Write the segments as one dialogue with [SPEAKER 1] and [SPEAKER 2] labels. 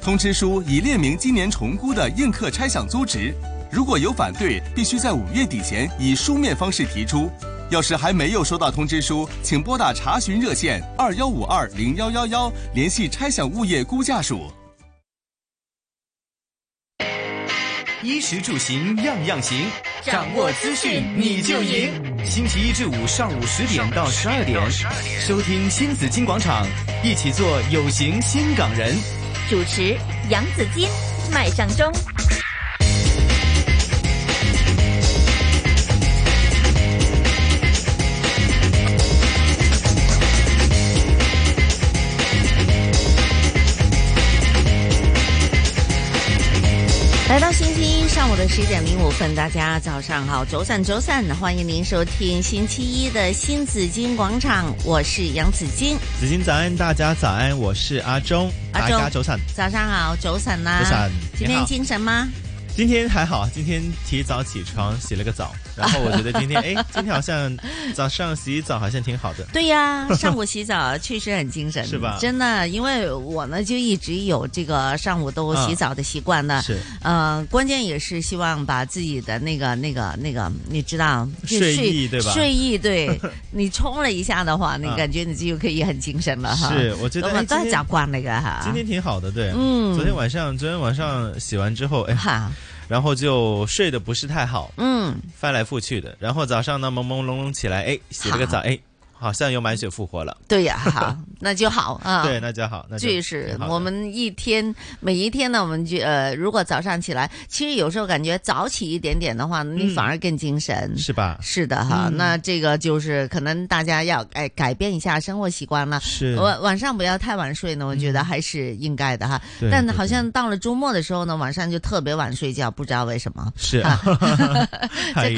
[SPEAKER 1] 通知书已列明今年重估的映客拆想租值，如果有反对，必须在五月底前以书面方式提出。要是还没有收到通知书，请拨打查询热线二幺五二零幺幺幺联系拆想物业估价署。
[SPEAKER 2] 衣食住行样样行，
[SPEAKER 3] 掌握资讯你就赢。
[SPEAKER 2] 星期一至五上午十点到十二点，收听新紫金广场，一起做有型新港人。
[SPEAKER 3] 主持杨紫金，麦尚中。来到星期一上午的十一点零五分，大家早上好，周散周散，欢迎您收听星期一的新紫金广场，我是杨紫金。
[SPEAKER 4] 紫金早安，大家早安，我是阿忠，
[SPEAKER 3] 阿
[SPEAKER 4] 大
[SPEAKER 3] 忠
[SPEAKER 4] 家早晨。
[SPEAKER 3] 早上好，周散啦！
[SPEAKER 4] 早晨
[SPEAKER 3] 今
[SPEAKER 4] 你
[SPEAKER 3] 天
[SPEAKER 4] 好
[SPEAKER 3] 精神吗？
[SPEAKER 4] 今天还好，今天提早起床洗了个澡，然后我觉得今 天哎，今天好像早上洗澡好像挺好的。
[SPEAKER 3] 对 呀、上午洗澡确实很精神，
[SPEAKER 4] 是吧
[SPEAKER 3] 真的，因为我呢就一直有这个上午都洗澡的习惯呢。
[SPEAKER 4] 啊是
[SPEAKER 3] 呃，关键也是希望把自己的那个、那个、那个，你知道，就
[SPEAKER 4] 睡
[SPEAKER 3] 睡
[SPEAKER 4] 意对吧
[SPEAKER 3] 睡意 对，你冲了一下的话，你
[SPEAKER 4] 啊
[SPEAKER 3] 感觉你就可以很精神了哈。
[SPEAKER 4] 是我觉得
[SPEAKER 3] 我们
[SPEAKER 4] 哎今
[SPEAKER 3] 都
[SPEAKER 4] 天
[SPEAKER 3] 习惯那个哈。
[SPEAKER 4] 今天挺好的，对，
[SPEAKER 3] 啊嗯
[SPEAKER 4] 昨天晚上，昨天晚上洗完之后，哎，
[SPEAKER 3] 哈，
[SPEAKER 4] 然后就睡得不是太好，
[SPEAKER 3] 嗯，
[SPEAKER 4] 翻来覆去的，然后早上呢朦朦胧胧起来，哎，洗了个澡，哎，好像又满血复活了，
[SPEAKER 3] 对呀、 好，那就好啊。
[SPEAKER 4] 对，那就好，那就
[SPEAKER 3] 这是
[SPEAKER 4] 挺好的
[SPEAKER 3] 我们一天每一天呢，我们就呃，如果早上起来，其实有时候感觉早起一点点的话，你反而更精神。
[SPEAKER 4] 嗯是吧？嗯
[SPEAKER 3] 是的哈，那这个就是可能大家要哎改变一下生活习惯了。
[SPEAKER 4] 是嗯
[SPEAKER 3] 晚晚上不要太晚睡呢，我觉得还是应该的哈。
[SPEAKER 4] 对
[SPEAKER 3] 但
[SPEAKER 4] 对
[SPEAKER 3] 好
[SPEAKER 4] 对
[SPEAKER 3] 像到了周末的时候呢，晚上就特别晚睡觉，不知道为什么。
[SPEAKER 4] 是，
[SPEAKER 3] 就觉
[SPEAKER 4] 哎呀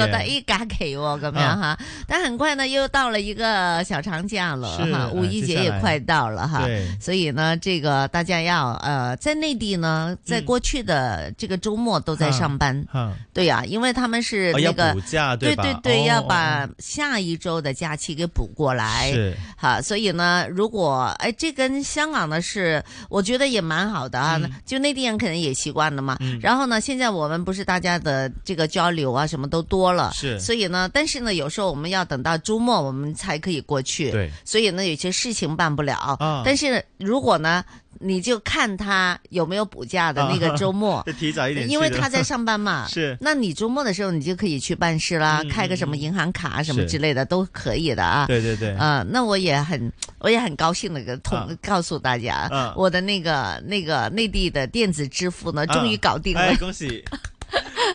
[SPEAKER 4] 嗯
[SPEAKER 3] 得咦假期喎咁樣哈，但很快呢又到了一个小长假了
[SPEAKER 4] 是
[SPEAKER 3] 哈，
[SPEAKER 4] 啊
[SPEAKER 3] 五一节
[SPEAKER 4] 接
[SPEAKER 3] 也
[SPEAKER 4] 下来
[SPEAKER 3] 快到了哈，
[SPEAKER 4] 对
[SPEAKER 3] 所以呢这个大家要呃在内地呢，在过去的这个周末都在上班，
[SPEAKER 4] 嗯哈，
[SPEAKER 3] 对呀、因为他们是
[SPEAKER 4] 哦
[SPEAKER 3] 那
[SPEAKER 4] 要
[SPEAKER 3] 个、
[SPEAKER 4] 补假
[SPEAKER 3] 对
[SPEAKER 4] 吧？
[SPEAKER 3] 对
[SPEAKER 4] 哦
[SPEAKER 3] 对，要
[SPEAKER 4] 哦
[SPEAKER 3] 把下一周的假期给补过
[SPEAKER 5] 哎
[SPEAKER 3] 来。
[SPEAKER 4] 是
[SPEAKER 3] 好，所以呢，如果哎，这跟香港呢是，我觉得也蛮好的
[SPEAKER 4] 嗯
[SPEAKER 3] 啊。就内地人可能也习惯了嘛。然后呢，现在我们不是大家的这个交流啊，什么都多了，
[SPEAKER 4] 是
[SPEAKER 3] 所以呢，但是呢，有时候我们要等到周末我们才可以过去。
[SPEAKER 4] 对，
[SPEAKER 3] 所以呢，有些事情办不了。
[SPEAKER 4] 啊
[SPEAKER 3] 但是如果呢，你就看他有没有补假的那个周 末。
[SPEAKER 4] 就提早一啊点去的，
[SPEAKER 3] 因为他在上班嘛，
[SPEAKER 4] 是
[SPEAKER 3] 那你周末的时候，你就可以去办事啦，
[SPEAKER 4] 嗯
[SPEAKER 3] 开个什么银行卡什么
[SPEAKER 4] 是
[SPEAKER 3] 之类的都可以的啊。
[SPEAKER 4] 对对对，
[SPEAKER 3] 啊、那我也很，我也很高兴的跟同、
[SPEAKER 4] 啊
[SPEAKER 3] 告诉大家，
[SPEAKER 4] 啊
[SPEAKER 3] 我的那个那个内地的电子支付呢，啊终于搞定了，
[SPEAKER 4] 哎，恭 喜，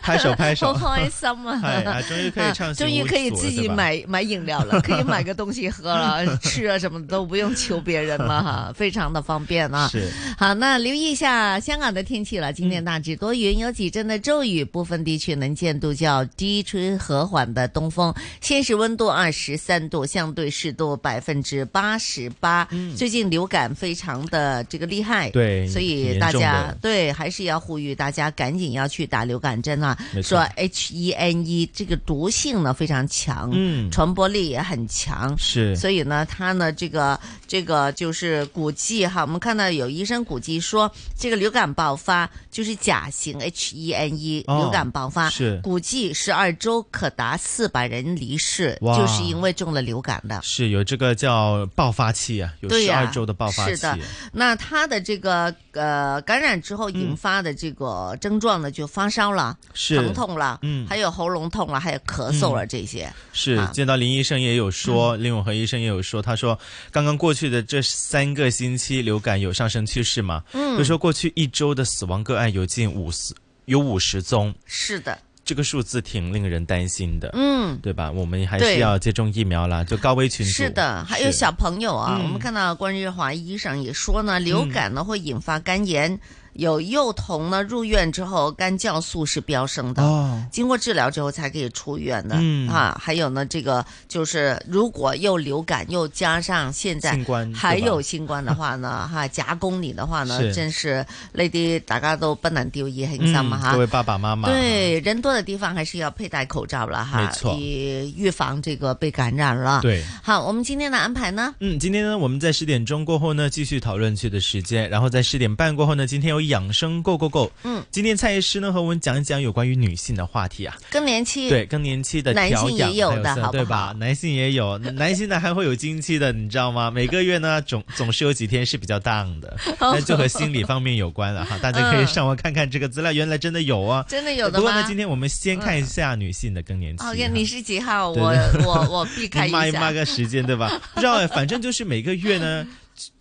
[SPEAKER 4] 拍手拍手
[SPEAKER 3] 好， 开心
[SPEAKER 4] 哎，啊
[SPEAKER 3] 啊！
[SPEAKER 4] 终于可以
[SPEAKER 3] 啊
[SPEAKER 4] 畅行
[SPEAKER 3] 终于
[SPEAKER 4] 无
[SPEAKER 3] 可以
[SPEAKER 4] 阻了
[SPEAKER 3] 自己，买买饮料了，可以买个东西喝 了，吃啊什么都不用求别人了哈，非常的方便
[SPEAKER 4] 对吧
[SPEAKER 3] 啊。
[SPEAKER 4] 是
[SPEAKER 3] 好，那留意一下香港的天气了。今天大致多云，有几阵的骤雨，部分地区能见度较低，吹和缓的东风。现时温度二十三度，相对湿度百分之八十八。最近流感非常的这个厉害，
[SPEAKER 4] 嗯对
[SPEAKER 3] 所
[SPEAKER 4] 挺
[SPEAKER 3] 以
[SPEAKER 4] 严
[SPEAKER 3] 大
[SPEAKER 4] 重
[SPEAKER 3] 家
[SPEAKER 4] 的
[SPEAKER 3] 对还是要呼吁大家赶紧要去打流感针啊。
[SPEAKER 4] 没
[SPEAKER 3] 说
[SPEAKER 4] 错
[SPEAKER 3] H1N1 E，这个毒性呢非常强，
[SPEAKER 4] 嗯
[SPEAKER 3] 传播力也很强，
[SPEAKER 4] 是，
[SPEAKER 3] 所以呢，它呢，这个这个就是估计哈，我们看到有医生估计说，这个流感爆发就是甲型 H1N1
[SPEAKER 4] 哦
[SPEAKER 3] E 流感爆发，
[SPEAKER 4] 是
[SPEAKER 3] 估计十二周可达四百人离世，
[SPEAKER 4] 哇
[SPEAKER 3] 就是因为中了流感的。
[SPEAKER 4] 是有这个叫爆发期啊，有
[SPEAKER 3] 对
[SPEAKER 4] 十
[SPEAKER 3] 呀
[SPEAKER 4] 二周的爆发期
[SPEAKER 3] 是，的那它的这个呃感染之后引发的这个症状呢，就发烧了、
[SPEAKER 4] 是
[SPEAKER 3] 疼痛了，
[SPEAKER 4] 嗯
[SPEAKER 3] 还有喉咙痛了，还有咳嗽了这些。
[SPEAKER 4] 是
[SPEAKER 3] 啊嗯
[SPEAKER 4] 见到林医生也有说，林永和医生也有说，他说刚刚过去的这三个星期流感有上升趋势嘛，
[SPEAKER 3] 嗯
[SPEAKER 4] 就说过去一周的死亡个案有近五十有五十宗，
[SPEAKER 3] 是的，
[SPEAKER 4] 这个数字挺令人担心的，
[SPEAKER 3] 嗯。
[SPEAKER 4] 对吧？我们还
[SPEAKER 3] 对
[SPEAKER 4] 是要接种疫苗啦，就高危群组。
[SPEAKER 3] 是的，还有
[SPEAKER 4] 是
[SPEAKER 3] 小朋友啊，
[SPEAKER 4] 嗯
[SPEAKER 3] 我们看到关日华医生也说呢，流感呢会引发肝炎，有幼童呢入院之后肝酵素是飙升的。
[SPEAKER 4] 哦，
[SPEAKER 3] 经过治疗之后才可以出院的、
[SPEAKER 4] 嗯
[SPEAKER 3] 啊，还有呢，这个就是如果又流感又加上现在
[SPEAKER 4] 新冠
[SPEAKER 3] 还
[SPEAKER 4] 对吧
[SPEAKER 3] 有新冠的话 呢，哈夹攻你的话呢，
[SPEAKER 4] 是
[SPEAKER 3] 真是呢啲大家都不能掉以轻心
[SPEAKER 4] 嗯
[SPEAKER 3] 啊哈。
[SPEAKER 4] 各位爸爸妈妈，，
[SPEAKER 3] 对，人多的地方还是要佩戴口罩了哈
[SPEAKER 4] 没，错
[SPEAKER 3] 以预防这个被感染了。，
[SPEAKER 4] 对。
[SPEAKER 3] 好，我们今天的安排呢？
[SPEAKER 4] 嗯，今天呢，我们在十点钟过后呢，继续讨论区的时间，然后在十点半过后呢，今天有养生 Go Go Go。
[SPEAKER 3] 嗯，
[SPEAKER 4] 今天蔡医师呢和我们讲一讲有关于女性的话题啊，
[SPEAKER 3] 更年期
[SPEAKER 4] 对更年期的
[SPEAKER 3] 男
[SPEAKER 4] 调
[SPEAKER 3] 性
[SPEAKER 4] 养，
[SPEAKER 3] 也有
[SPEAKER 4] 还
[SPEAKER 3] 的
[SPEAKER 4] 色
[SPEAKER 3] 好不
[SPEAKER 4] 对吧
[SPEAKER 3] 好？
[SPEAKER 4] 男性也有，男性呢还会有经期的，你知道吗？每个月呢总总是有几天是比较 down 的， 那就和心理方面有关了哈。大家可以
[SPEAKER 3] 嗯
[SPEAKER 4] 上网看看这个资料，原来真的有啊。
[SPEAKER 3] 真的有的
[SPEAKER 4] 不过呢
[SPEAKER 3] 吗，？嗯
[SPEAKER 4] 今天我们先看一下女性的更年期哈。
[SPEAKER 3] 哦，你是几号？
[SPEAKER 4] 对
[SPEAKER 3] 我我我避开一
[SPEAKER 4] 你抹抹
[SPEAKER 3] 下。
[SPEAKER 4] 个时间对 吧？不知道哎，反正就是每个月呢，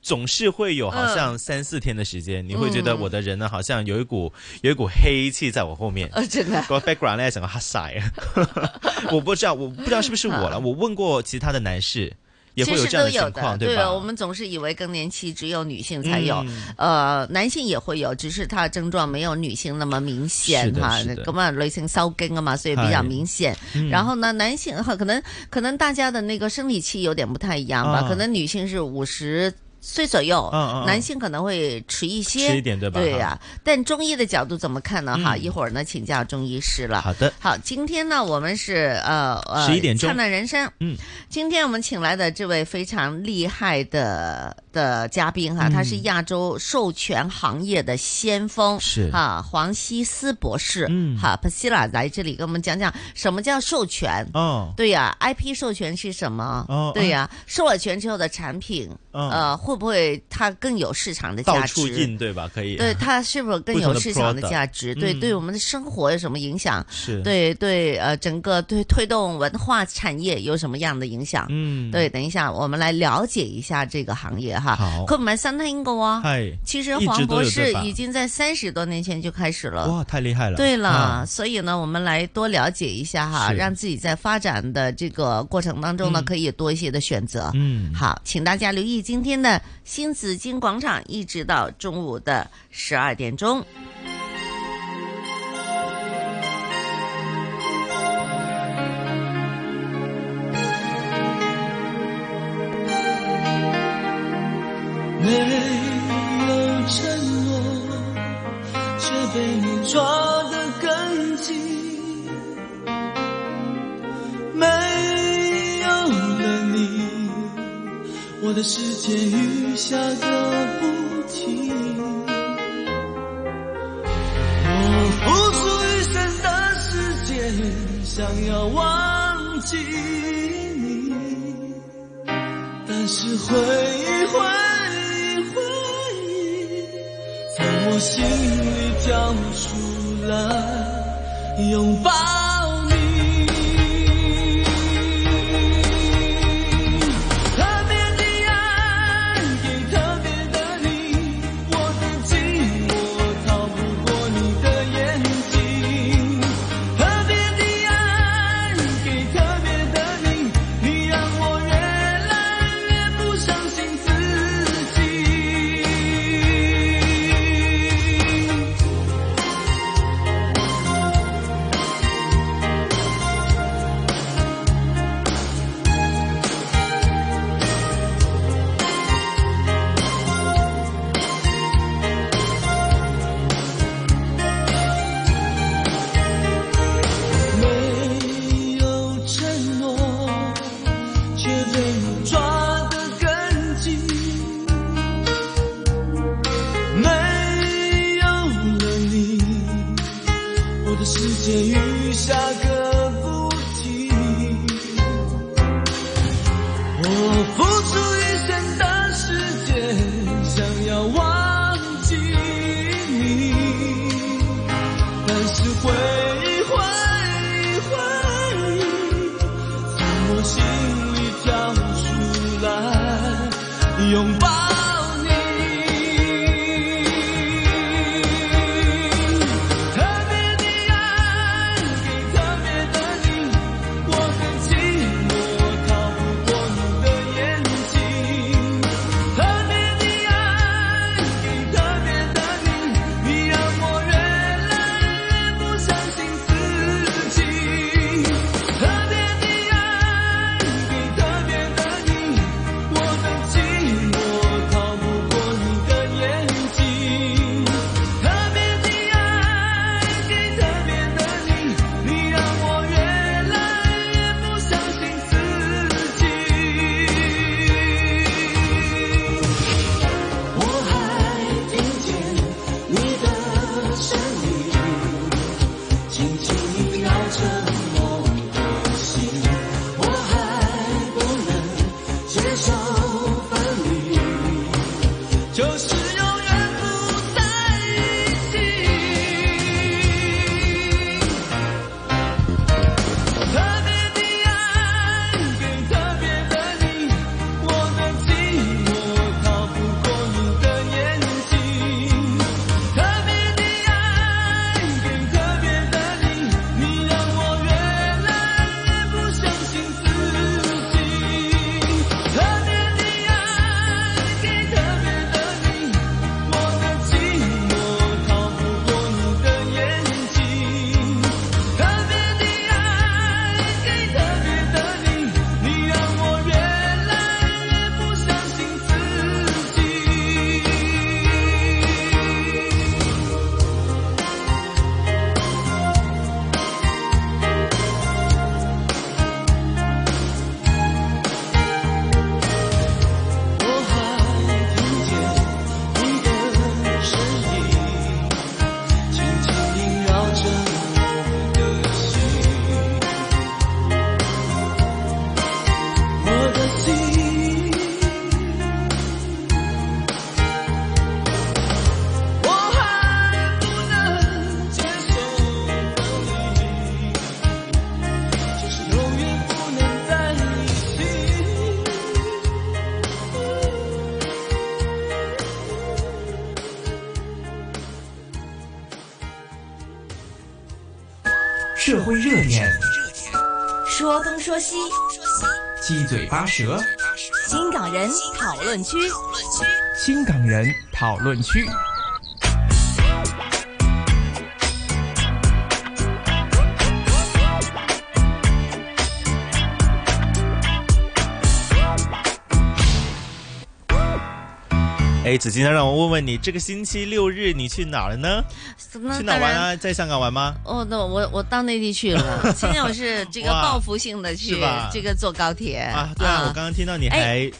[SPEAKER 4] 总是会有好
[SPEAKER 3] 嗯
[SPEAKER 4] 像三四天的时间，你会觉得我的人呢，好像有一股有一股黑气在我后面。
[SPEAKER 3] 呃，真的，
[SPEAKER 4] 个 background 呢，整个黑晒，啊 我不知道，我不知道是不是我了。我问过其他的男士，也会
[SPEAKER 3] 嗯其
[SPEAKER 4] 有
[SPEAKER 3] 实
[SPEAKER 4] 这
[SPEAKER 3] 都
[SPEAKER 4] 样的
[SPEAKER 3] 有的，
[SPEAKER 4] 情况，
[SPEAKER 3] 对
[SPEAKER 4] 吧？
[SPEAKER 3] 我们总是以为更年期只有女性才有，
[SPEAKER 4] 嗯
[SPEAKER 3] 呃，男性也會有，只是他症狀沒有女性那麼明
[SPEAKER 4] 是
[SPEAKER 3] 顯
[SPEAKER 4] 的
[SPEAKER 3] 哈。
[SPEAKER 4] 是的
[SPEAKER 3] 咁啊，女性收經啊嘛，所以比較明顯。然後呢，男性哈，可能可能大家的那個生理期有點不太一樣吧，
[SPEAKER 4] 啊
[SPEAKER 3] 可能女性是五十。岁左右，
[SPEAKER 4] 嗯嗯嗯
[SPEAKER 3] 男性可能会迟一些，
[SPEAKER 4] 迟一点对吧
[SPEAKER 3] 对呀、但中医的角度怎么看呢？哈，
[SPEAKER 4] 嗯
[SPEAKER 3] 一会儿呢，请教中医师了。
[SPEAKER 4] 好的，
[SPEAKER 3] 好，今天呢，我们是呃呃，
[SPEAKER 4] 11点钟
[SPEAKER 3] 灿烂人生。
[SPEAKER 4] 嗯，
[SPEAKER 3] 今天我们请来的这位非常厉害的的嘉宾
[SPEAKER 4] 嗯
[SPEAKER 3] 哈、他是亚洲授权行业的先锋。
[SPEAKER 4] 是
[SPEAKER 3] 啊，黄西斯博士，
[SPEAKER 4] 嗯
[SPEAKER 3] 好 p a s i l a 来这里跟我们讲讲什么叫授权。
[SPEAKER 4] 哦
[SPEAKER 3] 对呀、i p 授权是什么？
[SPEAKER 4] 哦
[SPEAKER 3] 对呀、授了权之后的产品，
[SPEAKER 4] 哦，
[SPEAKER 3] 呃，会不会它更有市场的
[SPEAKER 4] 到
[SPEAKER 3] 价值？
[SPEAKER 4] 处印对吧？可以，啊
[SPEAKER 3] 对它是否更
[SPEAKER 4] 不同
[SPEAKER 3] 有
[SPEAKER 4] 的
[SPEAKER 3] 市场的
[SPEAKER 4] product，
[SPEAKER 3] 价值？对，
[SPEAKER 4] 嗯
[SPEAKER 3] 对我们的生活有什么影响？
[SPEAKER 4] 是，，
[SPEAKER 3] 对对，呃，整个对推动文化产业有什么样的影响？
[SPEAKER 4] 嗯，，
[SPEAKER 3] 对，等一下我们来了解一下这个行业哈。
[SPEAKER 4] 好
[SPEAKER 3] 佢唔係新興嘅哦，
[SPEAKER 4] 嗨，
[SPEAKER 3] 其实
[SPEAKER 4] 一直
[SPEAKER 3] 黃
[SPEAKER 4] 都
[SPEAKER 3] 博
[SPEAKER 4] 有這
[SPEAKER 3] 士
[SPEAKER 4] 把
[SPEAKER 3] 已經在三十多年前就開始了。
[SPEAKER 4] 哇，太厉害了，
[SPEAKER 3] 啊对了，
[SPEAKER 4] 啊
[SPEAKER 3] 所以呢，我们来多了解一下哈，
[SPEAKER 4] 是
[SPEAKER 3] 让自己在发展的这个过程当中呢，
[SPEAKER 4] 嗯
[SPEAKER 3] 可以有多一些的选择。
[SPEAKER 4] 嗯，
[SPEAKER 3] 好，请大家留意今天的新紫金广场，一直到中午的十二点钟。
[SPEAKER 6] 没有承诺，却被你抓得更紧；没有了你，我的世界雨下个不停。我付出一生的时间，想要忘记你。但是回忆，回忆，回忆，从我心里跳出来，拥抱你。特别的爱给特别的你，我的寂寞逃不过你的眼睛。特别的爱给特别的你，你让我越来越不相信自己。没有承诺，却被你抓得更紧；没有了你，我的世界雨下个不停。我付出一生的时间，想要忘记你。但是回忆，回忆，回忆，从我心里跳出来，拥抱你。特别的爱给特别的你，我的寂寞逃不过你的眼睛。特别的爱给特别的你，你让我越来越不相
[SPEAKER 2] 社会热点，
[SPEAKER 7] 说东说西，
[SPEAKER 2] 七嘴八舌，
[SPEAKER 7] 新港人讨论区。
[SPEAKER 2] 新港人讨论区。
[SPEAKER 4] 哎，子金，那让我问问你，这个星期六日你去哪儿了呢？
[SPEAKER 3] 那
[SPEAKER 4] 去哪
[SPEAKER 3] 当
[SPEAKER 4] 儿玩
[SPEAKER 3] 然，
[SPEAKER 4] 啊？在香港玩吗？
[SPEAKER 3] 哦，那我我到内地去 了，现在我是这个
[SPEAKER 4] 哇
[SPEAKER 3] 报复性的去
[SPEAKER 4] 是吧
[SPEAKER 3] 这个坐高铁
[SPEAKER 4] 啊，对啊，我刚刚听到你
[SPEAKER 3] 哎
[SPEAKER 4] 还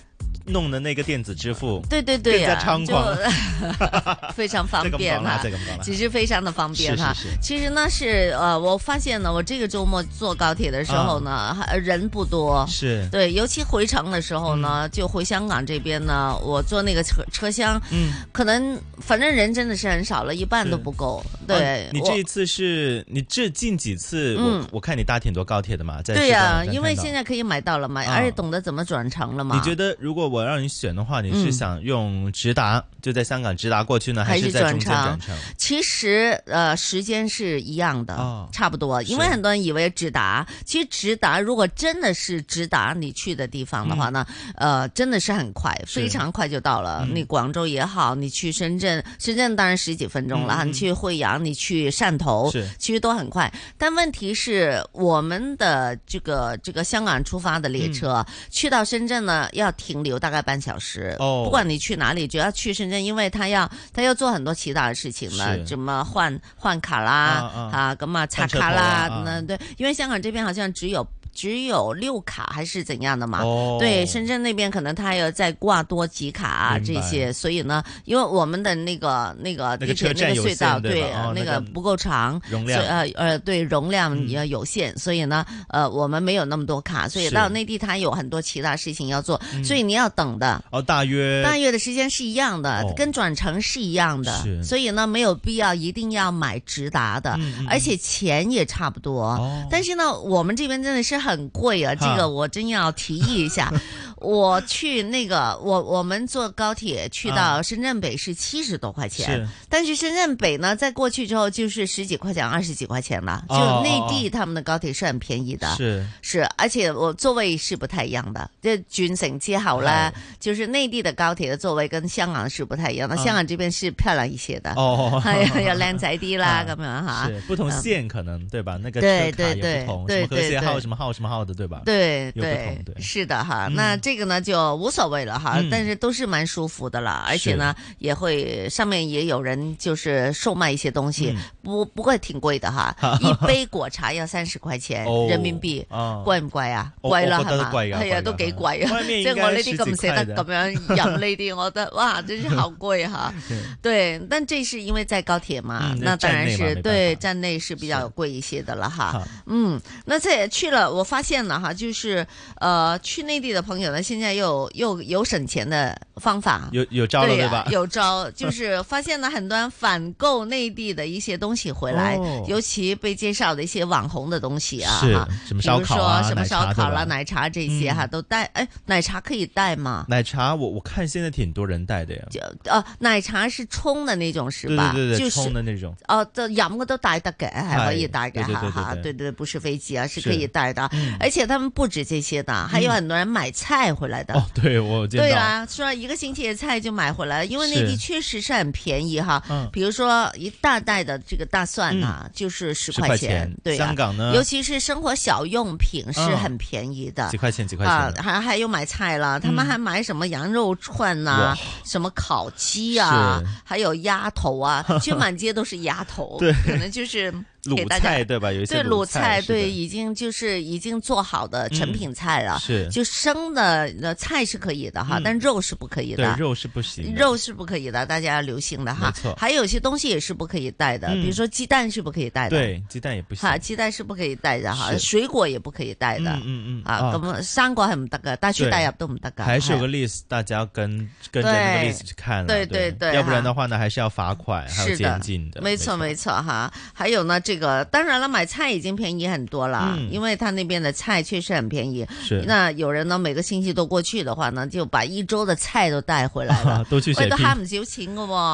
[SPEAKER 4] 弄的那个电子支付，
[SPEAKER 3] 对对对、啊，
[SPEAKER 4] 更加猖狂
[SPEAKER 3] 就非常方
[SPEAKER 4] 再
[SPEAKER 3] 便
[SPEAKER 4] 更忙
[SPEAKER 3] 哈
[SPEAKER 4] 了，再更忙了
[SPEAKER 3] 只是非常的方便
[SPEAKER 4] 啊是
[SPEAKER 3] 哈。
[SPEAKER 4] 是是
[SPEAKER 3] 其实呢是呃，我发现呢，我这个周末坐高铁的时候呢，还人不多。
[SPEAKER 4] 嗯是，
[SPEAKER 3] 对，尤其回程的时候呢，就回香港这边呢，我坐那个车车厢，
[SPEAKER 4] 嗯，
[SPEAKER 3] 可能反正人真的是很少了，一半
[SPEAKER 4] 是
[SPEAKER 3] 都不够。
[SPEAKER 4] 啊
[SPEAKER 3] 对，
[SPEAKER 4] 你
[SPEAKER 3] 我
[SPEAKER 4] 这一次是你这近几次，
[SPEAKER 3] 嗯
[SPEAKER 4] 我我看你搭挺多高铁的嘛，在
[SPEAKER 3] 对
[SPEAKER 4] 呀、
[SPEAKER 3] 呀、因为现在可以买到了嘛，
[SPEAKER 4] 啊
[SPEAKER 3] 而且懂得怎么转乘了嘛。
[SPEAKER 4] 你觉得如果我让你选的话，你是
[SPEAKER 3] 嗯
[SPEAKER 4] 想用直达、就在香港直达过去呢，
[SPEAKER 3] 还是
[SPEAKER 4] 是在中间
[SPEAKER 3] 转
[SPEAKER 4] 转乘？
[SPEAKER 3] 其实呃，时间是一样的，
[SPEAKER 4] 哦
[SPEAKER 3] 差不多。因为
[SPEAKER 4] 是
[SPEAKER 3] 很多人以为直达，其实直达如果真的是直达你去的地方的话呢，呃，真的是很快，
[SPEAKER 4] 是
[SPEAKER 3] 非常快就到了。
[SPEAKER 4] 嗯
[SPEAKER 3] 你广州也好，你去深圳，深圳当然十几分钟了，
[SPEAKER 4] 嗯嗯
[SPEAKER 3] 你去惠阳，你去汕头
[SPEAKER 4] 是，
[SPEAKER 3] 其实都很快。但问题是，我们的这个这个香港出发的列
[SPEAKER 4] 嗯
[SPEAKER 3] 车、去到深圳呢，要停留大概半小时。
[SPEAKER 4] 哦
[SPEAKER 3] 不管你去哪里，只要去深圳，因为他要他要做很多其他的事情了，
[SPEAKER 4] 是
[SPEAKER 3] 什么换换卡啦
[SPEAKER 4] 啊啊
[SPEAKER 3] 啊，咁啊插
[SPEAKER 4] 换车头
[SPEAKER 3] 卡啦
[SPEAKER 4] 啊啊，
[SPEAKER 3] 那对，因为香港这边好像只有只有六卡还是怎样的嘛，
[SPEAKER 4] 哦
[SPEAKER 3] 对，深圳那边可能他还要再挂多几卡啊
[SPEAKER 4] 明
[SPEAKER 3] 这
[SPEAKER 4] 白
[SPEAKER 3] 些，所以呢，因为我们的那个那个
[SPEAKER 4] 那个
[SPEAKER 3] 地铁
[SPEAKER 4] 车站
[SPEAKER 3] 那个
[SPEAKER 4] 有
[SPEAKER 3] 隧道呃
[SPEAKER 4] 限对吧哦
[SPEAKER 3] 那
[SPEAKER 4] 那
[SPEAKER 3] 个
[SPEAKER 4] 个
[SPEAKER 3] 不够长。
[SPEAKER 4] 容
[SPEAKER 3] 所以
[SPEAKER 4] 量
[SPEAKER 3] 呃呃，对，容量
[SPEAKER 4] 嗯
[SPEAKER 3] 也有限，所以呢，呃，我们没有那么多卡，所以
[SPEAKER 4] 是嗯
[SPEAKER 3] 到内地他有很多其他事情要做，所以你要等的。
[SPEAKER 4] 哦，大约
[SPEAKER 3] 大约的时间是一样的，
[SPEAKER 4] 哦
[SPEAKER 3] 跟转乘是一样的，
[SPEAKER 4] 是
[SPEAKER 3] 所以呢，没有必要一定要买直达的，
[SPEAKER 4] 嗯嗯
[SPEAKER 3] 而且钱也差不多。
[SPEAKER 4] 哦
[SPEAKER 3] 但是呢，我们这边真的是很贵啊，这
[SPEAKER 4] 哈
[SPEAKER 3] 个我真要提议一 下。我去那个，我我们坐高铁去到
[SPEAKER 4] 啊
[SPEAKER 3] 深圳北是七十多块钱，
[SPEAKER 4] 是
[SPEAKER 3] 但是深圳北呢，在过去之后就是十几块钱、二十几块钱了。就
[SPEAKER 4] 哦
[SPEAKER 3] 内
[SPEAKER 4] 哦
[SPEAKER 3] 地
[SPEAKER 4] 哦
[SPEAKER 3] 他们的高铁是很便宜的，
[SPEAKER 4] 是
[SPEAKER 3] 是，而且我座位是不太一样的。这转乘之后呢
[SPEAKER 4] 哎，
[SPEAKER 3] 就是内地的高铁的座位跟香港是不太一样的，
[SPEAKER 4] 啊
[SPEAKER 3] 香港这边是漂亮一些的，
[SPEAKER 4] 哦，
[SPEAKER 3] 还有有靓仔啲啦
[SPEAKER 4] 啊
[SPEAKER 3] 咁样啊哈。
[SPEAKER 4] 是不同线可能对吧？那个
[SPEAKER 3] 嗯对
[SPEAKER 4] 车卡
[SPEAKER 3] 对
[SPEAKER 4] 也不同，
[SPEAKER 3] 对
[SPEAKER 4] 什么和
[SPEAKER 3] 对对
[SPEAKER 4] 谐号什么号什么号的对吧？
[SPEAKER 3] 对
[SPEAKER 4] 有不
[SPEAKER 3] 对
[SPEAKER 4] 同对
[SPEAKER 3] 是的哈，
[SPEAKER 4] 嗯
[SPEAKER 3] 那这个呢就无所谓了哈，
[SPEAKER 4] 嗯
[SPEAKER 3] 但是都是蛮舒服的了，而且呢也会上面也有人就是售卖一些东西，
[SPEAKER 4] 嗯
[SPEAKER 3] 不不过挺贵的哈，一杯果茶要三十块钱
[SPEAKER 4] 哦
[SPEAKER 3] 人民币，
[SPEAKER 4] 啊
[SPEAKER 3] 贵唔貴啊？
[SPEAKER 4] 我
[SPEAKER 3] 貴啦
[SPEAKER 4] 我覺得
[SPEAKER 3] 係
[SPEAKER 4] 都
[SPEAKER 3] 嘛？
[SPEAKER 4] 貴
[SPEAKER 3] 係
[SPEAKER 4] 㗎
[SPEAKER 3] 啊，
[SPEAKER 4] 貴㗎
[SPEAKER 3] 都幾貴啊！
[SPEAKER 4] 外面
[SPEAKER 3] 即
[SPEAKER 4] 應
[SPEAKER 3] 係
[SPEAKER 4] 該
[SPEAKER 3] 我呢啲
[SPEAKER 4] 十
[SPEAKER 3] 咁
[SPEAKER 4] 幾
[SPEAKER 3] 捨得
[SPEAKER 4] 塊的
[SPEAKER 3] 咁樣飲呢 啲，我覺得哇，真是好貴哈。對，但這是因為在高鐵嘛，
[SPEAKER 4] 嗯
[SPEAKER 3] 那當然
[SPEAKER 4] 站
[SPEAKER 3] 是
[SPEAKER 4] 內嘛沒辦法
[SPEAKER 3] 對站內是比较
[SPEAKER 4] 是
[SPEAKER 3] 貴一些的了哈
[SPEAKER 4] 好。
[SPEAKER 3] 嗯，那这去了，我发现了哈，就是呃，去内地的朋友呢，现在又又有省钱的方法。
[SPEAKER 4] 有有招了
[SPEAKER 3] 对呀
[SPEAKER 4] 吧？
[SPEAKER 3] 有招，就是发现了很多人反购内地的一些东西回来，
[SPEAKER 4] 哦
[SPEAKER 3] 尤其被介绍的一些网红的东西啊，
[SPEAKER 4] 是
[SPEAKER 3] 哈
[SPEAKER 4] 什么烧烤啊
[SPEAKER 3] 比如说什么
[SPEAKER 4] 奶茶
[SPEAKER 3] 烧烤啦、
[SPEAKER 4] 对吧
[SPEAKER 3] 奶茶这些哈、
[SPEAKER 4] 嗯
[SPEAKER 3] 都带。哎，奶茶可以带吗？
[SPEAKER 4] 奶茶我我看现在挺多人带的呀，
[SPEAKER 3] 就呃，奶茶是冲的那种是
[SPEAKER 4] 对
[SPEAKER 3] 吧？
[SPEAKER 4] 对
[SPEAKER 3] 就
[SPEAKER 4] 对对，
[SPEAKER 3] 是
[SPEAKER 4] 冲的那种。
[SPEAKER 3] 哦，就飲嘅都帶得嘅，
[SPEAKER 4] 哎
[SPEAKER 3] 係可以帶嘅
[SPEAKER 4] 係對對
[SPEAKER 3] 哈
[SPEAKER 4] 對
[SPEAKER 3] 哈，
[SPEAKER 4] 對
[SPEAKER 3] 對
[SPEAKER 4] 對
[SPEAKER 3] 對，不是飛機啊，是可以
[SPEAKER 4] 是嗯
[SPEAKER 3] 帶的。而且他们不止这些的，还有很多人买菜回来的。
[SPEAKER 4] 哦，对我有见到。
[SPEAKER 3] 对啊，说一个星期的菜就买回来，因为内
[SPEAKER 4] 是
[SPEAKER 3] 地确实是很便宜哈。
[SPEAKER 4] 嗯
[SPEAKER 3] 比如说一大袋的这个大蒜啊，就是十
[SPEAKER 4] 10
[SPEAKER 3] 块
[SPEAKER 4] 块钱
[SPEAKER 3] 对、啊。
[SPEAKER 4] 香港呢
[SPEAKER 3] 尤其是生活小用品是
[SPEAKER 4] 嗯
[SPEAKER 3] 很便宜的。
[SPEAKER 4] 几块钱，几块
[SPEAKER 3] 啊
[SPEAKER 4] 钱，的，
[SPEAKER 3] 还还有买菜啦，他们还买什么羊肉串呐、
[SPEAKER 4] 哇
[SPEAKER 3] 什么烤鸡啊
[SPEAKER 4] 是，
[SPEAKER 3] 还有鸭头 啊，就满街都是鸭头，
[SPEAKER 4] 对
[SPEAKER 3] 可能就是给
[SPEAKER 4] 卤
[SPEAKER 3] 大家
[SPEAKER 4] 菜对吧？有一些
[SPEAKER 3] 对卤
[SPEAKER 4] 菜，是的嗯
[SPEAKER 3] 对，已经就是已经做好的成品菜了，
[SPEAKER 4] 是
[SPEAKER 3] 就生的呃菜是可以的哈，
[SPEAKER 4] 嗯
[SPEAKER 3] 但肉是不可以
[SPEAKER 4] 对
[SPEAKER 3] 的。
[SPEAKER 4] 肉是不行的，
[SPEAKER 3] 肉是不可以的，大家要留心的哈
[SPEAKER 4] 没错。
[SPEAKER 3] 还有些东西也是不可以带的，
[SPEAKER 4] 嗯
[SPEAKER 3] 比如说鸡蛋是不可以带的，，
[SPEAKER 4] 对鸡蛋也不行
[SPEAKER 3] 哈，，鸡蛋是不可以带的哈，
[SPEAKER 4] 是
[SPEAKER 3] 水果也不可以带的，
[SPEAKER 4] 嗯嗯嗯
[SPEAKER 3] 啊，咁啊生果係唔得噶，帶出
[SPEAKER 4] 對
[SPEAKER 3] 帶入都唔得噶。
[SPEAKER 4] 还是有
[SPEAKER 3] 係
[SPEAKER 4] 个 list，大家要跟跟着那个
[SPEAKER 3] 对
[SPEAKER 4] list 去看了，
[SPEAKER 3] 对对
[SPEAKER 4] 对
[SPEAKER 3] 对
[SPEAKER 4] 要不然
[SPEAKER 3] 哈
[SPEAKER 4] 的话呢，还是要罚款，还有
[SPEAKER 3] 是的
[SPEAKER 4] 监禁的，
[SPEAKER 3] 没错没错哈。还有呢，这个当然了，买菜已经便宜很多了，
[SPEAKER 4] 嗯
[SPEAKER 3] 因为他那边的菜确实很便宜。
[SPEAKER 4] 是
[SPEAKER 3] 那有人呢，每个星期都过去的话呢，就把一周的菜都带回来了
[SPEAKER 4] 啊， 都去
[SPEAKER 3] 喂，
[SPEAKER 4] 血
[SPEAKER 3] 都
[SPEAKER 4] 拼。
[SPEAKER 3] 悭唔少錢噶喎。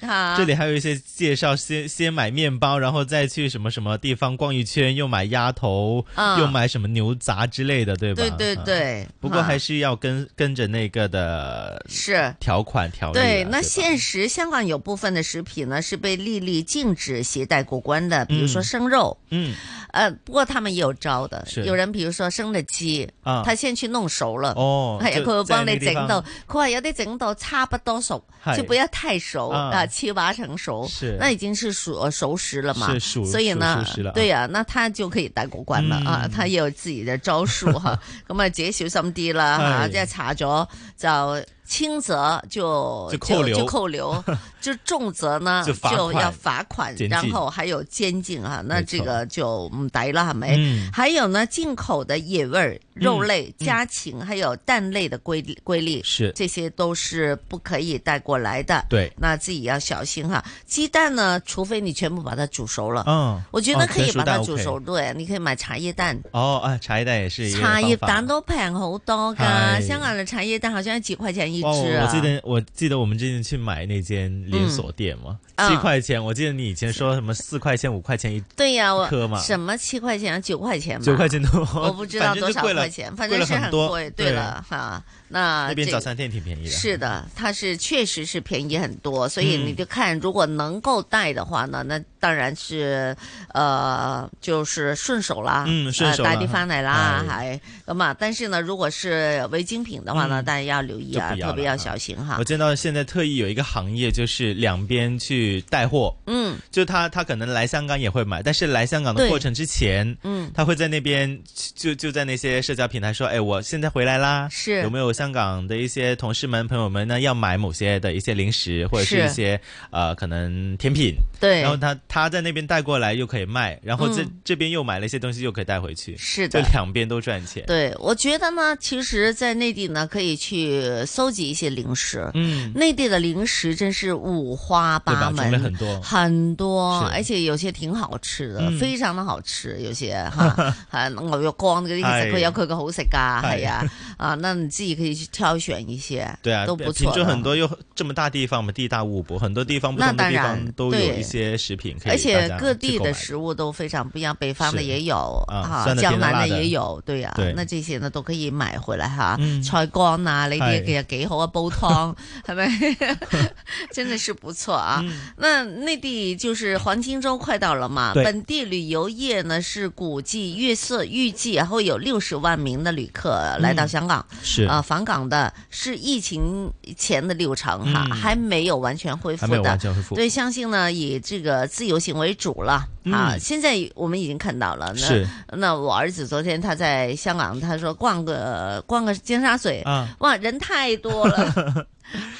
[SPEAKER 4] 嗨，
[SPEAKER 3] 啊
[SPEAKER 4] 哎这里还有一些介绍，先先买面包，然后再去什么什么地方逛一圈，又买鸭头，
[SPEAKER 3] 嗯
[SPEAKER 4] 又买什么牛杂之类的，对吧？
[SPEAKER 3] 对对
[SPEAKER 4] 啊。
[SPEAKER 3] 对，
[SPEAKER 4] 不过还
[SPEAKER 3] 啊
[SPEAKER 4] 是要跟跟着那个的
[SPEAKER 3] 是。
[SPEAKER 4] 条款条例啊。
[SPEAKER 3] 对，那
[SPEAKER 4] 吧
[SPEAKER 3] 现实香港有部分的食品呢是被历历禁止携带过关的，比如说
[SPEAKER 4] 嗯
[SPEAKER 3] 生肉，
[SPEAKER 4] 嗯
[SPEAKER 3] 呃，不过他们也有招的，
[SPEAKER 4] 是
[SPEAKER 3] 有人比如说生的鸡，
[SPEAKER 4] 啊
[SPEAKER 3] 他先去弄熟了。
[SPEAKER 4] 哦，
[SPEAKER 3] 系啊，
[SPEAKER 4] 就
[SPEAKER 3] 佢會幫你整到，
[SPEAKER 4] 在
[SPEAKER 3] 佢話有啲整到差不多熟，
[SPEAKER 4] 係
[SPEAKER 3] 就不要太熟
[SPEAKER 4] 啊
[SPEAKER 3] 啊，七八成熟
[SPEAKER 4] 是，
[SPEAKER 3] 那已經是熟呃熟食了嘛
[SPEAKER 4] 是，熟
[SPEAKER 3] 所以呢
[SPEAKER 4] 熟熟食了，啊
[SPEAKER 3] 對呀，那他就可以帶過關啦啊，
[SPEAKER 4] 嗯
[SPEAKER 3] 他也有自己嘅招數 哈，咁啊自己小心啲啦吓，
[SPEAKER 4] 係
[SPEAKER 3] 即係查咗就輕則就
[SPEAKER 4] 就扣留
[SPEAKER 3] 就扣 留，就重則呢
[SPEAKER 4] 就罰款
[SPEAKER 3] 要罰款，
[SPEAKER 4] 監禁
[SPEAKER 3] 然後還有監禁啊，那
[SPEAKER 4] 沒錯
[SPEAKER 3] 這個就唔抵啦，係咪？
[SPEAKER 4] 嗯
[SPEAKER 3] 还有呢，进口的野味儿、肉类、
[SPEAKER 4] 嗯
[SPEAKER 3] 家禽、还有蛋类的规规律，
[SPEAKER 4] 是
[SPEAKER 3] 这些都是不可以带过来的。
[SPEAKER 4] 对
[SPEAKER 3] 那自己要小心哈。鸡蛋呢，除非你全部把它煮熟了，
[SPEAKER 4] 嗯，
[SPEAKER 3] 我觉得
[SPEAKER 4] 哦
[SPEAKER 3] 可以
[SPEAKER 4] 全熟
[SPEAKER 3] 把它
[SPEAKER 4] 蛋
[SPEAKER 3] 煮
[SPEAKER 4] OK
[SPEAKER 3] 熟。对，你可以买茶叶蛋，
[SPEAKER 4] 哦啊，茶叶蛋也是一个
[SPEAKER 3] 茶叶
[SPEAKER 4] 方法
[SPEAKER 3] 蛋都平好多噶。
[SPEAKER 4] 哎
[SPEAKER 3] 香港的茶叶蛋好像要几块钱一
[SPEAKER 4] 哦，
[SPEAKER 3] 只
[SPEAKER 4] 我
[SPEAKER 3] 啊。
[SPEAKER 4] 记得我记得我们之前去买那间连锁店嘛，
[SPEAKER 3] 嗯
[SPEAKER 4] 七
[SPEAKER 3] 嗯
[SPEAKER 4] 块钱。我记得你以前说什么四块钱、五块钱一
[SPEAKER 3] 对呀，我
[SPEAKER 4] 颗嘛
[SPEAKER 3] 什么七块钱啊，九块钱吧，
[SPEAKER 4] 九块钱多，
[SPEAKER 3] 我不知道
[SPEAKER 4] 反正
[SPEAKER 3] 多
[SPEAKER 4] 就
[SPEAKER 3] 少
[SPEAKER 4] 贵了
[SPEAKER 3] 块钱，反
[SPEAKER 4] 贵
[SPEAKER 3] 正
[SPEAKER 4] 了
[SPEAKER 3] 是很
[SPEAKER 4] 多。
[SPEAKER 3] 贵。
[SPEAKER 4] 对
[SPEAKER 3] 对了，哈，那
[SPEAKER 4] 那边
[SPEAKER 3] 这
[SPEAKER 4] 早
[SPEAKER 3] 个
[SPEAKER 4] 餐店挺便宜的。嗯
[SPEAKER 3] 是的，它是确实是便宜很多，所以你就看，如果能够带的话呢，那当然是呃，就是顺手啦，
[SPEAKER 4] 嗯顺手啦
[SPEAKER 3] 呃、带啲翻嚟啦，
[SPEAKER 4] 哎
[SPEAKER 3] 还咁啊。但是呢，如果是违禁品的话呢，
[SPEAKER 4] 嗯
[SPEAKER 3] 大家要留意啊，
[SPEAKER 4] 就不要
[SPEAKER 3] 特别
[SPEAKER 4] 了
[SPEAKER 3] 要
[SPEAKER 4] 啊
[SPEAKER 3] 小心哈
[SPEAKER 4] 我。见到现在特意有一个行业，就是两边去带货，
[SPEAKER 3] 嗯
[SPEAKER 4] 就他他可能来香港也会买，但是来香港的
[SPEAKER 3] 对
[SPEAKER 4] 过程之前，
[SPEAKER 3] 嗯，
[SPEAKER 4] 他会在那边就就在那些社交平台说，哎，我现在回来啦，
[SPEAKER 3] 是
[SPEAKER 4] 有没有香港的一些同事们朋友们呢，要买某些的一些零食或者是
[SPEAKER 3] 是
[SPEAKER 4] 一些呃可能甜品，
[SPEAKER 3] 对
[SPEAKER 4] 然，后他他在那边带过来又可以卖，然后这、
[SPEAKER 3] 嗯
[SPEAKER 4] 这边又买了一些东西又可以带回去，
[SPEAKER 3] 是
[SPEAKER 4] 就
[SPEAKER 3] 的。
[SPEAKER 4] 两边都赚钱。
[SPEAKER 3] 对，我觉得呢，其实，在内地呢，可以去搜集一些零食。
[SPEAKER 4] 嗯，
[SPEAKER 3] 内地的零食真是五花
[SPEAKER 4] 对吧？
[SPEAKER 3] 八
[SPEAKER 4] 种类
[SPEAKER 3] 门，
[SPEAKER 4] 很多，
[SPEAKER 3] 很多，
[SPEAKER 4] 是
[SPEAKER 3] 而且有些挺好吃嘅，
[SPEAKER 4] 嗯
[SPEAKER 3] 非常的好吃。有些吓係牛肉乾嗰啲，其實
[SPEAKER 4] 係
[SPEAKER 3] 佢有佢嘅好食噶，
[SPEAKER 4] 係
[SPEAKER 3] 係啊啊，那你自己可以去挑選一些，
[SPEAKER 4] 对啊，
[SPEAKER 3] 都不
[SPEAKER 4] 平
[SPEAKER 3] 错
[SPEAKER 4] 洲
[SPEAKER 3] 的
[SPEAKER 4] 很多又这么大地方嘛，地大物博，很多地方不
[SPEAKER 3] 那
[SPEAKER 4] 同的
[SPEAKER 3] 当
[SPEAKER 4] 地
[SPEAKER 3] 然
[SPEAKER 4] 方都有
[SPEAKER 3] 对
[SPEAKER 4] 一些食品可以
[SPEAKER 3] 而且
[SPEAKER 4] 大家
[SPEAKER 3] 各
[SPEAKER 4] 去
[SPEAKER 3] 地
[SPEAKER 4] 购
[SPEAKER 3] 的
[SPEAKER 4] 买
[SPEAKER 3] 食物都非常不一样，北方的
[SPEAKER 4] 是
[SPEAKER 3] 也有
[SPEAKER 4] 啊
[SPEAKER 3] 啊
[SPEAKER 4] 酸的
[SPEAKER 3] 江
[SPEAKER 4] 甜的
[SPEAKER 3] 南
[SPEAKER 4] 辣的
[SPEAKER 3] 也有，對啊
[SPEAKER 4] 對，
[SPEAKER 3] 那這些呢都可以買回來哈
[SPEAKER 4] 嗯，哎
[SPEAKER 3] 菜乾啊呢啲
[SPEAKER 4] 係
[SPEAKER 3] 其實幾好啊，煲湯係咪？ 真的是不錯啊。
[SPEAKER 4] 嗯
[SPEAKER 3] 那内地就是黄金周快到了嘛，
[SPEAKER 4] 对
[SPEAKER 3] 本地旅游业呢是估计预测预计会有六十万名的旅客来到香港啊、
[SPEAKER 4] 嗯是
[SPEAKER 3] 访港的是疫情前的六成哈，
[SPEAKER 4] 嗯
[SPEAKER 3] 还没有完全恢复
[SPEAKER 4] 还没有完
[SPEAKER 3] 的。
[SPEAKER 4] 全恢复，
[SPEAKER 3] 对，相信呢以这个自由行为主了、啊。
[SPEAKER 4] 嗯
[SPEAKER 3] 现在我们已经看到了，
[SPEAKER 4] 是
[SPEAKER 3] 那那我儿子昨天他在香港，他说逛个逛个尖沙咀，
[SPEAKER 4] 啊，
[SPEAKER 3] 哇，人太多了。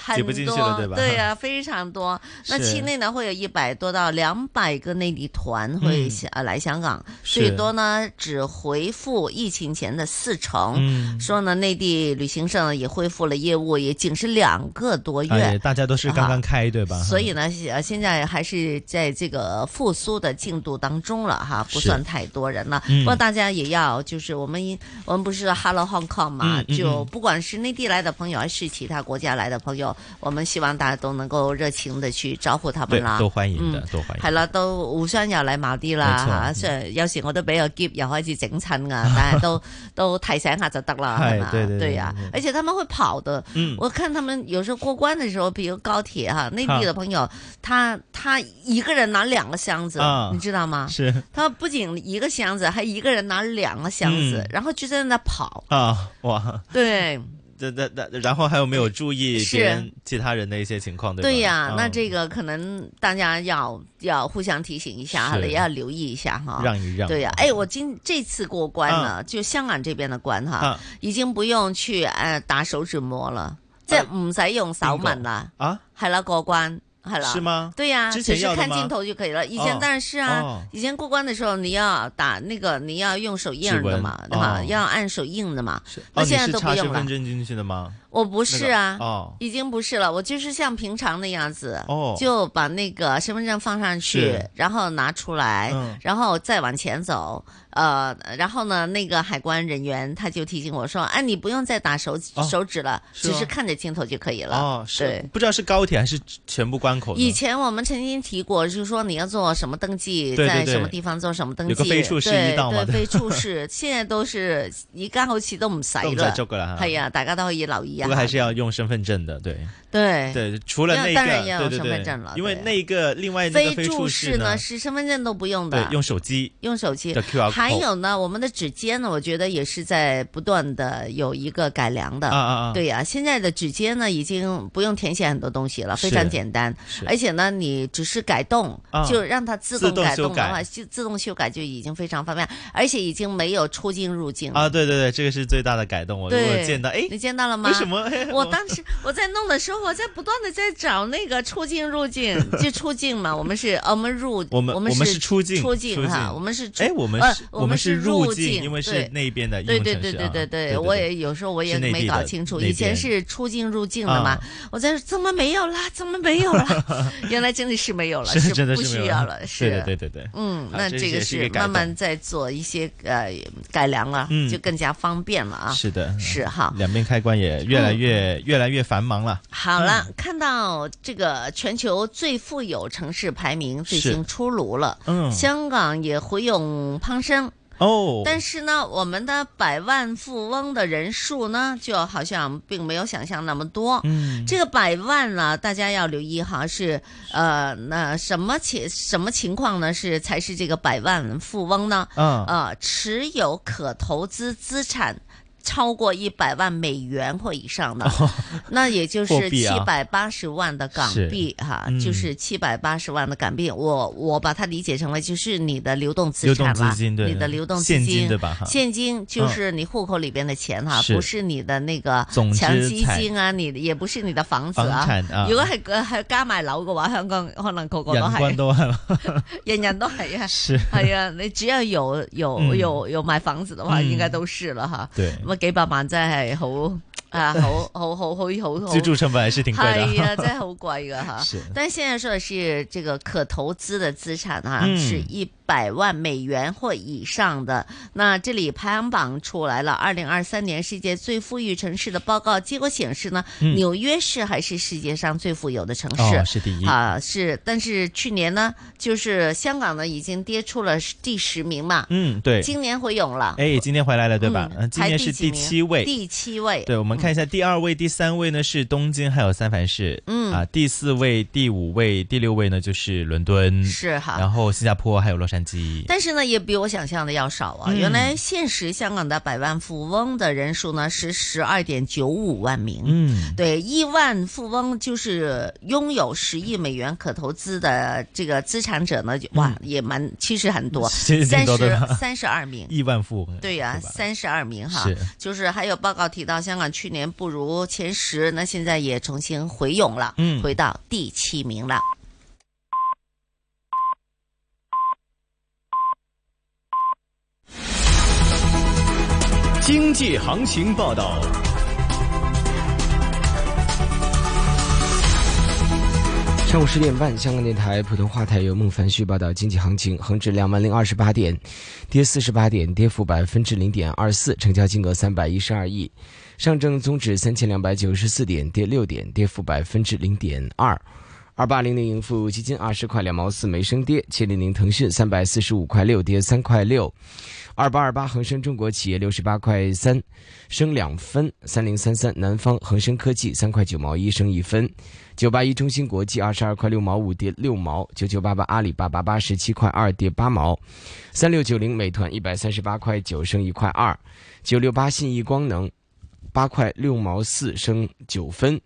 [SPEAKER 3] 很
[SPEAKER 4] 挤不进去了
[SPEAKER 3] 多，
[SPEAKER 4] 对吧
[SPEAKER 3] 呀、非常多。那
[SPEAKER 4] 是
[SPEAKER 3] 期内呢，会有一百多到两百个内地团会
[SPEAKER 4] 嗯
[SPEAKER 3] 想呃来香港，
[SPEAKER 4] 是
[SPEAKER 3] 最多呢只回复疫情前的四成。
[SPEAKER 4] 嗯，
[SPEAKER 3] 说呢，内地旅行社呢也恢复了业务，也仅是两个多月。
[SPEAKER 4] 哎，大家都是刚
[SPEAKER 3] 啊
[SPEAKER 4] 刚开对吧？嗯
[SPEAKER 3] 所以呢，呃，现在还是在这个复苏的进度当中了哈，不
[SPEAKER 4] 是
[SPEAKER 3] 算太多人了。
[SPEAKER 4] 嗯
[SPEAKER 3] 不过大家也要，就是我们一我们不是 Hello Hong Kong 嘛，
[SPEAKER 4] 嗯嗯
[SPEAKER 3] 就
[SPEAKER 4] 嗯
[SPEAKER 3] 不管是内地来的朋友还是其他国家来的朋友，我们希望大家都能够热情的去招呼他
[SPEAKER 4] 对
[SPEAKER 3] 们啦。
[SPEAKER 4] 都欢迎的，
[SPEAKER 3] 嗯
[SPEAKER 4] 都欢迎
[SPEAKER 3] 系。啦，都互相有禮貌啲啦
[SPEAKER 4] 冇錯
[SPEAKER 3] 吓，
[SPEAKER 4] 嗯
[SPEAKER 3] 雖然有時我都比較急，又開始整親 噶，但係都都提醒下就得啦，
[SPEAKER 4] 係
[SPEAKER 3] 係嘛？
[SPEAKER 4] 對對對
[SPEAKER 3] 對呀
[SPEAKER 4] 對對，
[SPEAKER 3] 而且他們會跑的，
[SPEAKER 4] 嗯
[SPEAKER 3] 我看他們有時候過關的時候，比如高鐵哈，內地的朋友，他他一個人拿兩個箱子
[SPEAKER 4] 啊，
[SPEAKER 3] 你知道嗎？
[SPEAKER 4] 是
[SPEAKER 3] 他不僅一個箱子，還一個人拿兩個箱子
[SPEAKER 4] 嗯，
[SPEAKER 3] 然後就在那跑，
[SPEAKER 4] 啊，哇，
[SPEAKER 3] 對。
[SPEAKER 4] 这这这，然后还有没有注意
[SPEAKER 3] 是
[SPEAKER 4] 别人其他人的一些情况？对吧？嗯啊
[SPEAKER 3] 对呀、那这
[SPEAKER 4] 个
[SPEAKER 3] 个可能大家要要互相提醒一下，哈
[SPEAKER 4] 是
[SPEAKER 3] 也要留意一下哈。
[SPEAKER 4] 让一让，
[SPEAKER 3] 对呀、哎，我今这次过关呢，就香港这边的关哈，
[SPEAKER 4] 啊
[SPEAKER 3] 已经不用去呃打手指模了，即系唔使用手纹啦，
[SPEAKER 4] 啊，
[SPEAKER 3] 系啦过关，系啦。
[SPEAKER 4] 是？吗？
[SPEAKER 3] 对呀、
[SPEAKER 4] 之
[SPEAKER 3] 只
[SPEAKER 4] 前
[SPEAKER 3] 是
[SPEAKER 4] 要的
[SPEAKER 3] 看
[SPEAKER 4] 吗
[SPEAKER 3] 镜头就可以了。以前
[SPEAKER 4] 哦
[SPEAKER 3] 当然是啊，
[SPEAKER 4] 哦
[SPEAKER 3] 以前过关的时候你要打那个，你要用手印
[SPEAKER 4] 指
[SPEAKER 3] 的
[SPEAKER 4] 纹
[SPEAKER 3] 嘛，对吧？
[SPEAKER 4] 哦
[SPEAKER 3] 要按手印的嘛。
[SPEAKER 4] 是
[SPEAKER 3] 那
[SPEAKER 4] 哦，你
[SPEAKER 3] 现在
[SPEAKER 4] 是
[SPEAKER 3] 都不
[SPEAKER 4] 插
[SPEAKER 3] 用
[SPEAKER 4] 身
[SPEAKER 3] 了
[SPEAKER 4] 份证进去的吗？
[SPEAKER 3] 我不是啊，
[SPEAKER 4] 那个哦
[SPEAKER 3] 已经不是了，我就是像平常的样子，
[SPEAKER 4] 哦
[SPEAKER 3] 就把那个身份证放上去
[SPEAKER 4] 是，
[SPEAKER 3] 然后拿出来，
[SPEAKER 4] 嗯
[SPEAKER 3] 然后再往前走，呃，然后呢，那个海关人员他就提醒我说，哎、你不用再打手、
[SPEAKER 4] 哦
[SPEAKER 3] 手指了，
[SPEAKER 4] 是吗
[SPEAKER 3] 只是看着镜头就可以了。
[SPEAKER 4] 哦，是
[SPEAKER 3] 对。
[SPEAKER 4] 不知道是高铁还是全部关口呢？
[SPEAKER 3] 以前我们曾经提过，就是说你要做什么登记，
[SPEAKER 4] 对对
[SPEAKER 3] 在
[SPEAKER 4] 对
[SPEAKER 3] 什么地方做什么登
[SPEAKER 4] 有
[SPEAKER 3] 记，
[SPEAKER 4] 個非處事
[SPEAKER 3] 对
[SPEAKER 4] 呢檔嘛
[SPEAKER 3] 對非處事，現在都是而家好似都唔使
[SPEAKER 4] 都唔使
[SPEAKER 3] 啦，
[SPEAKER 4] 捉㗎啦
[SPEAKER 3] 係啊，大家都可以留意
[SPEAKER 4] 不
[SPEAKER 3] 啊。
[SPEAKER 4] 过还是要用身份证的，对
[SPEAKER 3] 对。
[SPEAKER 4] 对。除了
[SPEAKER 3] 要
[SPEAKER 4] 那
[SPEAKER 3] 当然要
[SPEAKER 4] 个，
[SPEAKER 3] 用
[SPEAKER 4] 对对
[SPEAKER 3] 身份证了
[SPEAKER 4] 对，因为
[SPEAKER 3] 对
[SPEAKER 4] 那个另外那
[SPEAKER 3] 非
[SPEAKER 4] 个非
[SPEAKER 3] 注
[SPEAKER 4] 处
[SPEAKER 3] 释
[SPEAKER 4] 室
[SPEAKER 3] 呢是身份证都不用的
[SPEAKER 4] 对，，用手机
[SPEAKER 3] 用手机
[SPEAKER 4] 的。QR code
[SPEAKER 3] 还有呢，我们的指尖呢，我觉得也是在不断的有一个改良的。
[SPEAKER 4] 啊啊啊，
[SPEAKER 3] 对呀、现在的指尖呢，已经不用填写很多东西了，非
[SPEAKER 4] 是
[SPEAKER 3] 常简单
[SPEAKER 4] 是，
[SPEAKER 3] 而且呢，你只是改动，
[SPEAKER 4] 啊
[SPEAKER 3] 就让它自
[SPEAKER 4] 自
[SPEAKER 3] 动
[SPEAKER 4] 动
[SPEAKER 3] 改
[SPEAKER 4] 修
[SPEAKER 3] 动的
[SPEAKER 4] 改
[SPEAKER 3] 话，就自动修改就已经非常方便，而且已经没有出境入境
[SPEAKER 4] 啊，。对对对，这个是最大的改动。我如果
[SPEAKER 3] 对，
[SPEAKER 4] 见到，哎，
[SPEAKER 3] 你见到了吗？
[SPEAKER 4] 为什？么？ 哎
[SPEAKER 3] 我当时我在弄的时候，我在不断的在找那个出 境入境，就出境嘛，我们是呃我们入
[SPEAKER 4] 我们
[SPEAKER 3] 我
[SPEAKER 4] 我们
[SPEAKER 3] 是
[SPEAKER 4] 是出境
[SPEAKER 3] 出
[SPEAKER 4] 出
[SPEAKER 3] 哈，
[SPEAKER 4] 境
[SPEAKER 3] 我们是出
[SPEAKER 4] 哎，我们
[SPEAKER 3] 呃
[SPEAKER 4] 是
[SPEAKER 3] 我们
[SPEAKER 4] 是
[SPEAKER 3] 入
[SPEAKER 4] 境，因为是
[SPEAKER 3] 对
[SPEAKER 4] 那边的应
[SPEAKER 3] 对
[SPEAKER 4] 用
[SPEAKER 3] 对
[SPEAKER 4] 城
[SPEAKER 3] 对
[SPEAKER 4] 市
[SPEAKER 3] 对
[SPEAKER 4] 啊
[SPEAKER 3] 对对，
[SPEAKER 4] 对，
[SPEAKER 3] 我也有时候我也
[SPEAKER 4] 是内
[SPEAKER 3] 没
[SPEAKER 4] 地
[SPEAKER 3] 搞
[SPEAKER 4] 的
[SPEAKER 3] 清楚，
[SPEAKER 4] 那
[SPEAKER 3] 以前
[SPEAKER 4] 边
[SPEAKER 3] 是出境入境的嘛
[SPEAKER 4] 啊，
[SPEAKER 3] 我在说怎么没有啦，怎么没有 啦？原来真的是没有了，
[SPEAKER 4] 是真的
[SPEAKER 3] 不
[SPEAKER 4] 是没
[SPEAKER 3] 需
[SPEAKER 4] 有
[SPEAKER 3] 要
[SPEAKER 4] 了
[SPEAKER 3] 了，是
[SPEAKER 4] 对对对对对。
[SPEAKER 3] 嗯，
[SPEAKER 4] 啊
[SPEAKER 3] 那
[SPEAKER 4] 这
[SPEAKER 3] 这
[SPEAKER 4] 也
[SPEAKER 3] 个
[SPEAKER 4] 是一
[SPEAKER 3] 是
[SPEAKER 4] 个改
[SPEAKER 3] 慢慢
[SPEAKER 4] 动
[SPEAKER 3] 在做一些呃改良了，
[SPEAKER 4] 嗯
[SPEAKER 3] 就更加方便了啊，
[SPEAKER 4] 是的，嗯
[SPEAKER 3] 是嗯哈。
[SPEAKER 4] 两边开关也越来越、越来越繁忙了。
[SPEAKER 3] 好了，
[SPEAKER 4] 嗯
[SPEAKER 3] 看到这个全球最富有城市排名最
[SPEAKER 4] 是
[SPEAKER 3] 新出炉了，
[SPEAKER 4] 嗯
[SPEAKER 3] 香港也回勇攀升，
[SPEAKER 4] 哦，
[SPEAKER 3] 但是呢，我们的百万富翁的人数呢，就好像并没有想象那么多。
[SPEAKER 4] 嗯，
[SPEAKER 3] 这个百万呢，大家要留意哈，是呃，那什么情什么情况呢？是才是这个百万富翁呢？
[SPEAKER 4] 嗯
[SPEAKER 3] 呃，持有可投资资产超过一百万美元或以上的，那也就
[SPEAKER 4] 哦货
[SPEAKER 3] 是
[SPEAKER 4] 币
[SPEAKER 3] 七
[SPEAKER 4] 啊
[SPEAKER 3] 百八十万的港币哈、
[SPEAKER 4] 嗯
[SPEAKER 3] 就是七百八十万的港币。我我把它理解成为就是你的流动资
[SPEAKER 4] 流动
[SPEAKER 3] 产啦
[SPEAKER 4] 资金对
[SPEAKER 3] 你的流动资
[SPEAKER 4] 现
[SPEAKER 3] 金
[SPEAKER 4] 金对吧哈嗯
[SPEAKER 3] 现金就是你户口里边的钱哈、
[SPEAKER 4] 是
[SPEAKER 3] 不是你的那个
[SPEAKER 4] 总之
[SPEAKER 3] 强基
[SPEAKER 4] 财
[SPEAKER 3] 金啊，你也不是你的房子啊。
[SPEAKER 4] 房產啊
[SPEAKER 3] 如果係係加埋樓嘅話，香港可能個個都
[SPEAKER 4] 人均
[SPEAKER 3] 係，
[SPEAKER 4] 都係嘛
[SPEAKER 3] 人人都係啊。
[SPEAKER 4] 是，
[SPEAKER 3] 系啊，你只要有有
[SPEAKER 4] 嗯
[SPEAKER 3] 有有买房子的话，
[SPEAKER 4] 嗯
[SPEAKER 3] 应该都是了哈。
[SPEAKER 4] 對
[SPEAKER 3] 咁啊几百万真係好 啊，好好好好好好
[SPEAKER 4] 居。住成本还是挺贵的。
[SPEAKER 3] 系 啊，真係好贵噶哈
[SPEAKER 4] 是。
[SPEAKER 3] 但现在说的是这个可投资的资产啊，
[SPEAKER 4] 嗯
[SPEAKER 3] 是一百万美元或以上的。那这里排行榜出来了，二零二三年世界最富裕城市的报告结果显示呢，
[SPEAKER 4] 嗯
[SPEAKER 3] 纽约市还是世界上最富有的城市。
[SPEAKER 4] 哦，是第一，
[SPEAKER 3] 啊，是，但是去年呢，就是香港呢已经跌出了第十名嘛，
[SPEAKER 4] 嗯，对。
[SPEAKER 3] 今年回勇了，
[SPEAKER 4] 哎，今天回来了对吧？
[SPEAKER 3] 嗯
[SPEAKER 4] 嗯，今
[SPEAKER 3] 排
[SPEAKER 4] 天
[SPEAKER 3] 第
[SPEAKER 4] 是
[SPEAKER 3] 几
[SPEAKER 4] 第
[SPEAKER 3] 名
[SPEAKER 4] 七位，
[SPEAKER 3] 第七位，嗯
[SPEAKER 4] 对，我们看一下第二位、第三位呢是东京，还有三藩市，
[SPEAKER 3] 嗯
[SPEAKER 4] 啊，第四位、第五位、第六位呢就是伦敦，
[SPEAKER 3] 是哈。
[SPEAKER 4] 然后新加坡还有洛杉矶，
[SPEAKER 3] 但是呢，也比我想象的要少啊。
[SPEAKER 4] 嗯
[SPEAKER 3] 原来现实香港的百万富翁的人数呢是十二点九五万名，
[SPEAKER 4] 嗯，
[SPEAKER 3] 对，亿万富翁就是拥有十亿美元可投资的这个资产者呢，就哇，也蛮其实很多，
[SPEAKER 4] 嗯其实挺
[SPEAKER 3] 三
[SPEAKER 4] 多的
[SPEAKER 3] 十
[SPEAKER 4] 吧，
[SPEAKER 3] 三十二名，
[SPEAKER 4] 亿万富翁，
[SPEAKER 3] 对呀、
[SPEAKER 4] 吧
[SPEAKER 3] 三十二名哈
[SPEAKER 4] 是，
[SPEAKER 3] 就是还有报告提到，香港去年不如前十，那现在也重新回勇了，
[SPEAKER 4] 嗯
[SPEAKER 3] 回到第七名了。
[SPEAKER 2] 经济行情报道。
[SPEAKER 8] 上午十点半，香港电台普通话台由孟凡旭报道经济行情。恒指两万零二十八点，跌四十八点，跌幅百分之零点二四，成交金额三百一十二亿。上证综指三千两百九十四点，跌六点，跌幅百分之零点二。二八零零盈富基金二十块两毛四没升跌，七零零腾讯三百四十五块六跌三块六，二八二八恒生中国企业六十八块三升两分，三零三三南方恒生科技三块九毛一升一分，九八一中芯国际二十二块六毛五跌六毛，九九八八阿里巴巴八十七块二跌八毛，三六九零美团一百三十八块九升一块二，九六八信义光能八块六毛四升九分，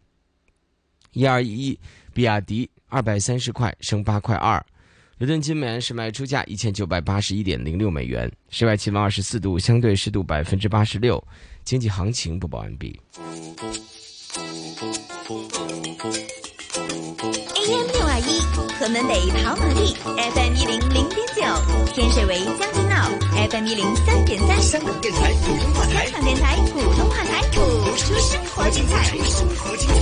[SPEAKER 8] 一二一一比亚迪二百三十块升八块二。伦敦金美元是卖出价一千九百八十一点零六美元，室外气温二十四度，相对湿度百分之八十六，经济行情播报完毕。
[SPEAKER 7] AM 六二一，河门北跑马地；FM 一零零点九，天水围将军澳；FM 一零三点三。香港电台普通话台。香港电台普通话台，谱出生活精彩。生活精
[SPEAKER 2] 彩。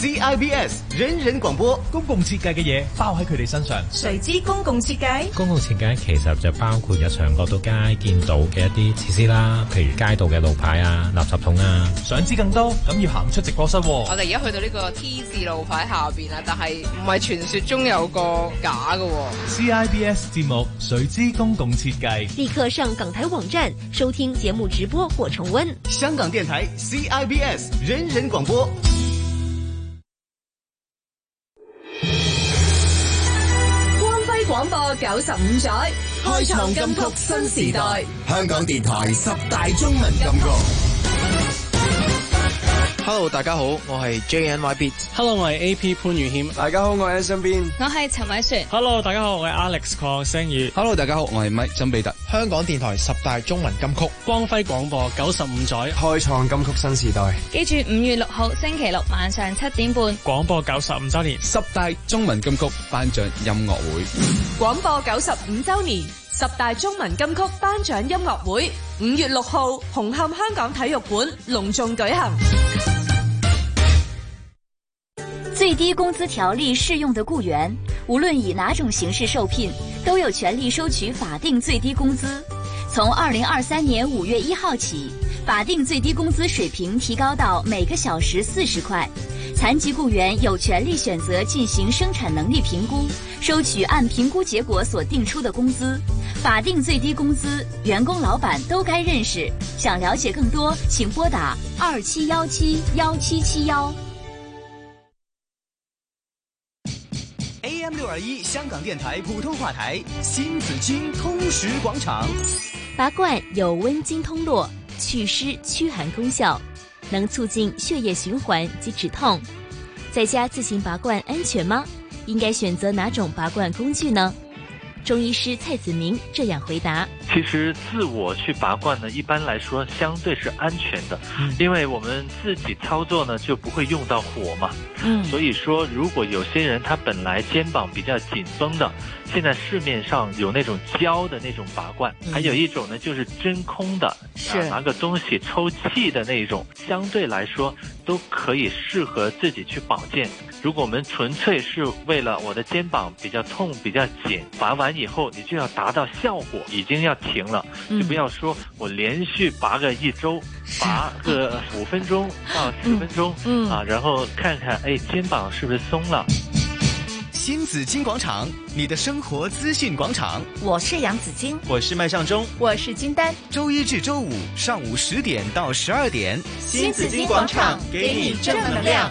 [SPEAKER 2] CIBS 人人廣播，公共設計嘅嘢包喺佢哋身上。
[SPEAKER 8] 誰知公共設計？
[SPEAKER 9] 公共設計其實就包括日常嗰度街見到嘅一啲設施啦，譬如街道嘅路牌啊、垃圾桶啊。
[SPEAKER 2] 想知更多，咁要行出直播室喎、
[SPEAKER 10] 我哋而家去到呢個 T 字路牌下邊啊，但係唔係傳說中有個假嘅喎、
[SPEAKER 2] CIBS 節目《誰知公共設計》，
[SPEAKER 11] 立刻上港台網站收聽節目直播或重溫。
[SPEAKER 2] 香港電台 CIBS 人人廣播。
[SPEAKER 12] 光輝廣播九十五載，開創金曲新時代。
[SPEAKER 6] 香港電台十大中文金曲。
[SPEAKER 13] Hello，大家好，我係 JNY Beat。
[SPEAKER 14] Hello，我係 AP 潘宇謙。
[SPEAKER 15] 大家好，我係 S 身邊。
[SPEAKER 16] 我係陳偉璇。
[SPEAKER 17] Hello，大家好，我係 Alex 鄺星宇。
[SPEAKER 18] Hello，大家好，我係 Mike 曾比特。
[SPEAKER 19] 香港電台十大中文金曲，
[SPEAKER 14] 光輝廣播九十五載，
[SPEAKER 15] 開創金曲新時代。
[SPEAKER 16] 記住五月六號星期六晚上七點半，
[SPEAKER 14] 廣播九十五周年
[SPEAKER 18] 十大中文金曲頒獎音樂會。
[SPEAKER 12] 廣播九十五周年十大中文金曲頒獎音樂會，五月六號紅磡香港體育館隆重
[SPEAKER 5] 哎
[SPEAKER 12] 舉行。
[SPEAKER 5] 最低工資條例適用的僱員，無論以哪種形式受聘，都有權利收取法定最低工資。從二零二三年五月一號起，法定最低工資水平提高到每個小時四十塊。殘疾僱員有權利選擇進行生產能力評估，收取按評估結果所定出的工資。法定最低工資，員工、老闆都該認識。想了解更多，請撥打二七幺七幺七七幺。
[SPEAKER 2] AM 六二一香港電台普通話台，新紫荊通識廣場。
[SPEAKER 11] 拔罐有溫經通絡、祛濕驅寒功效，能促進血液循環及止痛。在家自行拔罐安全嗎？應該選擇哪種拔罐工具呢？中醫師蔡子明這樣回答：
[SPEAKER 20] 其實自我去拔罐呢，一般來說相對是安全的，嗯、因為我們自己操作呢就不會用到火嘛。嗯，所以說如果有些人他本來肩膀比較緊繃的，現在市面上有那種膠的那種拔罐，嗯、還有一種呢就是真空的，
[SPEAKER 3] 是、
[SPEAKER 20] 啊、拿個東西抽氣的那種，相對來說都可以適合自己去保健。如果我們純粹是為了我的肩膀比較痛、比較緊，拔完以後你就要達到效果，已經要停了，嗯、就不要說我連續拔個一周，拔 個五分鐘到十分鐘，嗯嗯、啊，然後看看哎肩膀是不是鬆了。
[SPEAKER 2] 新紫荊廣場，你的生活資訊廣場，
[SPEAKER 3] 我是楊子矜，
[SPEAKER 4] 我是麥尚中，
[SPEAKER 21] 我是金丹。
[SPEAKER 2] 周一至周五上午十點到十二點，
[SPEAKER 21] 新紫荊廣場給你正能量。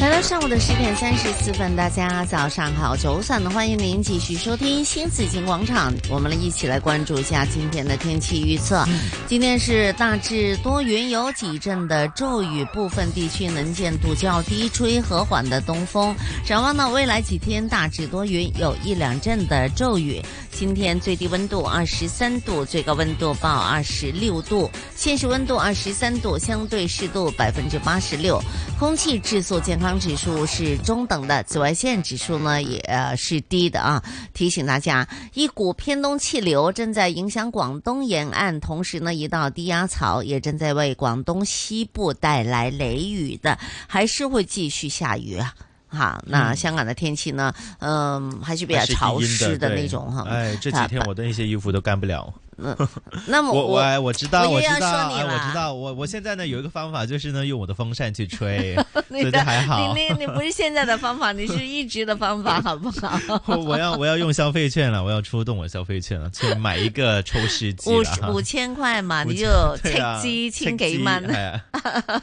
[SPEAKER 3] 來到上午的十點三十四分，大家早上好，早晨，歡迎您繼續收聽新紫荊廣場。我們一起來關注一下今天的天氣預測。嗯、今天是大致多雲，有幾陣的驟雨，部分地區能見度較低，吹和緩的東風。展望呢，未來幾天大致多雲，有一兩陣的驟雨。今天最低溫度二十三度，最高溫度報二十六度，現時溫度二十三度，相對濕度百分之八十六，空氣質素健康指數是中等的，紫外線指數呢也、呃、是低的啊。提醒大家，一股偏東氣流正在影響廣東沿岸，同時呢，一道低壓槽也正在為廣東西部帶來雷雨的，還是會繼續下雨啊。好，那香港的天氣呢？嗯，還是比較潮濕的那種哈。 嗯
[SPEAKER 4] 哎，這幾天我的那些衣服都乾不了。
[SPEAKER 3] 那么
[SPEAKER 4] 我
[SPEAKER 3] 我
[SPEAKER 4] 我我知道，
[SPEAKER 3] 我
[SPEAKER 4] 我
[SPEAKER 3] 又要
[SPEAKER 4] 知道，
[SPEAKER 3] 说你
[SPEAKER 4] 哎我
[SPEAKER 3] 啦，
[SPEAKER 4] 知道，我我现在呢有一个方法，就是呢用我的风扇去吹
[SPEAKER 3] 你
[SPEAKER 4] 所以
[SPEAKER 3] 的
[SPEAKER 4] 就还好。
[SPEAKER 3] 你你你不是现在的方法，你是一直的方法，好不 好？
[SPEAKER 4] 我我要我要用消费券了，我要出动我消费券了，去买一个抽湿机
[SPEAKER 3] 五
[SPEAKER 4] 了哈
[SPEAKER 3] 五千块嘛，
[SPEAKER 4] 五
[SPEAKER 3] 你
[SPEAKER 4] 千
[SPEAKER 3] 就
[SPEAKER 4] 对啊
[SPEAKER 3] 斥資千
[SPEAKER 4] 斥
[SPEAKER 3] 幾
[SPEAKER 4] 資
[SPEAKER 3] 蚊
[SPEAKER 4] 係 啊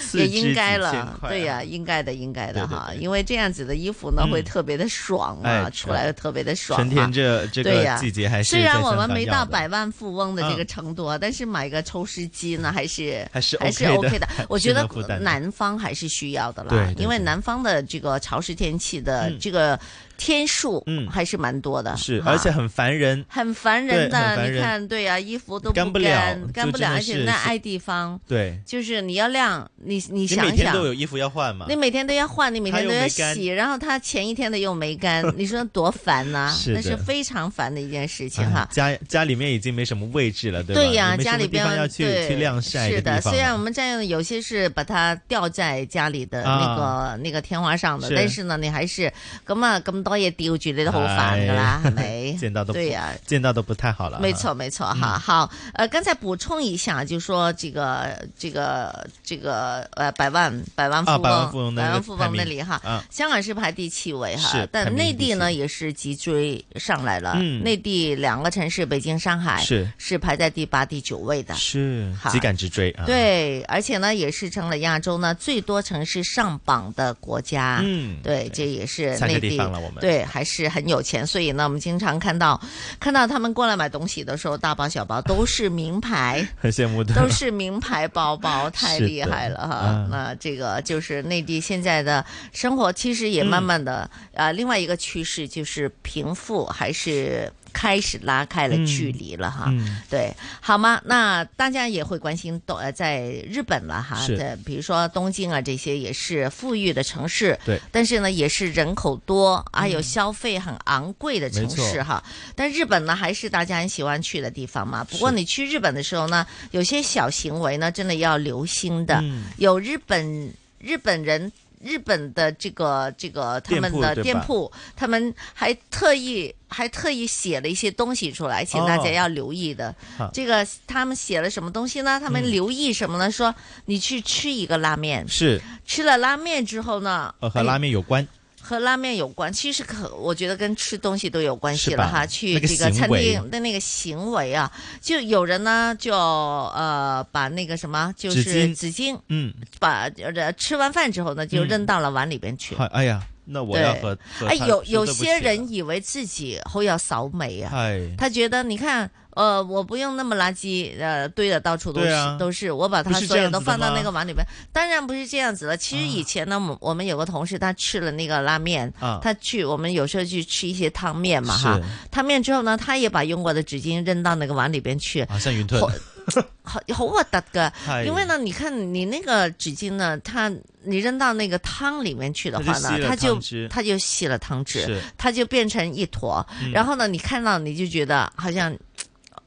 [SPEAKER 3] 也
[SPEAKER 4] 四肢
[SPEAKER 3] 应该
[SPEAKER 4] 幾千
[SPEAKER 3] 了，
[SPEAKER 4] 塊
[SPEAKER 3] 对呀、
[SPEAKER 4] 啊
[SPEAKER 3] 应该的，应该的
[SPEAKER 4] 对对
[SPEAKER 3] 哈，因为这样子的衣服呢、
[SPEAKER 4] 嗯
[SPEAKER 3] 会特别的爽啊，
[SPEAKER 4] 哎
[SPEAKER 3] 出来会特别的爽、啊。
[SPEAKER 4] 春天这这
[SPEAKER 3] 对
[SPEAKER 4] 个
[SPEAKER 3] 呀
[SPEAKER 4] 季节还是
[SPEAKER 3] 虽然
[SPEAKER 4] 在
[SPEAKER 3] 我
[SPEAKER 4] 香
[SPEAKER 3] 们
[SPEAKER 4] 港
[SPEAKER 3] 没
[SPEAKER 4] 要
[SPEAKER 3] 到
[SPEAKER 4] 的
[SPEAKER 3] 百万富翁的这个
[SPEAKER 4] 嗯
[SPEAKER 3] 程度啊，但是买个抽湿机呢，还是
[SPEAKER 4] 还是
[SPEAKER 3] 还是
[SPEAKER 4] OK 的
[SPEAKER 3] OK 的
[SPEAKER 4] 还。
[SPEAKER 3] 我
[SPEAKER 4] 是
[SPEAKER 3] 觉得
[SPEAKER 4] 能负担的
[SPEAKER 3] 南方还是需要的啦，
[SPEAKER 4] 对对
[SPEAKER 3] 因为
[SPEAKER 4] 对
[SPEAKER 3] 南方的这个潮湿天气的
[SPEAKER 4] 嗯
[SPEAKER 3] 这个天数还是蛮多的，
[SPEAKER 4] 是，
[SPEAKER 3] 哈
[SPEAKER 4] 而且很烦人，
[SPEAKER 3] 很烦人
[SPEAKER 4] 对很
[SPEAKER 3] 的，
[SPEAKER 4] 烦
[SPEAKER 3] 你
[SPEAKER 4] 人
[SPEAKER 3] 看，对呀、衣服都
[SPEAKER 4] 干
[SPEAKER 3] 不
[SPEAKER 4] 不了
[SPEAKER 3] 干，干
[SPEAKER 4] 就
[SPEAKER 3] 不
[SPEAKER 4] 真
[SPEAKER 3] 了，
[SPEAKER 4] 的
[SPEAKER 3] 而且
[SPEAKER 4] 是
[SPEAKER 3] 那
[SPEAKER 4] 是
[SPEAKER 3] 爱地方，
[SPEAKER 4] 对，
[SPEAKER 3] 就是你要晾，你 你
[SPEAKER 4] 你
[SPEAKER 3] 想
[SPEAKER 4] 每天
[SPEAKER 3] 想，
[SPEAKER 4] 都有衣服要换嘛哎
[SPEAKER 3] 你，每天都要换，你每
[SPEAKER 4] 它
[SPEAKER 3] 天都
[SPEAKER 4] 又
[SPEAKER 3] 要
[SPEAKER 4] 没干
[SPEAKER 3] 洗，然后它前一天的又没 干，你说多烦呐、
[SPEAKER 4] 是
[SPEAKER 3] 那是
[SPEAKER 4] 的
[SPEAKER 3] 非常烦的一件事情
[SPEAKER 4] 哎
[SPEAKER 3] 哈。
[SPEAKER 4] 家家里面已经没什么位置了，对吧？
[SPEAKER 3] 呀、
[SPEAKER 4] 也没什
[SPEAKER 3] 家
[SPEAKER 4] 么
[SPEAKER 3] 里
[SPEAKER 4] 地
[SPEAKER 3] 边
[SPEAKER 4] 方要去
[SPEAKER 3] 对
[SPEAKER 4] 去晾晒
[SPEAKER 3] 是
[SPEAKER 4] 地
[SPEAKER 3] 的，
[SPEAKER 4] 方啊
[SPEAKER 3] 虽然我
[SPEAKER 4] 了。
[SPEAKER 3] 们占用有些是把它吊在家里的那個
[SPEAKER 4] 啊
[SPEAKER 3] 那個天花上的，
[SPEAKER 4] 是
[SPEAKER 3] 但是呢，你還是咁啊咁多嘢吊住，你都好煩噶啦， 係咪、
[SPEAKER 4] 哎见到都不
[SPEAKER 3] 对呀、
[SPEAKER 4] 见到都不太好了。嗯
[SPEAKER 3] 没错，，没错，哈、好，呃，刚才补充一下，就说这个、这个、这个，呃，百万、百万富
[SPEAKER 4] 啊
[SPEAKER 3] 翁、
[SPEAKER 4] 百万富翁那
[SPEAKER 3] 百
[SPEAKER 4] 个
[SPEAKER 3] 万富
[SPEAKER 4] 排
[SPEAKER 3] 翁那
[SPEAKER 4] 名
[SPEAKER 3] 里哈、
[SPEAKER 4] 啊
[SPEAKER 3] 香港是排第七位哈
[SPEAKER 4] 是，排
[SPEAKER 3] 但
[SPEAKER 4] 名
[SPEAKER 3] 内
[SPEAKER 4] 第
[SPEAKER 3] 地呢
[SPEAKER 4] 七
[SPEAKER 3] 也是急追上来了、
[SPEAKER 4] 嗯
[SPEAKER 3] 内地两个城市，北京、上海
[SPEAKER 4] 是
[SPEAKER 3] 是排在第八、第九位的，
[SPEAKER 4] 是
[SPEAKER 3] 好
[SPEAKER 4] 极赶直追啊！，
[SPEAKER 3] 对，而且呢，也是成了亚洲呢最多城市上榜的国家。
[SPEAKER 4] 嗯
[SPEAKER 3] 对，这也是
[SPEAKER 4] 三个
[SPEAKER 3] 内
[SPEAKER 4] 地
[SPEAKER 3] 地
[SPEAKER 4] 方了我们。
[SPEAKER 3] 对还是很有钱，所以呢，我们经常看到看到他们过来买东西的时候，大包小包都是名牌
[SPEAKER 4] 很羡慕的，
[SPEAKER 3] 都是名牌包包，太
[SPEAKER 4] 是
[SPEAKER 3] 厉
[SPEAKER 4] 的
[SPEAKER 3] 害了哈！
[SPEAKER 4] 啊
[SPEAKER 3] 那这个就是内地现在的生活，其实也慢慢的、啊，另外一个趋势就是贫富还是开始拉开了距离了哈。
[SPEAKER 1] 嗯
[SPEAKER 3] 对，好吗？那大家也会关心东呃，在日本了哈，
[SPEAKER 1] 是
[SPEAKER 3] 对，比如说东京啊，这些也是富裕的城市，
[SPEAKER 1] 对
[SPEAKER 3] 但是呢，也是人口多，还有消费很昂贵的城市
[SPEAKER 1] 没错
[SPEAKER 3] 哈。但日本呢，还是大家很喜欢去的地方嘛。不过
[SPEAKER 1] 是
[SPEAKER 3] 你去日本的时候呢，有些小行为呢，真的要留心的。
[SPEAKER 1] 嗯
[SPEAKER 3] 有日本日本人。日本的这个这个他们
[SPEAKER 1] 店铺对
[SPEAKER 3] 的
[SPEAKER 1] 吧
[SPEAKER 3] 店铺，他们还特意还特意写了一些东西出来，请大家
[SPEAKER 1] 哦
[SPEAKER 3] 要留意的。
[SPEAKER 1] 好
[SPEAKER 3] 这个他们写了什么东西呢？他们
[SPEAKER 1] 嗯
[SPEAKER 3] 留意什么呢？说你去吃一个拉面，
[SPEAKER 4] 是
[SPEAKER 3] 吃了拉面之后呢，
[SPEAKER 1] 哦
[SPEAKER 4] 呃和
[SPEAKER 3] 哎
[SPEAKER 4] 拉面有关。
[SPEAKER 3] 和拉面有关，其实可我觉得跟吃东西都有关系
[SPEAKER 4] 是
[SPEAKER 3] 了
[SPEAKER 4] 吧
[SPEAKER 3] 哈。去
[SPEAKER 4] 那个
[SPEAKER 3] 这个餐
[SPEAKER 4] 行为
[SPEAKER 3] 厅的那个行为啊，就有人呢就呃把那个什么就是
[SPEAKER 4] 纸巾
[SPEAKER 3] 纸巾，
[SPEAKER 4] 嗯，
[SPEAKER 3] 把呃吃完饭之后呢就
[SPEAKER 4] 嗯
[SPEAKER 3] 扔到了碗里边去。
[SPEAKER 4] 哎哎呀，那我
[SPEAKER 3] 对
[SPEAKER 4] 要和和
[SPEAKER 3] 哎
[SPEAKER 4] 他
[SPEAKER 3] 有
[SPEAKER 4] 说
[SPEAKER 3] 有
[SPEAKER 4] 对不
[SPEAKER 3] 些
[SPEAKER 4] 起了
[SPEAKER 3] 人以为自己好有扫美啊，
[SPEAKER 4] 哎，
[SPEAKER 3] 他觉得你看。呃，我不用那么垃圾，呃，堆的到处都是、
[SPEAKER 4] 对啊
[SPEAKER 3] 都是，我把它
[SPEAKER 4] 不是
[SPEAKER 3] 所
[SPEAKER 4] 这
[SPEAKER 3] 有
[SPEAKER 4] 样
[SPEAKER 3] 都
[SPEAKER 4] 子的
[SPEAKER 3] 放到那
[SPEAKER 4] 吗
[SPEAKER 3] 个碗里边。当然不是这样子了。其实以前呢，我、我们有个同事，他吃了那个拉面，
[SPEAKER 1] 啊
[SPEAKER 3] 他去我们有时候去吃一些汤面嘛哈
[SPEAKER 1] 是，
[SPEAKER 3] 汤面之后呢，他也把用过的纸巾扔到那个碗里边去，
[SPEAKER 4] 啊，像云吞
[SPEAKER 3] 好，好好核突噶
[SPEAKER 4] 係。
[SPEAKER 3] 因为呢，你看你那个纸巾呢，它你扔到那个汤里面去的话呢，它
[SPEAKER 1] 它
[SPEAKER 3] 就
[SPEAKER 1] 就吸了汤汁
[SPEAKER 3] 它就吸了汤汁
[SPEAKER 1] 是，
[SPEAKER 3] 它就变成一坨。
[SPEAKER 1] 嗯
[SPEAKER 3] 然后呢，你看到你就觉得好像。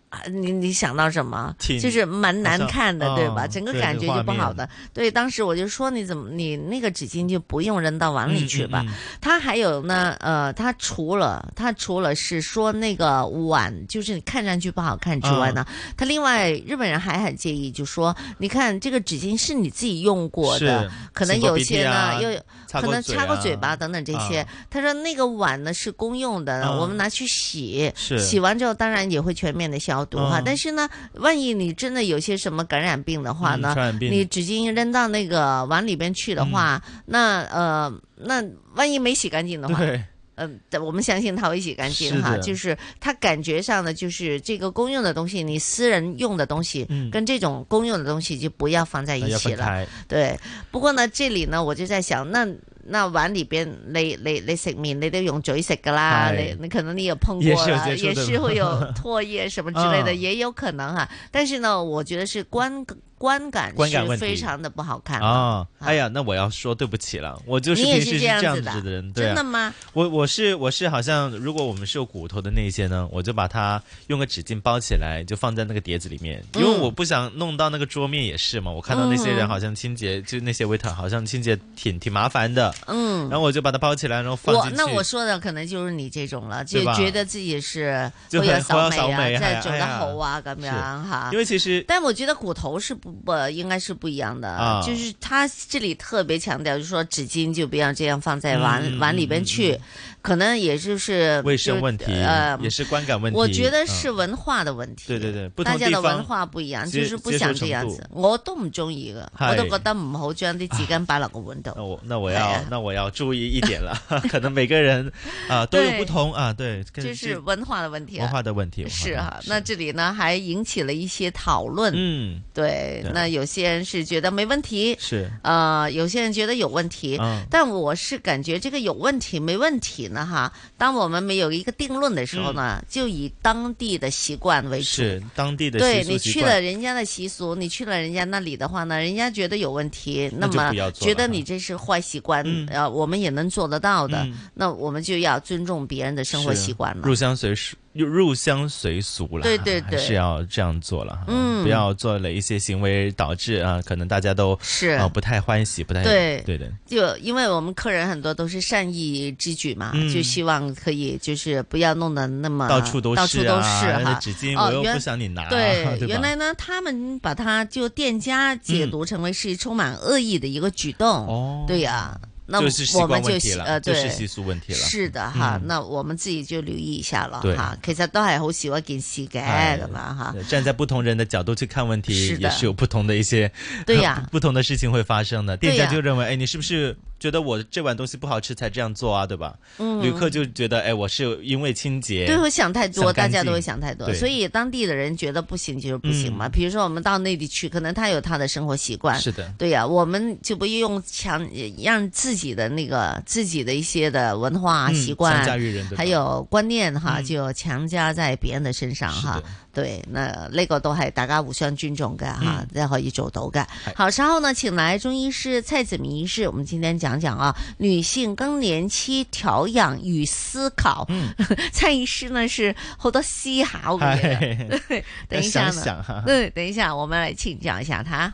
[SPEAKER 3] 啊你你想到什么？
[SPEAKER 1] 挺
[SPEAKER 3] 就是蛮难看的，
[SPEAKER 1] 好像
[SPEAKER 3] 对吧？
[SPEAKER 1] 哦
[SPEAKER 3] 整个
[SPEAKER 1] 对
[SPEAKER 3] 感觉
[SPEAKER 1] 那个
[SPEAKER 3] 就
[SPEAKER 1] 画
[SPEAKER 3] 不
[SPEAKER 1] 面
[SPEAKER 3] 好的。对，当时我就说你怎么你那个纸巾就不用扔到碗里去吧。
[SPEAKER 1] 嗯嗯嗯
[SPEAKER 3] 它还有呢，呃，它除了它除了是说那个碗就是看上去不好看之外
[SPEAKER 1] 啊
[SPEAKER 3] 呢，它另外日本人还很介意，就说你看这个纸巾是你自己用过的
[SPEAKER 1] 是，
[SPEAKER 3] 可能
[SPEAKER 1] 擤过
[SPEAKER 3] 有
[SPEAKER 1] 鼻涕
[SPEAKER 3] 些呢
[SPEAKER 1] 啊
[SPEAKER 3] 又
[SPEAKER 1] 擦
[SPEAKER 3] 可
[SPEAKER 1] 过
[SPEAKER 3] 能
[SPEAKER 1] 嘴
[SPEAKER 3] 擦过
[SPEAKER 1] 啊
[SPEAKER 3] 嘴巴等等这些
[SPEAKER 1] 啊。
[SPEAKER 3] 他说那个碗呢是公用的，
[SPEAKER 1] 啊
[SPEAKER 3] 我们拿去洗，
[SPEAKER 1] 是
[SPEAKER 3] 洗完之后当然也会全面的消毒哈
[SPEAKER 1] 啊，
[SPEAKER 3] 但是呢，万一你真的有些什么感染病的话
[SPEAKER 1] 嗯
[SPEAKER 3] 呢
[SPEAKER 1] 传染，病
[SPEAKER 3] 你纸巾扔到那个碗里边去的话，那呃那万一没洗干净的话，
[SPEAKER 1] 嗯对
[SPEAKER 3] 嗯，但我们相信它会洗干净
[SPEAKER 1] 是
[SPEAKER 3] 哈，
[SPEAKER 1] 的
[SPEAKER 3] 就是它感觉上呢，就是这个公用的东西，你私人用的东西，
[SPEAKER 1] 嗯
[SPEAKER 3] 跟这种公用的东西就不要放在一
[SPEAKER 1] 要
[SPEAKER 3] 起
[SPEAKER 1] 分
[SPEAKER 3] 了
[SPEAKER 1] 开。
[SPEAKER 3] 对，不过呢，这里呢，我就在想，那那碗里边，你你你食面，你都用嘴食噶啦，
[SPEAKER 1] 是
[SPEAKER 3] 你你可能你有碰
[SPEAKER 1] 也
[SPEAKER 3] 过
[SPEAKER 1] 是有
[SPEAKER 3] 啦，
[SPEAKER 1] 接触
[SPEAKER 3] 也
[SPEAKER 1] 的
[SPEAKER 3] 是会有唾液什么之类的，
[SPEAKER 1] 嗯
[SPEAKER 3] 也有可能哈。但是呢，我觉得是观观感
[SPEAKER 4] 观感
[SPEAKER 3] 是
[SPEAKER 4] 问题
[SPEAKER 3] 非常的不好看的
[SPEAKER 4] 啊！哎呀，那我要说对不起了，我就是
[SPEAKER 3] 你也
[SPEAKER 4] 平
[SPEAKER 3] 是
[SPEAKER 4] 时
[SPEAKER 3] 这样
[SPEAKER 4] 这样
[SPEAKER 3] 子的
[SPEAKER 4] 子的人，对啊
[SPEAKER 3] 真的吗？
[SPEAKER 4] 我我是我是好像，如果我们是有骨头的那些呢，我就把它用个纸巾包起来，就放在那个碟子里面，因为
[SPEAKER 1] 嗯
[SPEAKER 4] 我不想弄到那个桌面也是嘛。我看到那些
[SPEAKER 1] 嗯
[SPEAKER 4] 人好像清洁，就那些 waiter 好像清洁挺挺麻烦的，
[SPEAKER 3] 嗯
[SPEAKER 4] 然后我就把它包起来，然后放
[SPEAKER 3] 我
[SPEAKER 4] 进去。
[SPEAKER 3] 那我说的可能就是你这种了，就
[SPEAKER 4] 对吧
[SPEAKER 3] 觉得自己是
[SPEAKER 4] 就
[SPEAKER 3] 有
[SPEAKER 4] 很
[SPEAKER 3] 小
[SPEAKER 4] 好有小
[SPEAKER 3] 美
[SPEAKER 4] 美
[SPEAKER 3] 啊，
[SPEAKER 4] 啊
[SPEAKER 3] 再做
[SPEAKER 4] 哎
[SPEAKER 3] 得
[SPEAKER 4] 呀
[SPEAKER 3] 好啊咁样
[SPEAKER 4] 是
[SPEAKER 3] 哈。
[SPEAKER 4] 因为其实
[SPEAKER 3] 但我觉得骨头是不不应该是不一样的
[SPEAKER 4] 啊，
[SPEAKER 3] 就是他这里特别强调，就是说纸巾就不要这样放在碗
[SPEAKER 4] 嗯
[SPEAKER 3] 碗里边去，可能也就是
[SPEAKER 4] 卫生问题
[SPEAKER 3] 就是呃，
[SPEAKER 4] 也是观感问题。
[SPEAKER 3] 我觉得
[SPEAKER 4] 嗯
[SPEAKER 3] 是文化的问题。
[SPEAKER 4] 对对对，不
[SPEAKER 3] 大
[SPEAKER 4] 同
[SPEAKER 3] 家
[SPEAKER 4] 地
[SPEAKER 3] 嘅
[SPEAKER 4] 方
[SPEAKER 3] 文化不一樣，就
[SPEAKER 4] 接
[SPEAKER 3] 是不想這樣
[SPEAKER 4] 接受
[SPEAKER 3] 子
[SPEAKER 4] 程，
[SPEAKER 3] 我都唔中意嘅，
[SPEAKER 4] 係
[SPEAKER 3] 我都覺得唔好將啲紙巾擺落個碗度。
[SPEAKER 4] 啊那我那我要、
[SPEAKER 3] 哎呀
[SPEAKER 4] 那我要注意一点了，可能每 个人啊、都有
[SPEAKER 3] 对
[SPEAKER 4] 不同啊，对，跟
[SPEAKER 3] 这是文化的问题啊，
[SPEAKER 4] 文化的问题，文化
[SPEAKER 3] 是啊
[SPEAKER 4] 的
[SPEAKER 3] 哈、那这里呢还引起了一些讨论。
[SPEAKER 4] 嗯，
[SPEAKER 3] 对
[SPEAKER 4] 对。
[SPEAKER 3] 那有些人是觉得没问题，
[SPEAKER 4] 是
[SPEAKER 3] 呃，有些人觉得有问题。
[SPEAKER 4] 嗯
[SPEAKER 3] 但我是感觉这个有问题没问题呢哈。当我们没有一个定论的时候呢，就以当地的习惯为主。
[SPEAKER 4] 嗯是当地的
[SPEAKER 3] 对
[SPEAKER 4] 习
[SPEAKER 3] 你
[SPEAKER 4] 俗习
[SPEAKER 3] 去了
[SPEAKER 4] 惯。
[SPEAKER 3] 人家的习俗，你去了人家那里的话呢，人家觉得有问题，
[SPEAKER 4] 那就
[SPEAKER 3] 么
[SPEAKER 4] 不要做
[SPEAKER 3] 觉
[SPEAKER 4] 了
[SPEAKER 3] 得
[SPEAKER 4] 哈
[SPEAKER 3] 你这是坏习惯，呃，我们也能做得到的，
[SPEAKER 4] 嗯
[SPEAKER 3] 那我们就要尊重别人的生活
[SPEAKER 4] 是
[SPEAKER 3] 习惯了。
[SPEAKER 4] 入乡随俗，入入乡随俗了，
[SPEAKER 3] 对对对
[SPEAKER 4] 还是要这样做了哈，
[SPEAKER 3] 嗯
[SPEAKER 4] 不要做了一些行为导致啊，可能大家都
[SPEAKER 3] 是
[SPEAKER 4] 啊、不太欢喜，不太
[SPEAKER 3] 对
[SPEAKER 4] 对的，
[SPEAKER 3] 就因为我们客人很多都是善意之举嘛，
[SPEAKER 4] 嗯
[SPEAKER 3] 就希望可以就是不要弄得那么
[SPEAKER 4] 到处都
[SPEAKER 3] 到处
[SPEAKER 4] 是
[SPEAKER 3] 都
[SPEAKER 4] 啊
[SPEAKER 3] 是
[SPEAKER 4] 那
[SPEAKER 3] 哈。
[SPEAKER 4] 纸巾
[SPEAKER 3] 哦
[SPEAKER 4] 我又不
[SPEAKER 3] 原
[SPEAKER 4] 想你拿
[SPEAKER 3] 对，
[SPEAKER 4] 对吧嗯
[SPEAKER 3] 原来呢，他们把它就店家解读成为是充满恶意的一个举动。
[SPEAKER 4] 哦
[SPEAKER 3] 对呀、那
[SPEAKER 4] 就是习
[SPEAKER 3] 我
[SPEAKER 4] 惯
[SPEAKER 3] 们
[SPEAKER 4] 问
[SPEAKER 3] 就
[SPEAKER 4] 题
[SPEAKER 3] 习
[SPEAKER 4] 啦
[SPEAKER 3] 呃，
[SPEAKER 4] 就
[SPEAKER 3] 对，
[SPEAKER 4] 是习俗問題啦
[SPEAKER 3] 是的哈，
[SPEAKER 4] 嗯
[SPEAKER 3] 那我們自己就留意一下咯
[SPEAKER 4] 對
[SPEAKER 3] 哈。其實都係好少一件事嘅
[SPEAKER 4] 哎
[SPEAKER 3] 咁樣哈。
[SPEAKER 4] 对站在不同人的角度去看问题，
[SPEAKER 3] 是的
[SPEAKER 4] 也是有不同的一些
[SPEAKER 3] 对呀
[SPEAKER 4] 不同的事情会发生的。店
[SPEAKER 3] 对呀
[SPEAKER 4] 家就认为，哎，你是不是觉得我这碗东西不好吃才这样做啊？对吧？
[SPEAKER 3] 嗯
[SPEAKER 4] 旅客就觉得，哎，我是因为清洁，
[SPEAKER 3] 对，会想太多，
[SPEAKER 4] 想
[SPEAKER 3] 大
[SPEAKER 4] 干净
[SPEAKER 3] 家都会想太多，
[SPEAKER 4] 对
[SPEAKER 3] 所以当地的人觉得不行就是不行嘛。
[SPEAKER 4] 嗯
[SPEAKER 3] 比如说我们到内地去，可能他有他的生活习惯，
[SPEAKER 4] 是的
[SPEAKER 3] 对呀、我们就不用强让自己的那个自己的一些的文化
[SPEAKER 4] 嗯
[SPEAKER 3] 习惯，
[SPEAKER 4] 强加于人对吧嗯
[SPEAKER 3] 还有观念哈，就强加在别人的身上哈。对，那那个都系大家互相尊重嘅
[SPEAKER 4] 嗯
[SPEAKER 3] 哈，即、可以做到嘅。
[SPEAKER 4] 哎
[SPEAKER 3] 好，稍后呢，请来中医师蔡子明医师，我们今天讲讲啊，女性更年期调养与思考。
[SPEAKER 4] 嗯
[SPEAKER 3] 蔡医师呢是好多思考嘅 嘢。 对等一下呢，
[SPEAKER 4] 要哎想想哈
[SPEAKER 3] 对，等一下，我们来请教一下他。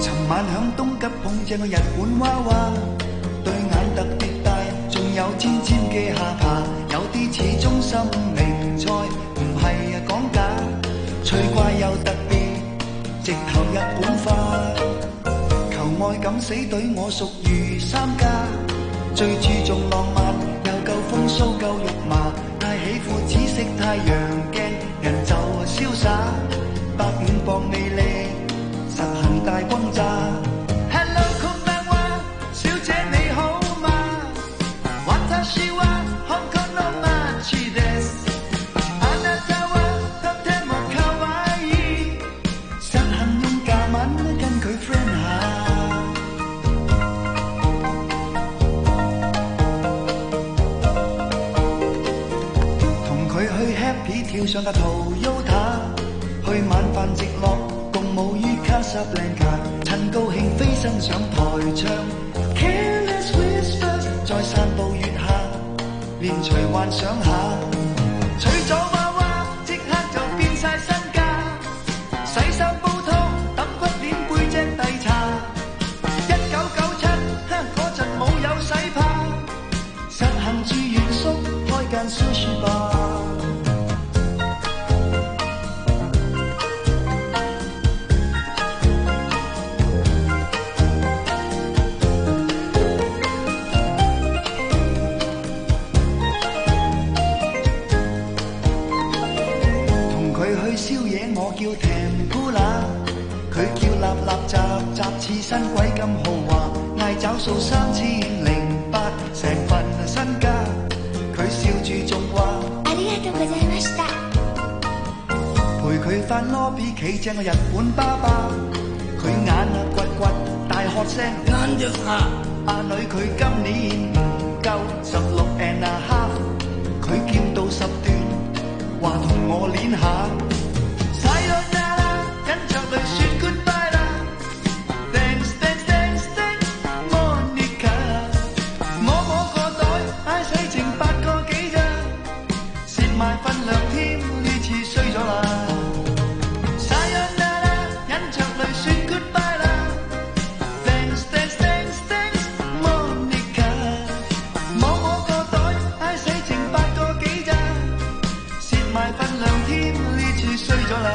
[SPEAKER 21] 尋晚響東吉碰正個日本娃娃，對眼特別大，仲有尖尖嘅下巴，有啲似中心名菜，唔係啊講假，趣怪又特別，直頭日本化。求愛敢死隊我屬於三家，最注重浪漫，又夠風騷夠肉麻，太喜歡紫色太陽鏡，人就啊瀟灑，百五磅魅力。實行大轟炸。Hello，空班娃，小姐你好嗎？私は香港の街です。あなたはとても可愛い。實行用假文跟佢 friend 下。同佢去 happy 跳上架 Toyota，去晚飯直落，共舞於卡薩布蘭卡，趁高興飛身上台唱 Careless Whisper，再散步月下，連隨幻想下，娶咗娃娃即刻就變晒身家，洗衫煲湯揼骨鏈背脊遞茶，一九九七嗰陣冇有洗ผ้。實行住原宿，開間 sushi bar。同佢去宵夜，我叫 tempura，佢叫立立雜雜似新鬼咁豪華，嗌找數三千零八，成份身家，佢笑住仲話。
[SPEAKER 22] ありがとうございました。
[SPEAKER 21] 陪佢飯 lobby 企正個日本爸爸，佢眼啊掘掘，大喝聲
[SPEAKER 1] 眼着下，
[SPEAKER 21] 阿女佢今年唔夠十六 and a half，佢見到十段，話同我練下。Sayonara，跟着淚說 goodbye 啦，Thanks thanks thanks thanks Monica，摸摸個袋，唉使剩八個幾咋。蝕埋份量添，呢次衰咗啦。Sayonara，忍着淚說 goodbye 啦。Thanks, thanks, thanks, thanks, Monica。摸摸個袋，唉，使剩八個幾咋，蝕埋份量添，呢次衰咗啦。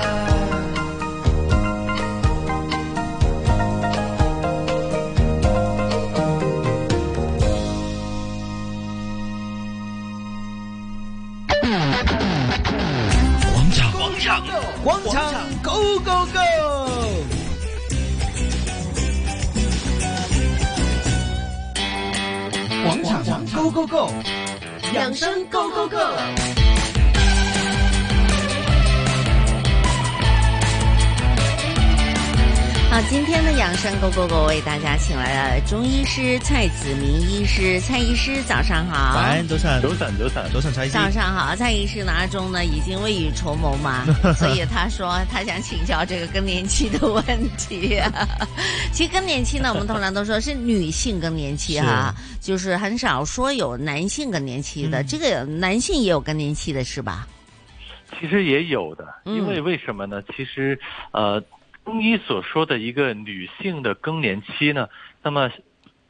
[SPEAKER 1] 广场，广场，广场，Go Go Go！
[SPEAKER 6] 广场上 Go Go Go，
[SPEAKER 7] 养生 Go Go Go。
[SPEAKER 3] 好，今天的养生 Go Go Go 为大家请来了中医师蔡子明医师，蔡医师早上好。
[SPEAKER 4] 晚安，早晨，早晨，早晨，早晨，蔡
[SPEAKER 3] 啊早上好，蔡医师呢阿中呢已经未雨绸缪嘛，所以他说他想请教这个更年期的问题、啊 其实更年期呢，我们通常都说是女性更年期哈、就是很少说有男性更年期的。这个男性也有更年期的是吧？
[SPEAKER 20] 其实也有的，
[SPEAKER 3] 嗯
[SPEAKER 20] 因为为什么呢？其实，呃，中医所说的一个女性的更年期呢，那么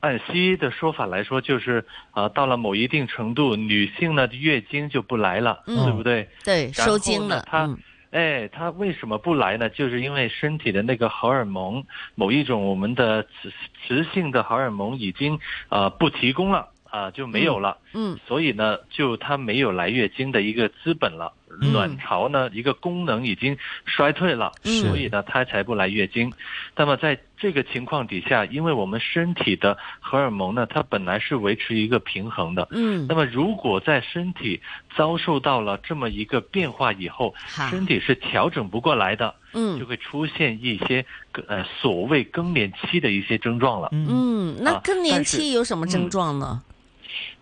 [SPEAKER 20] 按西医的说法来说，就是呃，到了某一定程度，女性呢月经就不来了，
[SPEAKER 3] 嗯
[SPEAKER 20] 对不对？
[SPEAKER 3] 对，
[SPEAKER 20] 然
[SPEAKER 3] 收
[SPEAKER 20] 后
[SPEAKER 3] 经
[SPEAKER 20] 呢
[SPEAKER 3] 了。嗯
[SPEAKER 20] 她、哎，她为什么不来呢？就是因为身体的那个荷尔蒙，某一种我们的雌雌性的荷尔蒙已经呃不提供了啊、就没有了。
[SPEAKER 3] 嗯
[SPEAKER 20] 所以呢，就她没有来月经的一个资本了，卵巢呢一个功能已经衰退了，
[SPEAKER 22] 是
[SPEAKER 20] 所以呢她才不来月经。那么在这个情况底下，因为我们身体的荷尔蒙呢，它本来是维持一个平衡的，
[SPEAKER 22] 嗯
[SPEAKER 20] 那么如果在身体遭受到了这么一个变化以后，
[SPEAKER 22] 好
[SPEAKER 20] 身体是调整不过来的，
[SPEAKER 3] 嗯
[SPEAKER 20] 就会出现一些呃所谓更年期的一些症状了，
[SPEAKER 3] 嗯，那
[SPEAKER 20] 啊
[SPEAKER 3] 更年
[SPEAKER 20] 但是
[SPEAKER 3] 期有什么症
[SPEAKER 20] 嗯
[SPEAKER 3] 状呢？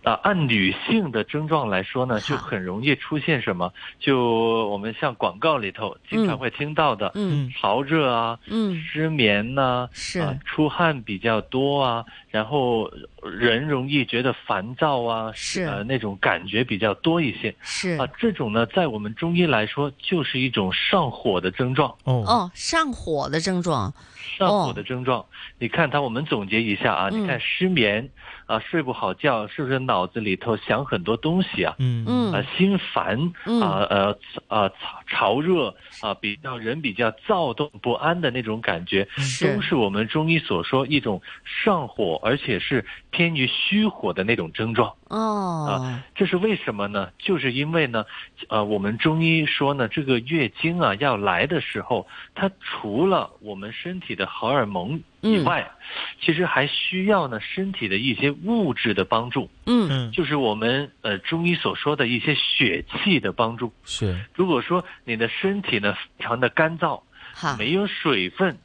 [SPEAKER 20] 啊，按女性的症状来说呢，就很容易出现什么？就我们像广告里头经常会听到的，
[SPEAKER 3] 嗯嗯
[SPEAKER 20] 潮热啊，
[SPEAKER 3] 嗯
[SPEAKER 20] 失眠呐、
[SPEAKER 3] 是
[SPEAKER 20] 啊出汗比较多啊，然后人容易觉得烦躁啊，
[SPEAKER 3] 是
[SPEAKER 20] 呃那种感觉比较多一些，
[SPEAKER 3] 是
[SPEAKER 20] 啊，这种呢，在我们中医来说就是一种上火的症状
[SPEAKER 4] 哦
[SPEAKER 3] 哦，上火的症状，
[SPEAKER 20] 上火的症状。你看它，我们总结一下啊，
[SPEAKER 3] 嗯
[SPEAKER 20] 你看失眠啊，睡不好觉，是不是脑子里头想很多东西啊？
[SPEAKER 4] 嗯
[SPEAKER 20] 啊、
[SPEAKER 22] 嗯
[SPEAKER 20] 心烦
[SPEAKER 22] 嗯
[SPEAKER 20] 啊呃啊潮潮热啊、比较人比较躁动不安的那种感觉，
[SPEAKER 22] 是
[SPEAKER 20] 都是我们中医所说一种上火，而且是偏于虚火的那种症状。
[SPEAKER 3] 哦，
[SPEAKER 20] 啊这是为什么呢？就是因为呢，呃，我们中医说呢，这个月经啊要来的时候，它除了我们身体的荷尔蒙
[SPEAKER 3] 嗯
[SPEAKER 20] 以外，其实还需要呢身体的一些物质的帮助，
[SPEAKER 3] 嗯
[SPEAKER 20] 就是我们呃中医所说的一些血气的帮助。
[SPEAKER 4] 是
[SPEAKER 20] 如果说你的身体呢非常的干燥
[SPEAKER 3] 好，
[SPEAKER 20] 没有水分，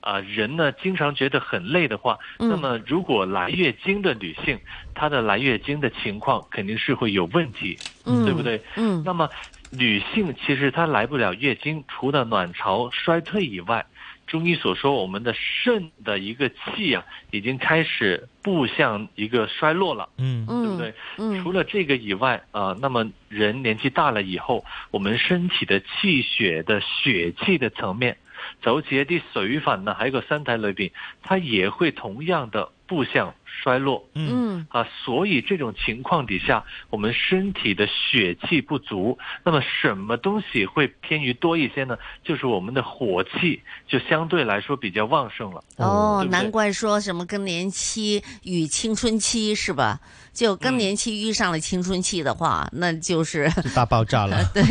[SPEAKER 20] 啊、人呢经常觉得很累的话，
[SPEAKER 22] 嗯
[SPEAKER 20] 那么如果来月经的女性，她的来月经的情况肯定是会有问题，
[SPEAKER 22] 嗯
[SPEAKER 20] 对不对？
[SPEAKER 22] 嗯
[SPEAKER 20] 那么女性其实她来不了月经，除了卵巢衰退以外。中医所说，我们的肾的一个气啊，已经开始步向一个衰落了。
[SPEAKER 4] 嗯
[SPEAKER 20] 对不对？
[SPEAKER 3] 嗯
[SPEAKER 20] 除了这个以外啊、那么人年纪大了以后，我们身体的气血的血气的层面，就好似一啲水分啊，喺個身體裏邊，它也會同樣的步向衰落。
[SPEAKER 3] 嗯
[SPEAKER 20] 啊，所以这种情况底下，我们身体的血气不足，那么什么东西会偏于多一些呢？就是我们的火气就相对来说比较旺盛了。
[SPEAKER 3] 哦
[SPEAKER 20] 对，不对
[SPEAKER 3] 难怪说什么更年期与青春期是吧？就更年期遇上了青春期的话，那就是
[SPEAKER 4] 大爆炸了，
[SPEAKER 3] 对，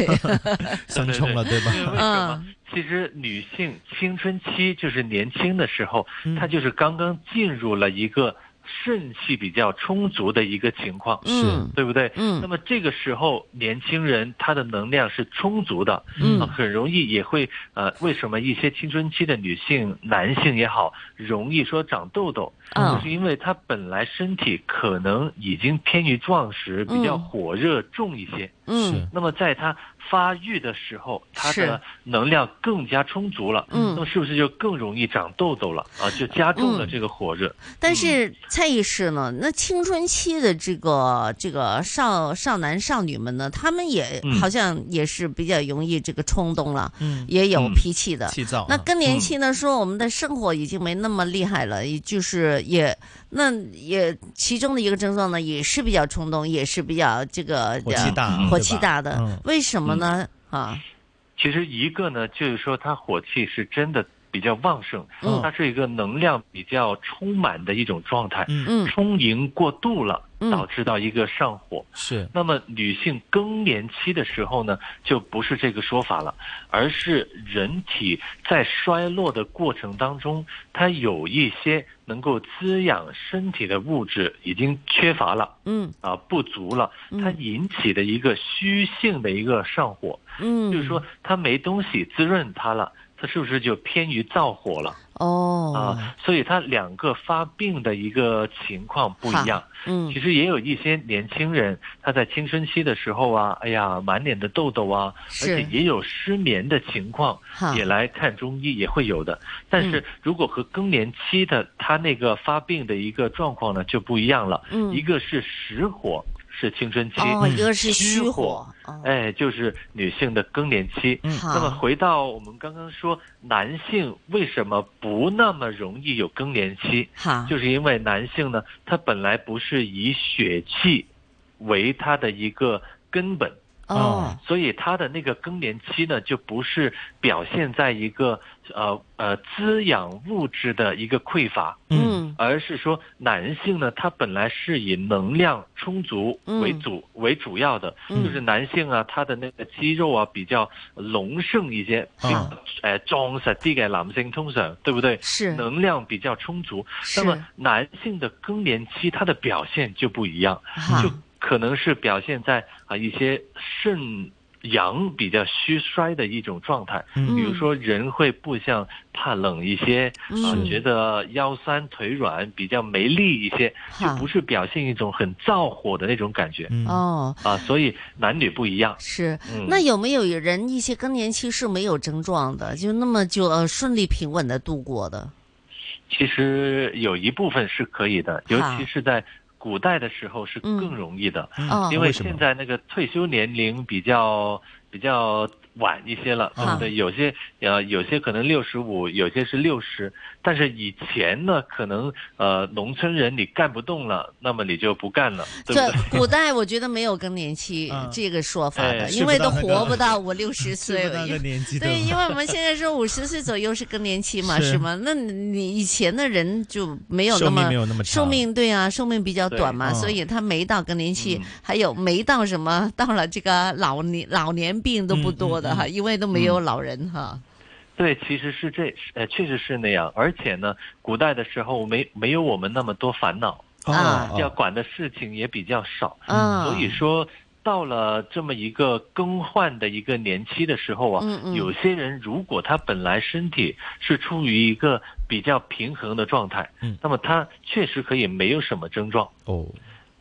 [SPEAKER 4] 相冲了，对吧？
[SPEAKER 3] 嗯
[SPEAKER 20] 其实女
[SPEAKER 4] 嗯
[SPEAKER 20] 性青春期就是年轻的时候，她就是刚刚进入了一个肾气比较充足的一个情况，
[SPEAKER 3] 嗯
[SPEAKER 20] 对不对？
[SPEAKER 3] 嗯
[SPEAKER 20] 那么这个时候年轻人他的能量是充足的，
[SPEAKER 3] 嗯
[SPEAKER 20] 啊很容易也会呃，为什么一些青春期的女性、男性也好，容易说长痘痘，
[SPEAKER 3] 嗯
[SPEAKER 20] 就是因为他本来身体可能已经偏于壮实，比较
[SPEAKER 3] 嗯
[SPEAKER 20] 火热重一些，
[SPEAKER 3] 嗯
[SPEAKER 20] 那么在他发育的时候，他
[SPEAKER 3] 是
[SPEAKER 20] 的能量更加充足了，
[SPEAKER 3] 嗯
[SPEAKER 20] 那么是不是就更容易长痘痘了啊？就加重了这个火热。
[SPEAKER 3] 但是蔡医师呢，那青春期的这个这个少少男少女们呢，他们也
[SPEAKER 20] 嗯
[SPEAKER 3] 好像也是比较容易这个冲动了，
[SPEAKER 4] 嗯
[SPEAKER 3] 也有
[SPEAKER 4] 嗯
[SPEAKER 3] 脾气的。
[SPEAKER 4] 气躁
[SPEAKER 3] 那
[SPEAKER 4] 啊
[SPEAKER 3] 更
[SPEAKER 20] 嗯
[SPEAKER 3] 年期呢，说我们的生活已经没那么厉害了，也就是也那也其中的一个症状呢，也是比较冲动，也是比较这个
[SPEAKER 20] 火气大
[SPEAKER 3] 呃
[SPEAKER 20] 嗯
[SPEAKER 3] 火
[SPEAKER 20] 对
[SPEAKER 3] 气
[SPEAKER 20] 吧
[SPEAKER 3] 大的。
[SPEAKER 20] 嗯
[SPEAKER 3] 为什么呢？啊，
[SPEAKER 20] 其实一个呢，就是说他火气是真的比较旺盛，
[SPEAKER 3] 嗯
[SPEAKER 20] 它是一个能量比较充满的一种状态，
[SPEAKER 4] 嗯
[SPEAKER 20] 充盈过度了
[SPEAKER 4] 嗯，
[SPEAKER 20] 导致到一个上火。
[SPEAKER 4] 是
[SPEAKER 20] 那么女性更年期的时候呢，就不是这个说法了，而是人体在衰落的过程当中，它有一些能够滋养身体的物质已经缺乏了。
[SPEAKER 3] 嗯
[SPEAKER 20] 啊不足了，它引起的一个虚性的一个上火，
[SPEAKER 3] 嗯，
[SPEAKER 20] 就是说它没东西滋润它了，它是不是就偏于燥火了？
[SPEAKER 3] 哦，
[SPEAKER 20] 啊，所以它两个发病的一个情况不一样
[SPEAKER 3] 好。嗯
[SPEAKER 20] 其实也有一些年轻人，他在青春期的时候啊，哎呀，满脸的痘痘啊，而
[SPEAKER 3] 是
[SPEAKER 20] 且也有失眠的情况
[SPEAKER 3] 好，
[SPEAKER 20] 也来看中医也会有的。但
[SPEAKER 3] 嗯
[SPEAKER 20] 是如果和更年期的他那个发病的一个状况呢，就不一样了。
[SPEAKER 3] 嗯
[SPEAKER 20] 一个是实火。是青春期，
[SPEAKER 3] 哦一个是虚哦
[SPEAKER 20] 火，哎，就是女性的更年期。
[SPEAKER 3] 嗯好
[SPEAKER 20] 那么回到我们刚刚说，男性为什么不那么容易有更年期？
[SPEAKER 3] 好
[SPEAKER 20] 就是因为男性呢，他本来不是以血气为他的一个根本。
[SPEAKER 3] 哦，
[SPEAKER 20] 所以他的那个更年期呢，就不是表现在一个呃呃滋养物质的一个匮乏，
[SPEAKER 3] 嗯，
[SPEAKER 20] 而是说男性呢，他本来是以能量充足为主、为主要的，
[SPEAKER 3] 嗯
[SPEAKER 20] 就是男性啊，他的那个肌肉啊比较隆盛一些，
[SPEAKER 6] 哦
[SPEAKER 20] 比
[SPEAKER 3] 啊
[SPEAKER 20] 較誒壯實呃啲嘅男性通常對不對？
[SPEAKER 3] 是
[SPEAKER 20] 能量比較充足。
[SPEAKER 3] 是
[SPEAKER 20] 那麼男性的更年期，他的表現就不一樣，
[SPEAKER 3] 嗯
[SPEAKER 20] 就可能是表現在啊一些肾。阳比较虚衰的一种状态，
[SPEAKER 4] 嗯
[SPEAKER 20] 比如说人会不像怕冷一些，啊
[SPEAKER 4] 嗯，
[SPEAKER 20] 觉得腰酸腿软，比较没力一些，就
[SPEAKER 3] 好
[SPEAKER 20] 不是表现一种很燥火的那种感觉，
[SPEAKER 3] 哦，
[SPEAKER 20] 啊，所以男女不一样。
[SPEAKER 3] 是
[SPEAKER 20] 嗯，
[SPEAKER 3] 那有没有人一些更年期是没有症状的，就那么就呃顺利平稳的度过的？
[SPEAKER 20] 其实有一部分是可以的，尤
[SPEAKER 3] 好
[SPEAKER 20] 其是在古代的时候是更容易的，
[SPEAKER 3] 嗯哦
[SPEAKER 20] 因为
[SPEAKER 3] 为什么
[SPEAKER 20] 现在那个退休年龄比较比较晚一些了，对
[SPEAKER 3] 好
[SPEAKER 20] 不对？有些呃，有些可能六十五，有些是六十，但是以前呢，可能呃，农村人你干不动了，那么你就不干了， 对
[SPEAKER 3] 这
[SPEAKER 20] 不对？
[SPEAKER 3] 古代我觉得没有更年期
[SPEAKER 4] 嗯
[SPEAKER 3] 这个说法的，
[SPEAKER 20] 哎
[SPEAKER 3] 因为都
[SPEAKER 20] 吃不到那个
[SPEAKER 3] 活不到五 六十岁了。因为
[SPEAKER 4] 年纪
[SPEAKER 3] 对，因为我们现在说五十岁左右是更年期嘛，
[SPEAKER 4] 是
[SPEAKER 3] 是吗？那你以前的人就没有
[SPEAKER 4] 寿
[SPEAKER 3] 那
[SPEAKER 4] 命
[SPEAKER 3] 么
[SPEAKER 4] 没有那么长
[SPEAKER 3] 寿命对啊，寿命比较短嘛，
[SPEAKER 4] 对嗯嗯
[SPEAKER 3] 所以他没到更年期，还有没到什么到了这个老年老年病都
[SPEAKER 4] 嗯
[SPEAKER 3] 不多的哈，因为都没有老人哈。
[SPEAKER 20] 对，其实是这，呃，确实是那样。而且呢，古代的时候没没有我们那么多烦恼，
[SPEAKER 4] 哦
[SPEAKER 20] 啊
[SPEAKER 4] 哦，
[SPEAKER 20] 要管的事情也比较少，
[SPEAKER 4] 嗯
[SPEAKER 20] 所以说。到了这么一个更换的一个年期的时候啊，
[SPEAKER 4] 嗯嗯
[SPEAKER 20] 有些人如果他本来身体是处于一个比较平衡的状态，
[SPEAKER 4] 嗯
[SPEAKER 20] 那么他确实可以没有什么症状。
[SPEAKER 4] 哦，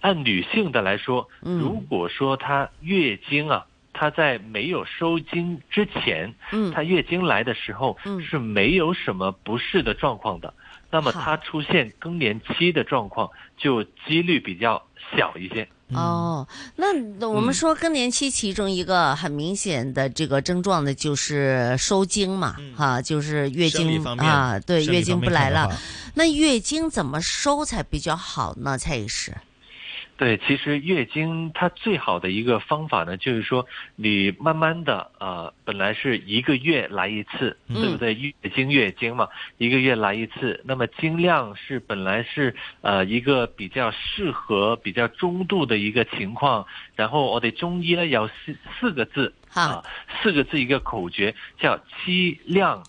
[SPEAKER 20] 按女性的来说，
[SPEAKER 4] 嗯
[SPEAKER 20] 如果说她月经啊，她在没有收经之前，
[SPEAKER 4] 嗯
[SPEAKER 20] 她月经来的时候、
[SPEAKER 4] 嗯
[SPEAKER 20] 是没有什么不适的状况的，那么她出现更年期的状况就几率比较小一些。
[SPEAKER 4] 嗯
[SPEAKER 3] 哦，那我们
[SPEAKER 20] 嗯
[SPEAKER 3] 说更年期其中一个很明显的这个症状呢，就是收经嘛，哈，就是月
[SPEAKER 4] 嗯生理
[SPEAKER 3] 经
[SPEAKER 4] 方面
[SPEAKER 3] 啊，对，
[SPEAKER 4] 生理
[SPEAKER 3] 月经
[SPEAKER 4] 方面
[SPEAKER 3] 不来
[SPEAKER 4] 看的
[SPEAKER 3] 了
[SPEAKER 4] 话。
[SPEAKER 3] 那月经怎么收才比较好呢？蔡医师，
[SPEAKER 20] 对，其实月经它最好的一个方法呢，就是说你慢慢的呃，本来是一个月来一次，
[SPEAKER 4] 嗯
[SPEAKER 20] 对不对？月经月经嘛，一个月来一次，那么经量是本来是呃一个比较适合、比较中度的一个情况。然后我哋中医呢有四四个字啊、四个字一个口诀叫七量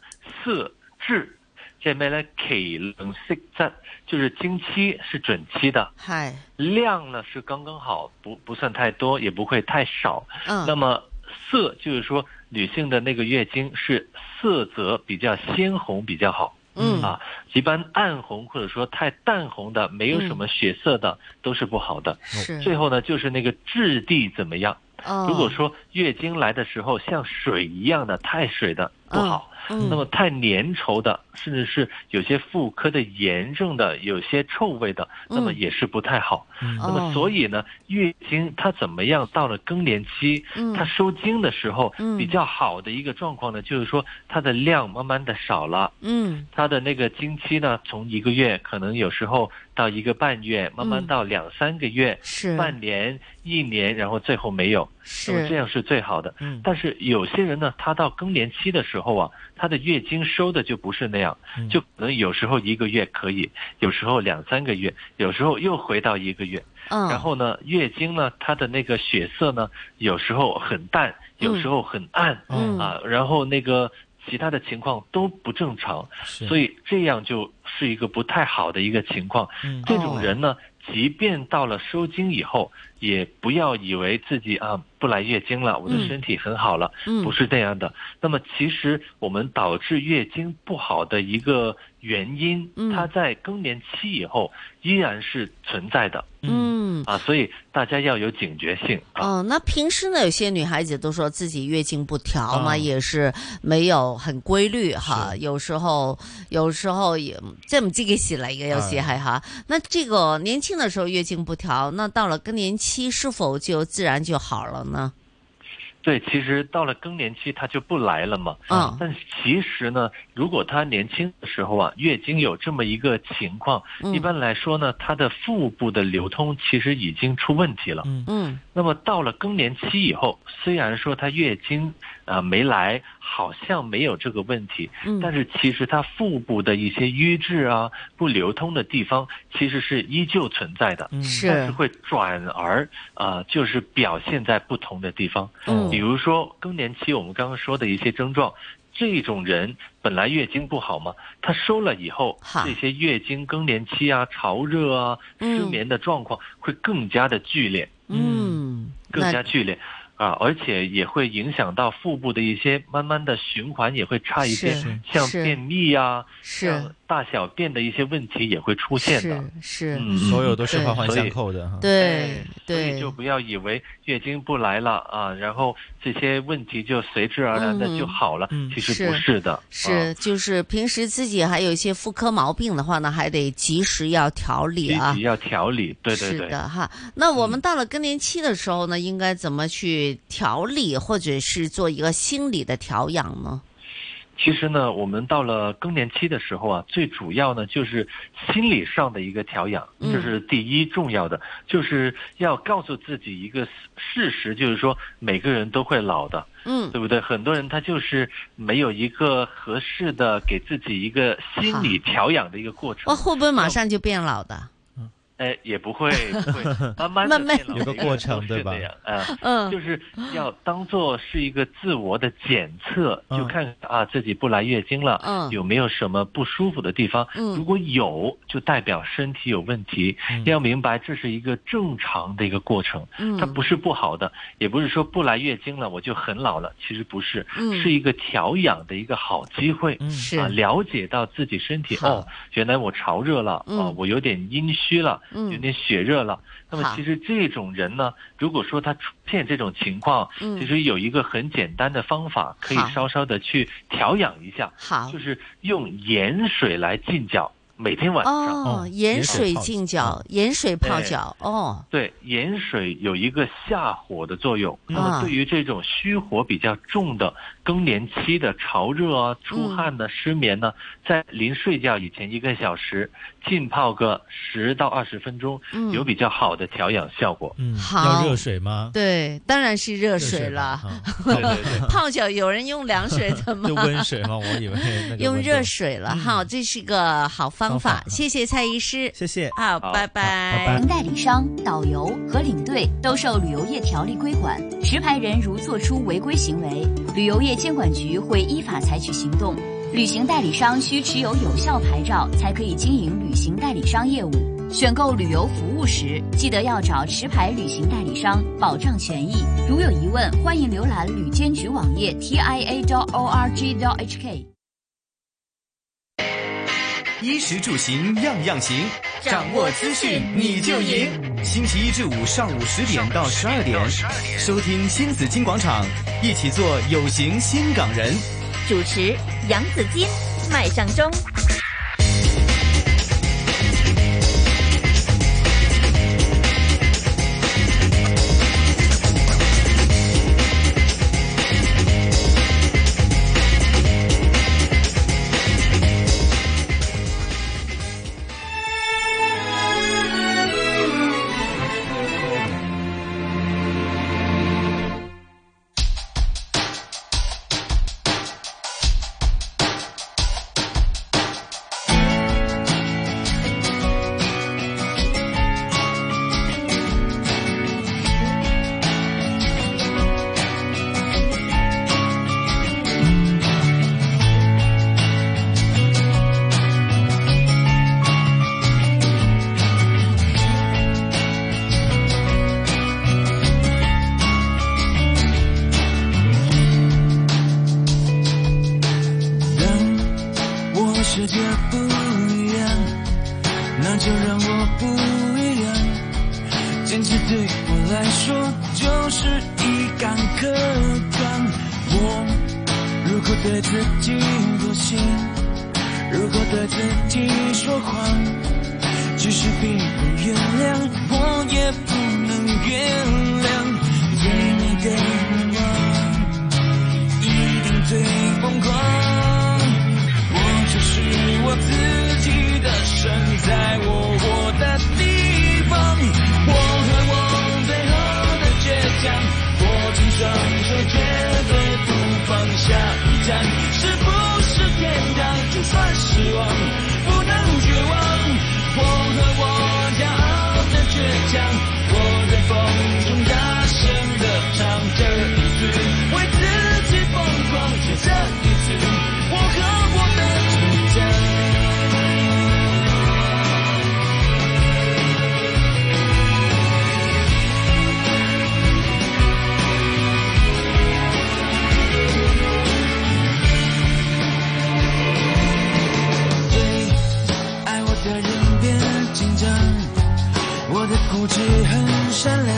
[SPEAKER 20] 色质。即係咩咧？期量適質，就是經期是準期的，
[SPEAKER 3] 係
[SPEAKER 20] 量呢是剛剛好，不不算太多，也不會太少。
[SPEAKER 3] 嗯
[SPEAKER 20] 那麼色就是說女性的那個月經是色澤比較鮮紅比較好。
[SPEAKER 3] 嗯
[SPEAKER 20] 啊，一般暗紅或者說太淡紅的，沒有什麼血色的，都是不好的。
[SPEAKER 3] 嗯是
[SPEAKER 20] 最後呢，就是那個質地怎麼樣？
[SPEAKER 6] 嗯
[SPEAKER 3] 哦
[SPEAKER 20] 如果說月經來的時候像水一樣的太水的不好，
[SPEAKER 3] 嗯嗯
[SPEAKER 20] 那麼太粘稠的，甚至是有些婦科的炎症的，有些臭味的，
[SPEAKER 22] 嗯
[SPEAKER 20] 那麼也是不太好。
[SPEAKER 22] 嗯
[SPEAKER 20] 那麼所以呢，月經它怎麼樣到了更年期，
[SPEAKER 22] 嗯
[SPEAKER 20] 它收經的时候、
[SPEAKER 22] 嗯
[SPEAKER 20] 比较好的一个状况呢，就是说它的量慢慢的少了。
[SPEAKER 3] 嗯
[SPEAKER 20] 它的那个经期呢，从一个月可能有时候到一个半月，慢慢到两三个月，
[SPEAKER 3] 嗯是
[SPEAKER 20] 半年、一年，然后最后没有，
[SPEAKER 3] 是
[SPEAKER 20] 那么这样是最好的。
[SPEAKER 3] 嗯
[SPEAKER 20] 但是有些人呢，他到更年期的时候啊，他的月经收的就不是那样，就可能有时候一个月可以，有时候两三个月，有时候又回到一个月。
[SPEAKER 3] 嗯
[SPEAKER 20] 然后呢，月经呢，它的那个血色呢，有时候很淡，有时候很暗，
[SPEAKER 22] 嗯
[SPEAKER 20] 啊，然后那个其他的情况都不正常，
[SPEAKER 22] 是
[SPEAKER 20] 所以这样就是一个不太好的一个情况。
[SPEAKER 22] 嗯
[SPEAKER 20] 这种人呢，即便到了收经以后，也不要以为自己啊不来月经了，我的
[SPEAKER 22] 嗯
[SPEAKER 20] 身体很好了，
[SPEAKER 22] 嗯
[SPEAKER 20] 不是这样的。那么其实我们导致月经不好的一个原因，
[SPEAKER 22] 嗯
[SPEAKER 20] 它在更年期以后依然是存在的。
[SPEAKER 3] 嗯
[SPEAKER 20] 啊，所以大家要有警觉性。
[SPEAKER 3] 哦，那平时呢，有些女孩子都说自己月经不调嘛，
[SPEAKER 20] 啊
[SPEAKER 3] 也是没有很规律哈。有时候，有时候也即系唔知几时嚟嘅，有时系
[SPEAKER 22] 哎
[SPEAKER 3] 哈。那这个年轻的时候月经不调，那到了更年期是否就自然就好了呢？
[SPEAKER 20] 对，其实到了更年期，它就不来了嘛。
[SPEAKER 22] 哦
[SPEAKER 3] 嗯
[SPEAKER 20] 但其实呢，如果她年轻的时候啊，月经有这么一个情况，
[SPEAKER 22] 嗯
[SPEAKER 20] 一般来说呢，她的腹部的流通其实已经出问题了。
[SPEAKER 3] 嗯
[SPEAKER 20] 那么到了更年期以后，虽然说她月经呃没来，好像没有这个问题，
[SPEAKER 22] 嗯
[SPEAKER 20] 但是其实她腹部的一些瘀滞啊、不流通的地方，其实是依旧存在的，
[SPEAKER 22] 是
[SPEAKER 20] 但是会转而啊、呃就是表现在不同的地方，
[SPEAKER 22] 嗯
[SPEAKER 20] 比如说更年期我们刚刚说的一些症状。这种人本来月经不好嘛，她收了以后，这些月经更年期啊、潮热啊、失
[SPEAKER 3] 嗯
[SPEAKER 20] 眠的状况会更加的剧烈。
[SPEAKER 3] 嗯，
[SPEAKER 20] 更加剧烈啊，而且也会影响到腹部的一些慢慢的循环也会差一些
[SPEAKER 3] 是是，
[SPEAKER 20] 像便秘啊，
[SPEAKER 3] 是
[SPEAKER 20] 像大小便的一些问题也会出现的。
[SPEAKER 3] 是
[SPEAKER 20] 嗯
[SPEAKER 4] 所有都是
[SPEAKER 20] 对
[SPEAKER 4] 环环
[SPEAKER 20] 所以
[SPEAKER 4] 相扣的哈。
[SPEAKER 20] 哎
[SPEAKER 3] 对
[SPEAKER 20] 所以就不要以为月经不来了啊，然后这些问题就随之而然的
[SPEAKER 3] 嗯
[SPEAKER 20] 就好了，其实不
[SPEAKER 3] 是
[SPEAKER 20] 是的。啊
[SPEAKER 3] 是，就是平时自己还有一些妇科毛病的话呢，还得及时要调理
[SPEAKER 20] 啊，
[SPEAKER 3] 啊
[SPEAKER 20] 积极。要调理，对对对嗯
[SPEAKER 3] 是，的哈，那我们到了更年期的时候呢，应该怎么去调理，或者是做一个心理的调养呢？
[SPEAKER 20] 其实呢，我们到了更年期的时候啊，最主要呢就是心理上的一个调养，
[SPEAKER 22] 嗯
[SPEAKER 20] 这是第一重要的，就是要告诉自己一个事实，就是说每个人都会老的。
[SPEAKER 22] 嗯
[SPEAKER 20] 对不对？很多人他就是没有一个合适的给自己一个心理调养的一个过程，
[SPEAKER 3] 哇，会不会马上就变老的？
[SPEAKER 20] 哎，也不会，不会慢慢
[SPEAKER 3] 慢
[SPEAKER 20] 的
[SPEAKER 3] 慢
[SPEAKER 20] 变老，
[SPEAKER 4] 有个过程对吧
[SPEAKER 20] 嗯、
[SPEAKER 3] 嗯
[SPEAKER 20] 就是要当做是一个自我的检测，就看看啊自己不来月经了，
[SPEAKER 22] 嗯
[SPEAKER 20] 有没有什么不舒服的地方？
[SPEAKER 22] 嗯
[SPEAKER 20] 如果有，就代表身体有问题。要明白这是一个正常的一个过程，
[SPEAKER 22] 嗯
[SPEAKER 20] 它不是不好的，也不是说不来月经了我就很老了，其实不是，
[SPEAKER 22] 嗯
[SPEAKER 20] 是一个调养的一个好机会，
[SPEAKER 22] 是
[SPEAKER 20] 啊，了解到自己身体哦，原来我潮热了，
[SPEAKER 22] 嗯
[SPEAKER 20] 啊，我有点阴虚了，
[SPEAKER 22] 嗯
[SPEAKER 20] 有点血热了。那么
[SPEAKER 22] 好
[SPEAKER 20] 其实这种人呢，如果说他出现这种情况，
[SPEAKER 22] 嗯
[SPEAKER 20] 其实有一个很简单的方法，可以
[SPEAKER 22] 好
[SPEAKER 20] 稍稍的去调养一下，
[SPEAKER 3] 好
[SPEAKER 20] 就是用盐水来浸脚，每天晚上嗯
[SPEAKER 3] 哦，盐水浸脚，嗯盐水泡脚，哦，
[SPEAKER 20] 哎对，盐水有一个下火的作用。
[SPEAKER 3] 嗯
[SPEAKER 20] 那么对于这种虚火比较重的更年期的潮热啊、出汗呢、失眠呢，在临睡觉以前一个小时浸泡个十到二十分钟
[SPEAKER 3] 嗯，
[SPEAKER 20] 有比较好的调养效果。
[SPEAKER 4] 嗯
[SPEAKER 3] 好
[SPEAKER 4] 要热水吗？
[SPEAKER 3] 对，当然是热水了。 泡脚有人用 凉哦水的吗？
[SPEAKER 4] 就温水吗？我以为那个
[SPEAKER 3] 用
[SPEAKER 4] 温度
[SPEAKER 3] 热水了哈，这是个好方法。谢谢蔡医师，
[SPEAKER 4] 谢谢，
[SPEAKER 3] 好，
[SPEAKER 5] 好
[SPEAKER 3] 拜拜。
[SPEAKER 5] 承代理商、导游和领队都受旅游业条例规管，持牌人如做出违规行为，旅游业监管局会依法采取行动，旅行代理商需持有有效牌照才可以经营旅行代理商业务。选购旅游服务时，记得要找持牌旅行代理商，保障权益。如有疑问，欢迎浏览旅监局网页 tia.org.hk。
[SPEAKER 2] 衣食住行样样行，掌握资讯你就赢。星期一至五上午十点到十二点，收听新紫金广场，一起做有型新港人。
[SPEAKER 5] 主持杨子金，麦上中。
[SPEAKER 6] 让我世界不一样，那就让我不一样。坚持对我来说就是一杆克钢。我如果对自己不信，如果对自己说谎，即使别人原谅，我也不能原谅。对你的我，一定最疯狂。我就是我自己的神，在我活的地方，我和我最后的倔强，握紧双手，绝对不放下。一站是不是天堂？就算失望，不能绝望。我和我骄傲的倔强，我在风中大声的唱，这一次为自己疯狂，就这一次，我和我的。主张。对爱我的人别紧张，我的固执很善良，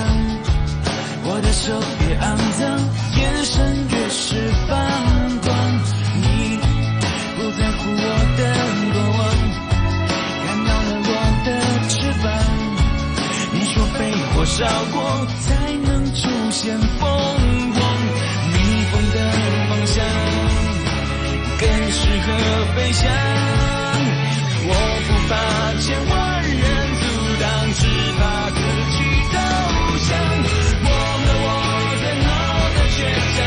[SPEAKER 6] 我的手别肮脏，眼神越是放光。你不在乎我的过往，看到了我的翅膀。你说被火烧过才能出现凤凰，逆风的方向。更适合飞翔。我不怕千万人阻挡，只怕自己投降。我和我最后的倔强，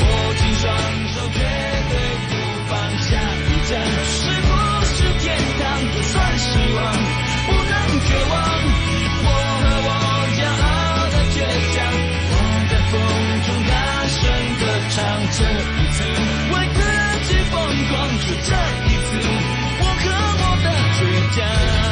[SPEAKER 6] 握紧双手，绝对不放下。一站是不是天堂？就算失望，不能绝望。我和我骄傲的倔强，我在风中大声歌唱，这一次为自己疯狂，就这一次，我和我的倔强。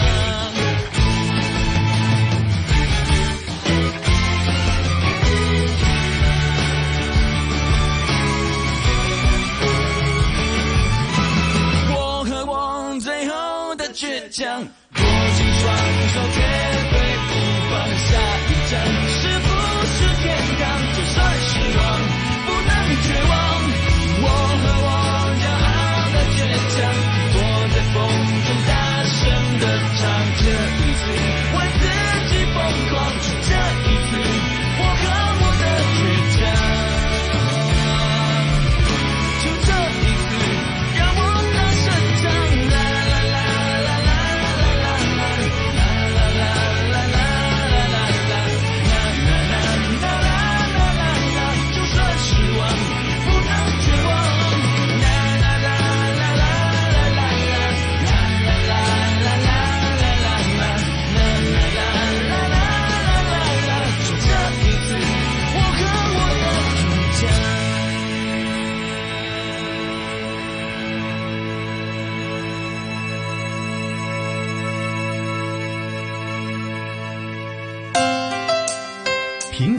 [SPEAKER 2] 平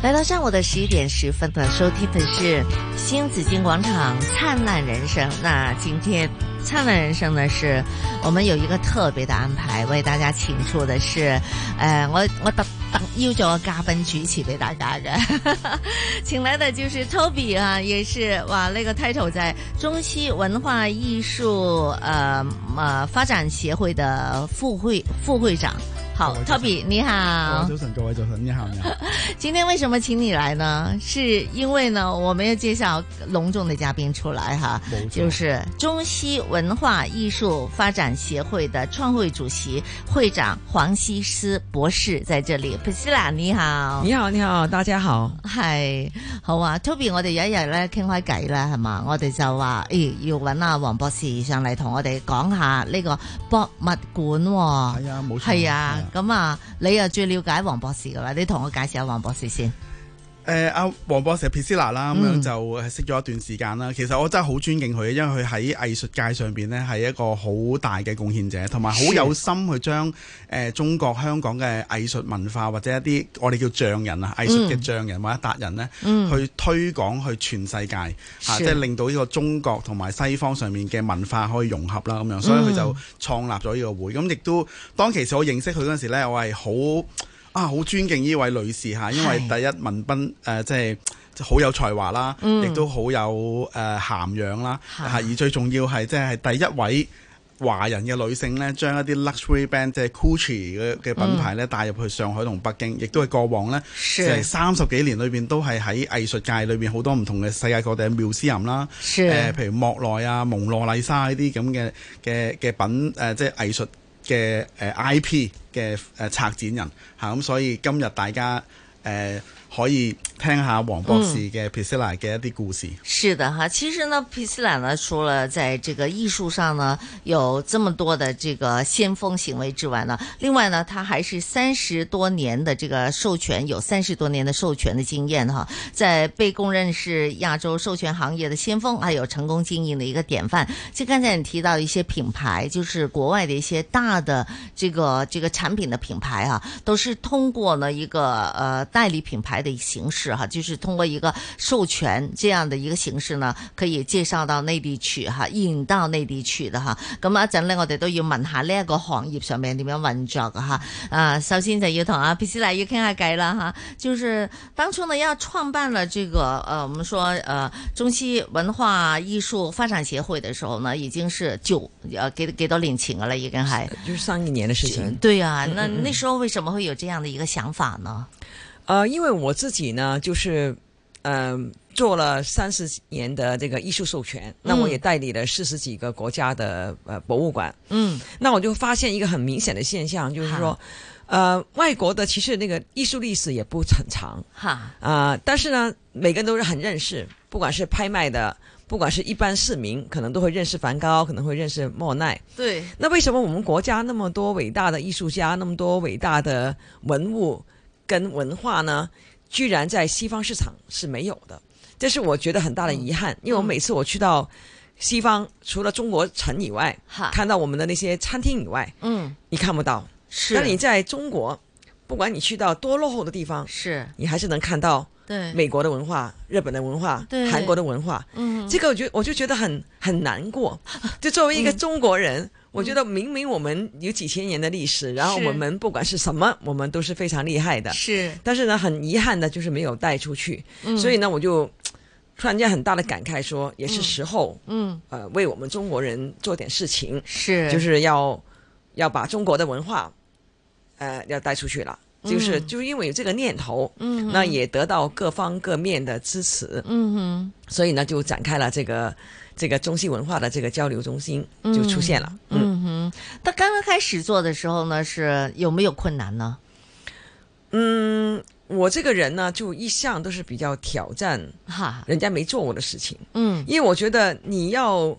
[SPEAKER 3] 来到上午的十一点十分呢，收听的是新紫金广场《灿烂人生》。那今天《灿烂人生》呢，是我们有一个特别的安排，为大家请出的是，呃，我我 特特邀咗個嘉賓主持俾大家嘅，請來的就是 Toby 啊，也是哇，那個 title 在中西文化藝術呃呃發展協會的副會副會長。好，Toby 你
[SPEAKER 8] 啊
[SPEAKER 3] 好。
[SPEAKER 22] 早晨，各位早晨，你好，你 好。
[SPEAKER 3] 今天为什么请你来呢？是因为呢，我们要介绍隆重的嘉宾出来哈，就是中西文化艺术发展协会的创会主席、会长黄西施博士在这里。Priscilla 你好，
[SPEAKER 23] 你好，你好，大家好。
[SPEAKER 3] 系好啊，Toby，我哋有一日咧傾開偈啦，係嘛？我哋就話誒、要揾阿黃博士上嚟同我哋講下呢個博物館喎、
[SPEAKER 23] 哎
[SPEAKER 22] 係啊，冇錯
[SPEAKER 3] 係啊，咁啊，你又最了解黃博士噶啦，你同我介紹下黃博士先。
[SPEAKER 22] 誒阿黃博士 p i s 啦，咁
[SPEAKER 3] 嗯
[SPEAKER 22] 樣就誒識咗一段時間啦。其實我真係好尊敬佢，因為佢喺藝術界上邊呢係一個好大嘅貢獻者，同埋好有心去將誒中國香港嘅藝術文化或者一啲我哋叫匠人啊，藝術嘅匠人或者達人呢，
[SPEAKER 8] 嗯
[SPEAKER 22] 去推廣去全世界嚇，
[SPEAKER 8] 是
[SPEAKER 22] 即係令到呢個中國同埋西方上面嘅文化可以融合啦咁樣，所以佢就
[SPEAKER 8] 嗯
[SPEAKER 22] 創立咗呢個會。咁亦都當其時我認識佢嗰陣時呢，我係好。啊，好尊敬呢位女士嚇，因為第一文斌誒、呃即係好有才華啦，亦、
[SPEAKER 8] 嗯
[SPEAKER 22] 都好有誒、呃、涵養啦，嚇、
[SPEAKER 8] 嚇
[SPEAKER 22] 而最重要係即係第一位。華人嘅女性呢，將一啲 luxury brand 即係 Gucci 嘅
[SPEAKER 8] 嗯
[SPEAKER 22] 嘅品牌呢帶入去上海同北京，亦都係過往呢，
[SPEAKER 8] 是
[SPEAKER 22] 即係三十幾年裏邊都係喺藝術界裏邊好多唔同嘅世界各地嘅 museum 啦，
[SPEAKER 8] 是
[SPEAKER 22] 呃譬如莫奈啊、蒙羅麗莎呢啲咁嘅嘅嘅品誒、呃即係藝術嘅誒、呃 IP 嘅誒、呃策展人嚇，咁、所以今日大家誒、呃可以聽下黃博士嘅 Priscilla 嘅一啲故事。
[SPEAKER 3] 是的哈，其实呢，皮斯兰呢，除了在这个艺术上呢有这么多的这个先锋行为之外呢，另外呢，他还是三十多年的这个授权，有三十多年的授权的经验哈，在被公认是亚洲授权行业的先锋，还有成功经营的一个典范。就刚才你提到一些品牌，就是国外的一些大的这个这个产品的品牌啊，都是通过呢一个呃代理品牌的形式哈、就是通过一个授权这样的一个形式呢，可以介绍到内地去哈、引到內地去的哈。咁啊一陣呢，我哋都要問下呢一個行業上面點樣運作嘅哈。啊，首先就要同阿 p i 來要傾下偈啦哈。就是當初呢，要創辦了這個呃，我們說呃中西文化藝術發展協會的時候呢，已經是九呃幾幾多年前嘅啦，已經係。
[SPEAKER 23] 就是上一年的事情。
[SPEAKER 3] 对啊，
[SPEAKER 23] 嗯
[SPEAKER 3] 那
[SPEAKER 23] 嗯嗯
[SPEAKER 3] 那时候为什么会有这样的一个想法呢？
[SPEAKER 23] 呃，因为我自己呢，就是嗯、做了三十年的这个艺术授权，那我
[SPEAKER 3] 嗯
[SPEAKER 23] 也代理了四十几个国家的呃博物馆。
[SPEAKER 3] 嗯，
[SPEAKER 23] 那我就发现一个很明显的现象，就是说
[SPEAKER 3] 好，
[SPEAKER 23] 呃，外国的其实那个艺术历史也不很长，
[SPEAKER 3] 哈，
[SPEAKER 23] 啊、但是呢，每个人都是很认识，不管是拍卖的，不管是一般市民，可能都会认识梵高，可能会认识莫奈。
[SPEAKER 3] 对，
[SPEAKER 23] 那为什么我们国家那么多伟大的艺术家，那么多伟大的文物跟文化呢，居然在西方市场是没有的？这是我觉得很大的遗憾，
[SPEAKER 3] 嗯
[SPEAKER 23] 因为我每次我去到西方，除了中国城以外，看到我们的那些餐厅以外，
[SPEAKER 3] 嗯，
[SPEAKER 23] 你看不到。
[SPEAKER 3] 是
[SPEAKER 23] 但你在中国，不管你去到多落后的地方，
[SPEAKER 3] 是
[SPEAKER 23] 你还是能看到
[SPEAKER 3] 对
[SPEAKER 23] 美国的文化、日本的文化
[SPEAKER 3] 对、
[SPEAKER 23] 韩国的文化。
[SPEAKER 3] 嗯
[SPEAKER 23] 这个我觉得我就觉得很很难过。就作为一个中国人，
[SPEAKER 3] 嗯
[SPEAKER 23] 我觉得明明我们有几千年的历史，然后
[SPEAKER 8] 是
[SPEAKER 23] 我们不管是什么，我们都是非常厉害的。
[SPEAKER 3] 是
[SPEAKER 23] 但是呢，很遗憾的就是没有带出去。
[SPEAKER 8] 嗯
[SPEAKER 23] 所以呢，我就突然间很大的感慨说，也是时候，
[SPEAKER 3] 嗯
[SPEAKER 23] 呃，为我们中国人做点事情，
[SPEAKER 3] 是
[SPEAKER 23] 就是要要把中国的文化，呃，要带出去了。就是、
[SPEAKER 3] 嗯
[SPEAKER 23] 就是因为有这个念头，
[SPEAKER 3] 嗯
[SPEAKER 23] 那
[SPEAKER 3] 嗯
[SPEAKER 23] 也得到各方各面的支持，
[SPEAKER 3] 嗯哼。
[SPEAKER 23] 所以呢，就展开了这个这个中西文化的这个交流中心就出现了。
[SPEAKER 3] 嗯哼，那啊刚刚开始做的时候呢，是有没有困难呢？
[SPEAKER 23] 嗯，我这个人呢，就一向都是比较挑战
[SPEAKER 3] 哈，
[SPEAKER 23] 人家没做过的事情。
[SPEAKER 3] 嗯
[SPEAKER 23] 因为我觉得你要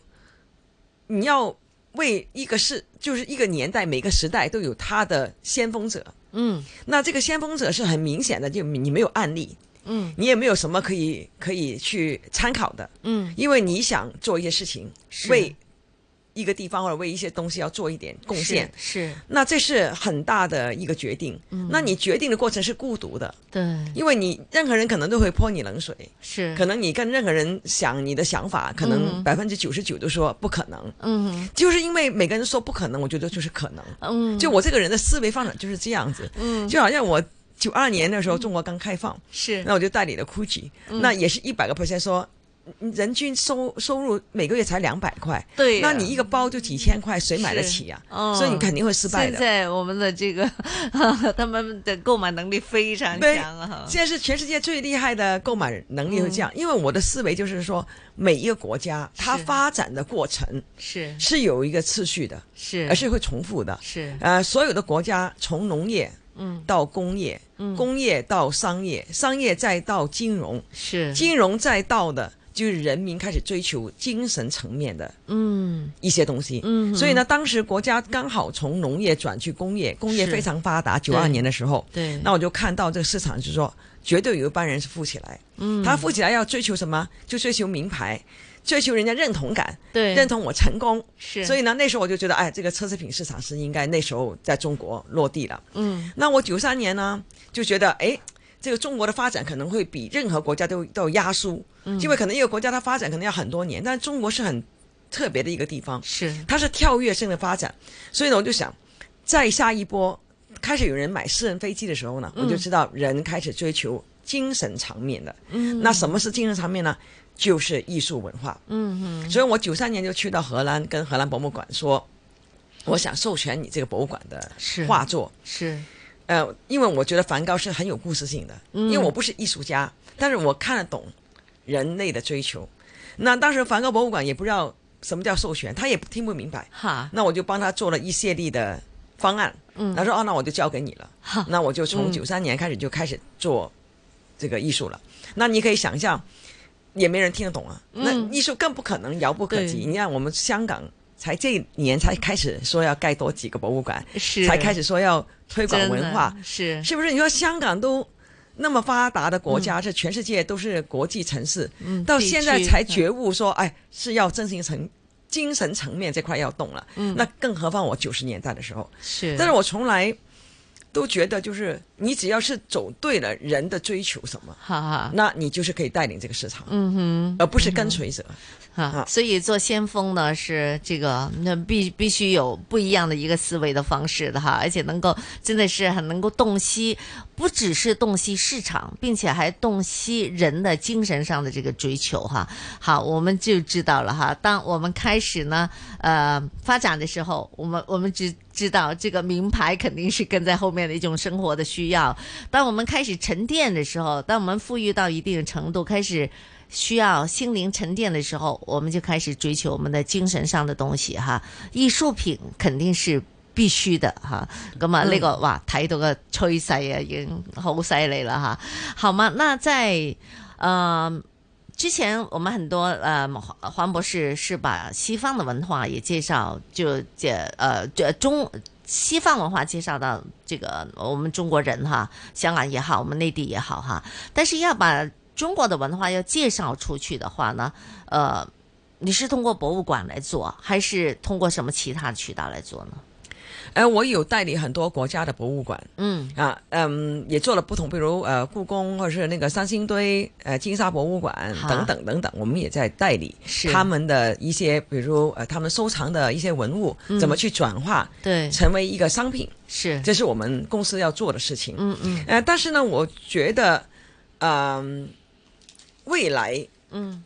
[SPEAKER 23] 你要为一个事，就是一个年代，每个时代都有它的先锋者。
[SPEAKER 3] 嗯
[SPEAKER 23] 那这个先锋者是很明显的，就你没有案例，
[SPEAKER 3] 嗯
[SPEAKER 23] 你也没有什么可以可以去参考的。
[SPEAKER 3] 嗯
[SPEAKER 23] 因为你想做一些事情，
[SPEAKER 3] 是
[SPEAKER 23] 为一个地方或者为一些东西要做一点贡献，
[SPEAKER 3] 是
[SPEAKER 23] 那这是很大的一个决定。
[SPEAKER 3] 嗯
[SPEAKER 23] 那你决定的过程是孤独的，
[SPEAKER 3] 对，
[SPEAKER 23] 因为你任何人可能都会泼你冷水，
[SPEAKER 3] 是
[SPEAKER 23] 可能你跟任何人想你的想法，可能
[SPEAKER 3] 嗯
[SPEAKER 23] 百分之九十九都说不可能。
[SPEAKER 3] 嗯
[SPEAKER 23] 就是因为每个人说不可能，我觉得就是可能。
[SPEAKER 3] 嗯
[SPEAKER 23] 就我这个人的思维发展就是这样子。
[SPEAKER 3] 嗯
[SPEAKER 23] 就好像我九二年的时候，中国刚开放，
[SPEAKER 3] 是
[SPEAKER 23] 那我就代理了 GUCCI，、
[SPEAKER 3] 嗯
[SPEAKER 23] 那也是一百个 percent 说。嗯人均收收入每个月才两百块，
[SPEAKER 3] 对呀
[SPEAKER 23] 那你一个包就几千块，谁买得
[SPEAKER 3] 是
[SPEAKER 23] 起呀、
[SPEAKER 3] 哦
[SPEAKER 23] 所以你肯定会失败的。
[SPEAKER 3] 现在我们的这个 他们的购买能力非常
[SPEAKER 23] 对
[SPEAKER 3] 强啊，
[SPEAKER 23] 现在是全世界最厉害的购买能力会这样，
[SPEAKER 3] 嗯
[SPEAKER 23] 因为我的思维就是说，每一个国家它发展的过程
[SPEAKER 3] 是
[SPEAKER 23] 是有一个次序的，
[SPEAKER 3] 是
[SPEAKER 23] 而是会重复的，
[SPEAKER 3] 是
[SPEAKER 23] 呃，所有的国家从农业
[SPEAKER 3] 嗯
[SPEAKER 23] 到工业，
[SPEAKER 3] 嗯
[SPEAKER 23] 工业到商业，商业再到金融，
[SPEAKER 3] 是
[SPEAKER 23] 金融再到的就是人民开始追求精神层面的
[SPEAKER 3] 嗯
[SPEAKER 23] 一些东西。
[SPEAKER 3] 嗯哼
[SPEAKER 23] 所以呢，当时国家刚好从农业转去工业，工业
[SPEAKER 3] 是
[SPEAKER 23] 非常发达，九
[SPEAKER 3] 对
[SPEAKER 23] 二年的时候，
[SPEAKER 3] 对
[SPEAKER 23] 那我就看到这个市场就是说，绝对有一帮人是富起来，
[SPEAKER 3] 嗯
[SPEAKER 23] 他富起来要追求什么？就追求名牌。追求人家认同感，
[SPEAKER 3] 对
[SPEAKER 23] 认同我成功，
[SPEAKER 3] 是
[SPEAKER 23] 所以呢，那时候我就觉得，哎，这个奢侈品市场是应该那时候在中国落地了。
[SPEAKER 3] 嗯
[SPEAKER 23] 那我九三年呢，就觉得哎，这个中国的发展可能会比任何国家都都有压缩，
[SPEAKER 3] 嗯
[SPEAKER 23] 因为可能一个国家它发展可能要很多年，但是中国是很特别的一个地方，
[SPEAKER 3] 是
[SPEAKER 23] 它是跳跃性的发展，所以呢，我就想再下一波开始有人买私人飞机的时候呢，
[SPEAKER 3] 嗯
[SPEAKER 23] 我就知道人开始追求精神层面的。
[SPEAKER 3] 嗯
[SPEAKER 23] 那什么是精神层面呢？就是艺术文化。
[SPEAKER 3] 嗯哼
[SPEAKER 23] 所以我九三年就去到荷兰，跟荷兰博物馆说，我想授权你这个博物馆的
[SPEAKER 3] 是
[SPEAKER 23] 画作。
[SPEAKER 3] 是
[SPEAKER 23] 呃，因为我觉得梵高是很有故事性的，
[SPEAKER 3] 嗯
[SPEAKER 23] 因为我不是艺术家，但是我看得懂人类的追求。那当时梵高博物馆也不知道什么叫授权，他也听不明白。
[SPEAKER 3] 哈
[SPEAKER 23] 那我就帮他做了一系列的方案。
[SPEAKER 3] 嗯
[SPEAKER 23] 他说：“哦，那我就交给你了。
[SPEAKER 3] 哈
[SPEAKER 23] 那我就
[SPEAKER 3] 嗯
[SPEAKER 23] 从九三年开始就开始做这个艺术了。那你可以想象，也没人听得懂啊。那
[SPEAKER 3] 嗯
[SPEAKER 23] 艺术更不可能遥不可及。
[SPEAKER 3] 对
[SPEAKER 23] 你看，我们香港才这一年才开始说要盖多几个博物馆，
[SPEAKER 3] 是
[SPEAKER 23] 才开始说要推广
[SPEAKER 3] 真的
[SPEAKER 23] 文化，
[SPEAKER 3] 是
[SPEAKER 23] 是不是？你说香港都那么发达的国家，这全世界都是国际城市，
[SPEAKER 3] 嗯
[SPEAKER 23] 到
[SPEAKER 3] 地
[SPEAKER 23] 现在
[SPEAKER 3] 区
[SPEAKER 23] 才
[SPEAKER 3] 嗯
[SPEAKER 23] 觉悟说，哎，是要真心层精神层面这块要动了。
[SPEAKER 3] 嗯
[SPEAKER 23] 那更何况我九十年代的时候，
[SPEAKER 3] 是
[SPEAKER 23] 但是我从来都觉得，就是你只要是走对了人的追求什么，
[SPEAKER 3] 哈哈
[SPEAKER 23] 那你就是可以带领这个市场，
[SPEAKER 3] 嗯哼
[SPEAKER 23] 而不是跟随者。
[SPEAKER 3] 啊，所以做先锋呢是这个那必必须有不一样的一个思维的方式的哈，而且能够真的是很能够洞悉，不只是洞悉市场，并且还洞悉人的精神上的这个追求哈。好，我们就知道了哈。当我们开始呢呃发展的时候，我们我们只知道这个名牌肯定是跟在后面的一种生活的需要。当我们开始沉淀的时候，当我们富裕到一定的程度，开始。需要心灵沉淀的时候，我们就开始追求我们的精神上的东西哈。艺术品肯定是必須的哈。咁啊，
[SPEAKER 8] 嗯
[SPEAKER 3] 呢個哇睇到嘅趨勢啊，已經好犀利啦哈。好嘛，那在呃。之前我们很多呃，黄黄博士是把西方的文化也介绍，就介呃这中西方文化介绍到这个我们中国人哈，香港也好，我们内地也好哈。但是要把中国的文化要介绍出去的话呢，呃，你是通过博物馆来做，还是通过什么其他渠道来做呢？
[SPEAKER 23] 哎、我有带领很多国家的博物馆，
[SPEAKER 3] 嗯
[SPEAKER 23] 啊，嗯，也做了不同，比如呃，故宫或者是那个三星堆、呃，金沙博物馆
[SPEAKER 8] 哈
[SPEAKER 23] 等等等等，我们也在代理
[SPEAKER 8] 是
[SPEAKER 23] 他们的一些，比如呃，他们收藏的一些文物、
[SPEAKER 8] 嗯
[SPEAKER 23] 怎么去转化，
[SPEAKER 3] 对
[SPEAKER 23] 成为一个商品，
[SPEAKER 3] 是，
[SPEAKER 23] 这是我们公司要做的事情。
[SPEAKER 3] 嗯嗯
[SPEAKER 23] 呃，但是呢，我觉得，嗯、未来
[SPEAKER 3] 嗯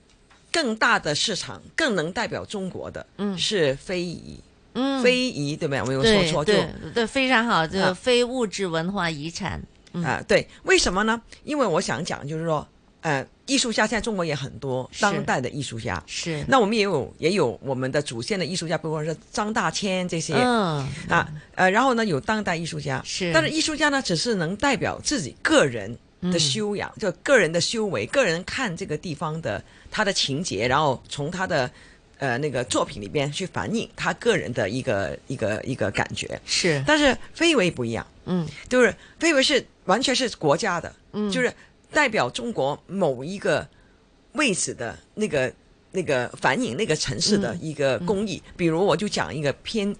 [SPEAKER 23] 更大的市场更能代表中国的，
[SPEAKER 3] 嗯
[SPEAKER 23] 是非遗，
[SPEAKER 3] 嗯，
[SPEAKER 23] 非遗对不对？我没有说
[SPEAKER 3] 对
[SPEAKER 23] 错，就
[SPEAKER 3] 对对，非常好，就
[SPEAKER 23] 啊
[SPEAKER 3] 非物质文化遗产。嗯
[SPEAKER 23] 啊、对，为什么呢？因为我想讲就是说，呃，艺术家现在中国也很多，
[SPEAKER 3] 是
[SPEAKER 23] 当代的艺术家
[SPEAKER 3] 是
[SPEAKER 23] 那我们也有也有我们的祖先的艺术家，比如说张大千这些，
[SPEAKER 3] 嗯
[SPEAKER 23] 啊呃，然后呢有当代艺术家，
[SPEAKER 3] 是
[SPEAKER 23] 但是艺术家呢只是能代表自己个人的修
[SPEAKER 3] 嗯
[SPEAKER 23] 养，就个人的修为，个人看这个地方的他的情节，然后从他的呃那个作品里边去反映他个人的一个一个一个感觉。
[SPEAKER 3] 是
[SPEAKER 23] 但是非为不一样，
[SPEAKER 3] 嗯，
[SPEAKER 23] 就是非为是完全是国家的，
[SPEAKER 3] 嗯
[SPEAKER 23] 就是代表中国某一个位置的那个那个反映那个城市
[SPEAKER 3] 嗯
[SPEAKER 23] 的一个工艺。比如我就讲一个片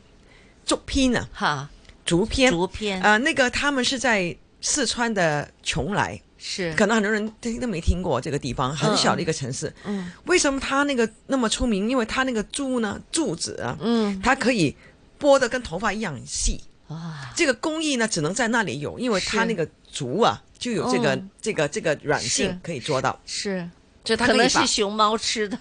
[SPEAKER 23] 竹片呢，
[SPEAKER 3] 哈，
[SPEAKER 23] 竹片，
[SPEAKER 3] 竹片
[SPEAKER 23] 啊、那个他们是在四川的邛崃，
[SPEAKER 3] 是
[SPEAKER 23] 可能很多人听都没听过这个地方，很小的一个城市。
[SPEAKER 3] 嗯
[SPEAKER 23] 为什么它那个那么出名？因为它那个珠呢，柱子啊，
[SPEAKER 3] 嗯
[SPEAKER 23] 它可以剥得跟头发一样细。这个工艺呢，只能在那里有，因为它
[SPEAKER 3] 是
[SPEAKER 23] 那个竹啊，就有这个、
[SPEAKER 3] 嗯
[SPEAKER 23] 这个这个软性
[SPEAKER 3] 是
[SPEAKER 23] 可以做到。
[SPEAKER 3] 是，
[SPEAKER 23] 就它
[SPEAKER 3] 可
[SPEAKER 23] 以
[SPEAKER 3] 能
[SPEAKER 23] 把
[SPEAKER 3] 是熊猫吃 的，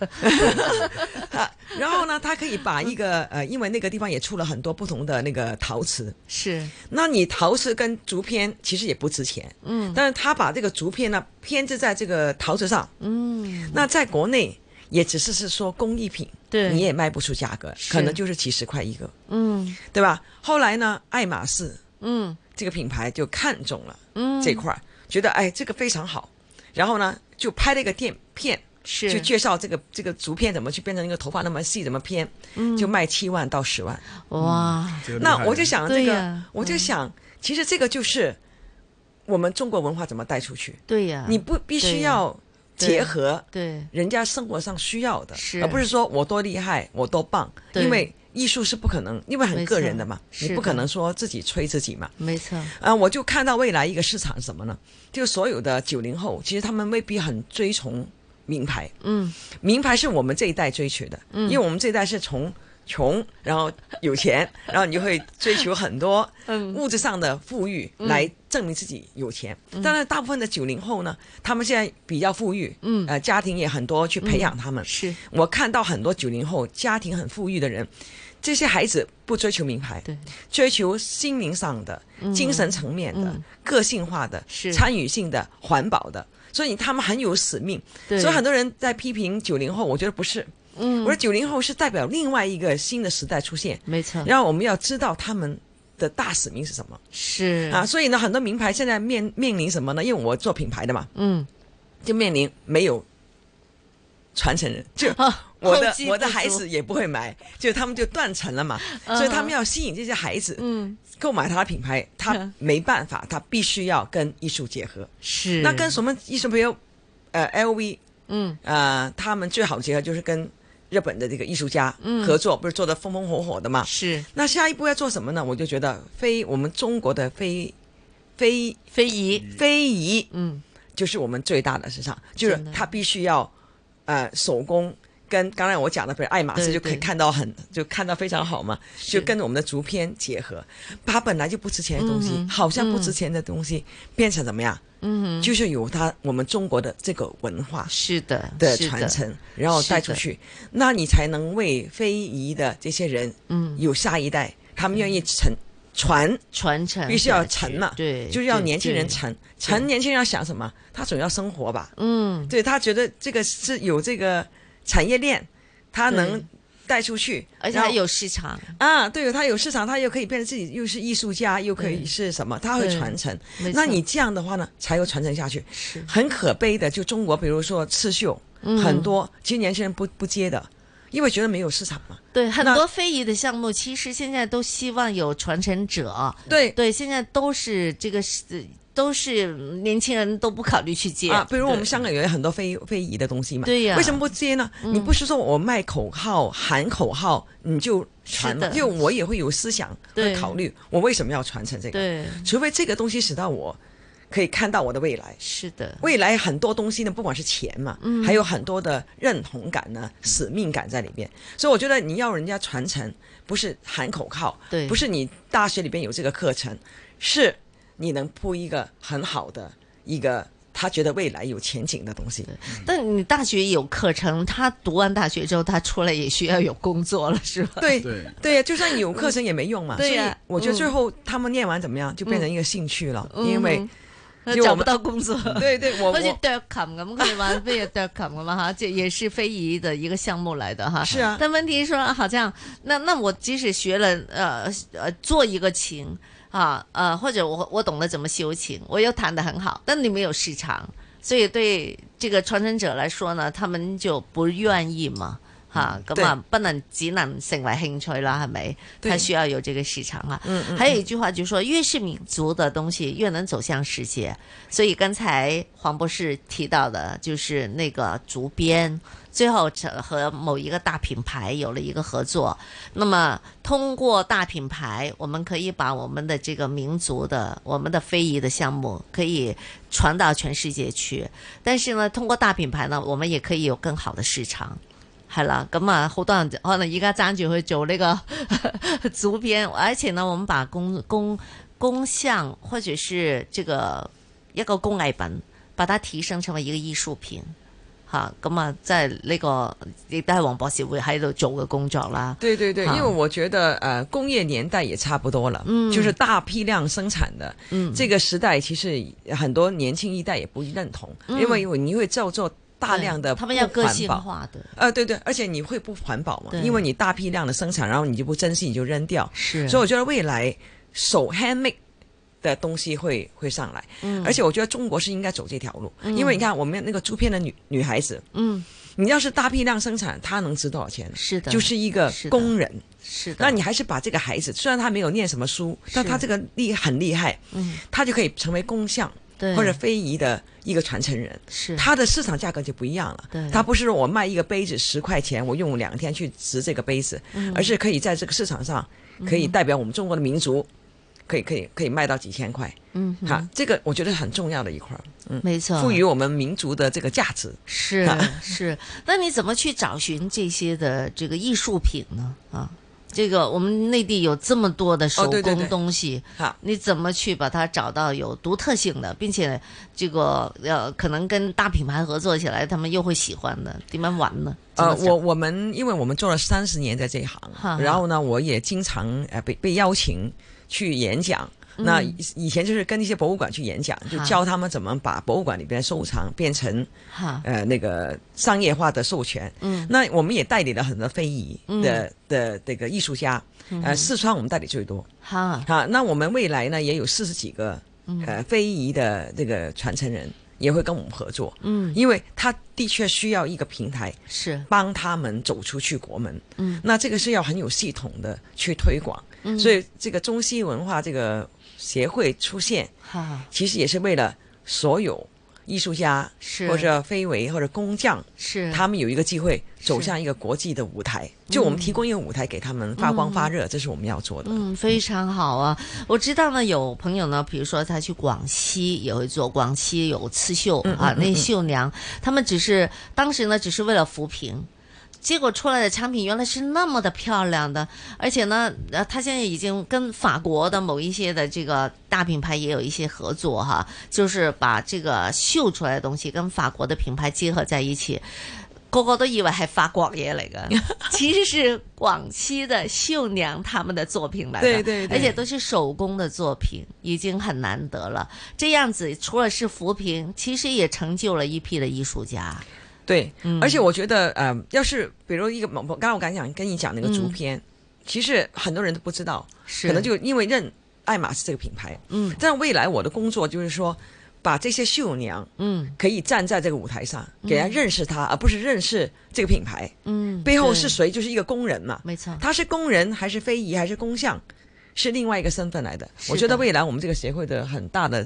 [SPEAKER 23] 然后呢，它可以把一 个呃，因为那个地方也出了很多不同的那个陶瓷，
[SPEAKER 3] 是，
[SPEAKER 23] 那你陶瓷跟竹片其实也不值钱，
[SPEAKER 3] 嗯
[SPEAKER 23] 但是他把这个竹片呢偏置在这个陶瓷上，
[SPEAKER 3] 嗯，
[SPEAKER 23] 那在国内也只是是说工艺品，
[SPEAKER 3] 对
[SPEAKER 23] 你也卖不出价格，
[SPEAKER 3] 是
[SPEAKER 23] 可能就是几十块一个，
[SPEAKER 3] 嗯
[SPEAKER 23] 对吧？后来呢，爱马仕
[SPEAKER 3] 嗯
[SPEAKER 23] 这个品牌就看中了
[SPEAKER 3] 嗯
[SPEAKER 23] 这块儿，觉得哎这个非常好，然后呢就拍了一个电片。
[SPEAKER 3] 是
[SPEAKER 23] 就介绍这个这个竹片怎么去变成一个头发那么细，怎么偏，
[SPEAKER 3] 嗯
[SPEAKER 23] 就卖七万到十万。
[SPEAKER 3] 哇
[SPEAKER 22] 嗯这个厉害
[SPEAKER 23] 那我就想这
[SPEAKER 3] 对
[SPEAKER 23] 个，
[SPEAKER 3] 呀嗯
[SPEAKER 23] 我就想，其实这个就是我们中国文化怎么带出去。
[SPEAKER 3] 对呀
[SPEAKER 23] 你不必
[SPEAKER 3] 对
[SPEAKER 23] 须
[SPEAKER 3] 呀
[SPEAKER 23] 要
[SPEAKER 3] 对
[SPEAKER 23] 结合
[SPEAKER 3] 对
[SPEAKER 23] 人家生活上需要的，
[SPEAKER 3] 是
[SPEAKER 23] 而不是说我多厉害，我多棒，
[SPEAKER 3] 对
[SPEAKER 23] 因为艺术是不可能，因为很
[SPEAKER 3] 没
[SPEAKER 23] 个
[SPEAKER 3] 错
[SPEAKER 23] 人的嘛，
[SPEAKER 3] 是
[SPEAKER 23] 你不可
[SPEAKER 3] 的
[SPEAKER 23] 能说自己吹自己嘛。
[SPEAKER 3] 没错，
[SPEAKER 23] 啊，我就看到未来一个市场是什么呢？就所有的九零后，其实他们未必很追崇名牌，
[SPEAKER 3] 嗯
[SPEAKER 23] 名牌是我们这一代追求的，
[SPEAKER 3] 嗯
[SPEAKER 23] 因为我们这一代是从穷，然后有钱，然后你就会追求很多
[SPEAKER 3] 嗯
[SPEAKER 23] 物质上的富裕
[SPEAKER 3] 嗯
[SPEAKER 23] 来证明自己有钱。
[SPEAKER 3] 嗯
[SPEAKER 23] 当然，大部分的九零后呢，他们现在比较富裕，
[SPEAKER 3] 嗯
[SPEAKER 23] 呃，家庭也很多去培养他们。
[SPEAKER 3] 是
[SPEAKER 23] 我看到很多九零后家庭很富裕的人，这些孩子不追求名牌，
[SPEAKER 3] 对，
[SPEAKER 23] 追求心灵上的、
[SPEAKER 3] 嗯
[SPEAKER 23] 精神层面的、
[SPEAKER 3] 嗯
[SPEAKER 23] 个性化的、
[SPEAKER 3] 是
[SPEAKER 23] 参与性的、环保的，所以他们很有使命。
[SPEAKER 3] 对
[SPEAKER 23] 所以很多人在批评九零后，我觉得不是。
[SPEAKER 3] 嗯
[SPEAKER 23] 我说九零后是代表另外一个新的时代出现，
[SPEAKER 3] 没错，
[SPEAKER 23] 然后我们要知道他们的大使命是什么
[SPEAKER 3] 是
[SPEAKER 23] 啊。所以呢，很多名牌现在面面临什么呢？因为我做品牌的嘛，
[SPEAKER 3] 嗯
[SPEAKER 23] 就面临没有传承人，就
[SPEAKER 3] 啊
[SPEAKER 23] 我的我的孩子也不会买，就他们就断层了嘛，
[SPEAKER 3] 嗯
[SPEAKER 23] 所以他们要吸引这些孩子，
[SPEAKER 3] 嗯，
[SPEAKER 23] 购买他的品牌，他没办法，他必须要跟艺术结合。
[SPEAKER 3] 是
[SPEAKER 23] 那跟什么艺术？比如呃，LV，
[SPEAKER 3] 嗯
[SPEAKER 23] 呃，他们最好的结合就是跟日本的这个艺术家
[SPEAKER 3] 嗯
[SPEAKER 23] 合作，不是做的风风火火的嘛？
[SPEAKER 3] 是。
[SPEAKER 23] 那下一步要做什么呢？我就觉得非我们中国的非非
[SPEAKER 3] 非遗
[SPEAKER 23] 非遗，
[SPEAKER 3] 嗯，
[SPEAKER 23] 就是我们最大的市场，就是
[SPEAKER 3] 真的
[SPEAKER 23] 它必须要呃手工。跟刚才我讲的，比如爱马仕
[SPEAKER 3] 对
[SPEAKER 23] 就可以
[SPEAKER 3] 对
[SPEAKER 23] 看到很，就看到非常好嘛，
[SPEAKER 3] 是
[SPEAKER 23] 就跟我们的竹片结合，把本来就不值钱的东西，
[SPEAKER 3] 嗯哼
[SPEAKER 23] 好像不值
[SPEAKER 3] 嗯
[SPEAKER 23] 钱的东西、变成怎么样？
[SPEAKER 3] 嗯哼，
[SPEAKER 23] 就是有它我们中国的这个文化
[SPEAKER 3] 是的
[SPEAKER 23] 的
[SPEAKER 3] 是的
[SPEAKER 23] 传承，然后带出去，那你才能为非遗的这些人，
[SPEAKER 3] 嗯
[SPEAKER 23] 有下一代，他们愿意承传
[SPEAKER 3] 传承
[SPEAKER 23] 必须要
[SPEAKER 3] 下去
[SPEAKER 23] 承嘛，
[SPEAKER 3] 对
[SPEAKER 23] 就是要
[SPEAKER 3] 对
[SPEAKER 23] 年轻人
[SPEAKER 3] 对
[SPEAKER 23] 承，承年轻人要想什么？他总要生活吧，
[SPEAKER 3] 嗯
[SPEAKER 23] 对他觉得这个是有这个产业链，他能
[SPEAKER 3] 对
[SPEAKER 23] 带出去，
[SPEAKER 3] 而且
[SPEAKER 23] 然
[SPEAKER 3] 还
[SPEAKER 23] 后
[SPEAKER 3] 有市场，
[SPEAKER 23] 啊，对，他有市场，他又可以变成自己又是艺术家，又可以
[SPEAKER 3] 对
[SPEAKER 23] 是什么？他会
[SPEAKER 3] 对
[SPEAKER 23] 传承
[SPEAKER 3] 没。
[SPEAKER 23] 那
[SPEAKER 3] 错
[SPEAKER 23] 你这样的话呢，才会传承下去。很可悲的，就中国，比如说刺绣，
[SPEAKER 3] 嗯
[SPEAKER 23] 很多其实年轻人不不接的，因为觉得没有市场嘛。
[SPEAKER 3] 对，很
[SPEAKER 23] 那
[SPEAKER 3] 多非遗的项目，其实现在都希望有传承者。
[SPEAKER 23] 对
[SPEAKER 3] 对，现在都是这个是都是年轻人都不考虑去接
[SPEAKER 23] 啊，比如我们
[SPEAKER 3] 对
[SPEAKER 23] 香港有很多非非遗的东西嘛，
[SPEAKER 3] 对呀嗯
[SPEAKER 23] 为什么不接呢？你不是说我卖口号、喊口号你就传嘛
[SPEAKER 3] 是？的
[SPEAKER 23] 因为我也会有思想，
[SPEAKER 3] 对
[SPEAKER 23] 会考虑我为什么要传承这个，
[SPEAKER 3] 对
[SPEAKER 23] 除非这个东西使到我可以看到我的未来，
[SPEAKER 3] 是的，
[SPEAKER 23] 未来很多东西呢，不管是钱嘛，
[SPEAKER 3] 嗯
[SPEAKER 23] 还有很多的认同感呢、使命感在里边，所以我觉得你要人家传承，不是喊口号，
[SPEAKER 3] 对
[SPEAKER 23] 不是你大学里边有这个课程，是你能铺一个很好的一个他觉得未来有前景的东西。嗯
[SPEAKER 3] 但你大学有课程，他读完大学之后，他出来也需要有工作了，是吧？
[SPEAKER 23] 对对呀，就算有课程也没用嘛。
[SPEAKER 3] 对呀
[SPEAKER 23] 所以我觉得
[SPEAKER 3] 嗯
[SPEAKER 23] 最后他们念完怎么样，就变成一个兴趣了，
[SPEAKER 3] 嗯
[SPEAKER 23] 因为
[SPEAKER 3] 他
[SPEAKER 23] 就我
[SPEAKER 3] 找
[SPEAKER 23] 们
[SPEAKER 3] 不到工作，
[SPEAKER 23] 对对我
[SPEAKER 3] 好似
[SPEAKER 23] 我
[SPEAKER 3] 剁琴咁，佢哋玩咩剁琴咁嘛哈，这也是非遗的一个项目来的哈。
[SPEAKER 23] 是啊
[SPEAKER 3] 但问题是说，好像那那我即使学了呃呃做一个琴。啊呃，或者我我懂得怎么修琴，我又弹得很好，但你没有市场，所以对这个传承者来说呢，他们就不愿意嘛。哈，咁啊，不能只能成为兴趣啦，系咪？
[SPEAKER 23] 嗯对
[SPEAKER 3] 它需要有这个市场啊。
[SPEAKER 23] 嗯嗯
[SPEAKER 3] 还有一句话就说，越是民族的东西，越能走向世界。所以刚才黄博士提到的，就是那个竹编，最后成和某一个大品牌有了一个合作。那么通过大品牌，我们可以把我们的这个民族的、我们的非遗的项目，可以传到全世界去。但是呢，通过大品牌呢，我们也可以有更好的市场。 係啦，咁啊，好多人就可能依家爭住去做呢個 主编，而且呢，我們把工工工匠或者是这个一個工藝品，把它提升成為一個藝術品，吓咁啊，即係呢個亦都係黃博士會喺度做嘅工作啦。
[SPEAKER 23] 对对对，因
[SPEAKER 3] 啊
[SPEAKER 23] 为我觉得呃，工业年代也差不多了，
[SPEAKER 3] 嗯
[SPEAKER 23] 就是大批量生产的，
[SPEAKER 3] 嗯
[SPEAKER 23] 这个时代其实很多年轻一代也不认同，
[SPEAKER 3] 嗯
[SPEAKER 23] 因为你会叫做大量的
[SPEAKER 3] 对嗯他们要
[SPEAKER 23] 不
[SPEAKER 3] 个
[SPEAKER 23] 环
[SPEAKER 3] 性
[SPEAKER 23] 保
[SPEAKER 3] 化的，
[SPEAKER 23] 呃，对对，而且你会不环保嘛
[SPEAKER 3] 对？
[SPEAKER 23] 因为你大批量的生产，然后你就不珍惜，你就扔掉。
[SPEAKER 3] 是
[SPEAKER 23] 所以我觉得未来手 handmade 的东西会会上来，
[SPEAKER 3] 嗯
[SPEAKER 23] 而且我觉得中国是应该走这条路，
[SPEAKER 3] 嗯
[SPEAKER 23] 因为你看我们那个珠片的女女孩子，
[SPEAKER 3] 嗯，
[SPEAKER 23] 你要是大批量生产，她能值多少钱？
[SPEAKER 3] 是的
[SPEAKER 23] 就是一个
[SPEAKER 3] 是的
[SPEAKER 23] 工人。
[SPEAKER 3] 是的，
[SPEAKER 23] 那你还是把这个孩子，虽然他没有念什么书，但他这个厉很厉害，
[SPEAKER 3] 嗯，
[SPEAKER 23] 他就可以成为工匠
[SPEAKER 3] 对
[SPEAKER 23] 或者非遗的一个传承人，
[SPEAKER 3] 是
[SPEAKER 23] 他的市场价格就不一样了。
[SPEAKER 3] 对
[SPEAKER 23] 他不是说我卖一个杯子十块钱，我用两天去值这个杯子，
[SPEAKER 3] 嗯
[SPEAKER 23] 而是可以在这个市场上可以
[SPEAKER 3] 嗯
[SPEAKER 23] 代表我们中国的民族，可以可以可以卖到几千块。
[SPEAKER 3] 嗯哼
[SPEAKER 23] 哈，这个我觉得很重要的一块儿，嗯，
[SPEAKER 3] 没错
[SPEAKER 23] 赋予我们民族的这个价值
[SPEAKER 3] 是 是，那你怎么去找寻这些的这个艺术品呢？啊，这个我们内地有这么多的手
[SPEAKER 23] 哦对对
[SPEAKER 3] 工
[SPEAKER 23] 对
[SPEAKER 3] 东西，
[SPEAKER 23] 哈
[SPEAKER 3] 你怎么去把它找到有独特性的，并且这个呃可能跟大品牌合作起来，他们又会喜欢的，点样玩呢？怎
[SPEAKER 23] 呃
[SPEAKER 3] 么，
[SPEAKER 23] 我我们因为我们做了三十年在这一行，
[SPEAKER 3] 哈哈
[SPEAKER 23] 然后呢，我也经常呃被被邀请去演讲。
[SPEAKER 3] 嗯
[SPEAKER 23] 那以以前就是跟一些博物馆去演讲，就
[SPEAKER 3] 哈
[SPEAKER 23] 教他们怎么把博物馆里边的收藏变成
[SPEAKER 3] 哈
[SPEAKER 23] 呃那个商业化的授权。
[SPEAKER 3] 嗯
[SPEAKER 23] 那我们也代理了很多非遗的、的这个艺术家，
[SPEAKER 3] 嗯
[SPEAKER 23] 呃，
[SPEAKER 3] 哼
[SPEAKER 23] 四川我们代理最多。
[SPEAKER 3] 哈
[SPEAKER 23] 啊，那我们未来呢也有四十几个
[SPEAKER 3] 嗯
[SPEAKER 23] 呃非遗的这个传承人也会跟我们合作，
[SPEAKER 3] 嗯
[SPEAKER 23] 因为他的确需要一个平台，
[SPEAKER 3] 是
[SPEAKER 23] 帮他们走出去国门，
[SPEAKER 3] 嗯
[SPEAKER 23] 那这个是要很有系统的去推广，
[SPEAKER 3] 嗯
[SPEAKER 23] 所以这个中西文化这个协会出现，
[SPEAKER 3] 哈
[SPEAKER 23] 其实也是为了所有艺术家
[SPEAKER 3] 是
[SPEAKER 23] 或者非遗或者工匠
[SPEAKER 3] 是
[SPEAKER 23] 他们有一个机会走
[SPEAKER 3] 是
[SPEAKER 23] 向一个国际的舞台，就我们
[SPEAKER 3] 嗯
[SPEAKER 23] 提供一个舞台给他们发光
[SPEAKER 3] 嗯
[SPEAKER 23] 发热，这是我们要做的。
[SPEAKER 3] 嗯，非常好啊！我知道呢，有朋友呢，比如说他去广西也会做，广西有刺绣
[SPEAKER 23] 嗯
[SPEAKER 3] 啊
[SPEAKER 23] 嗯，嗯
[SPEAKER 3] 那
[SPEAKER 23] 嗯
[SPEAKER 3] 绣娘，他们只是当时呢，只是为了扶贫。结果出来的产品原来是那么的漂亮的，而且呢，呃，他现在已经跟法国的某一些的这个大品牌也有一些合作哈，就是把这个绣出来的东西跟法国的品牌结合在一起，个个都以为系法國嘢嚟嘅，其实是广西的绣娘他们的作品来的，
[SPEAKER 23] 对对对
[SPEAKER 3] 而且都是手工的作品，已经很难得了。这样子除了是扶贫，其实也成就了一批的艺术家。
[SPEAKER 23] 对，
[SPEAKER 3] 嗯
[SPEAKER 23] 而且我觉得，呃，要是比如一个某某，刚刚我刚讲跟你讲那个竹片，其实很多人都不知道，
[SPEAKER 3] 嗯是
[SPEAKER 23] 可能就因为认爱马仕这个品牌，
[SPEAKER 3] 嗯
[SPEAKER 23] 但未来我的工作就是说，把这些绣娘
[SPEAKER 3] 嗯
[SPEAKER 23] 可以站在这个舞台上，
[SPEAKER 3] 嗯
[SPEAKER 23] 给人认识她，而不是认识这个品牌
[SPEAKER 3] 嗯
[SPEAKER 23] 背后是？谁，就是一个工人嘛，
[SPEAKER 3] 没错，
[SPEAKER 23] 他是工人还是非遗还是工匠，是另外一个身份来的。
[SPEAKER 3] 是的
[SPEAKER 23] 我觉得未来我们这个协会的很大的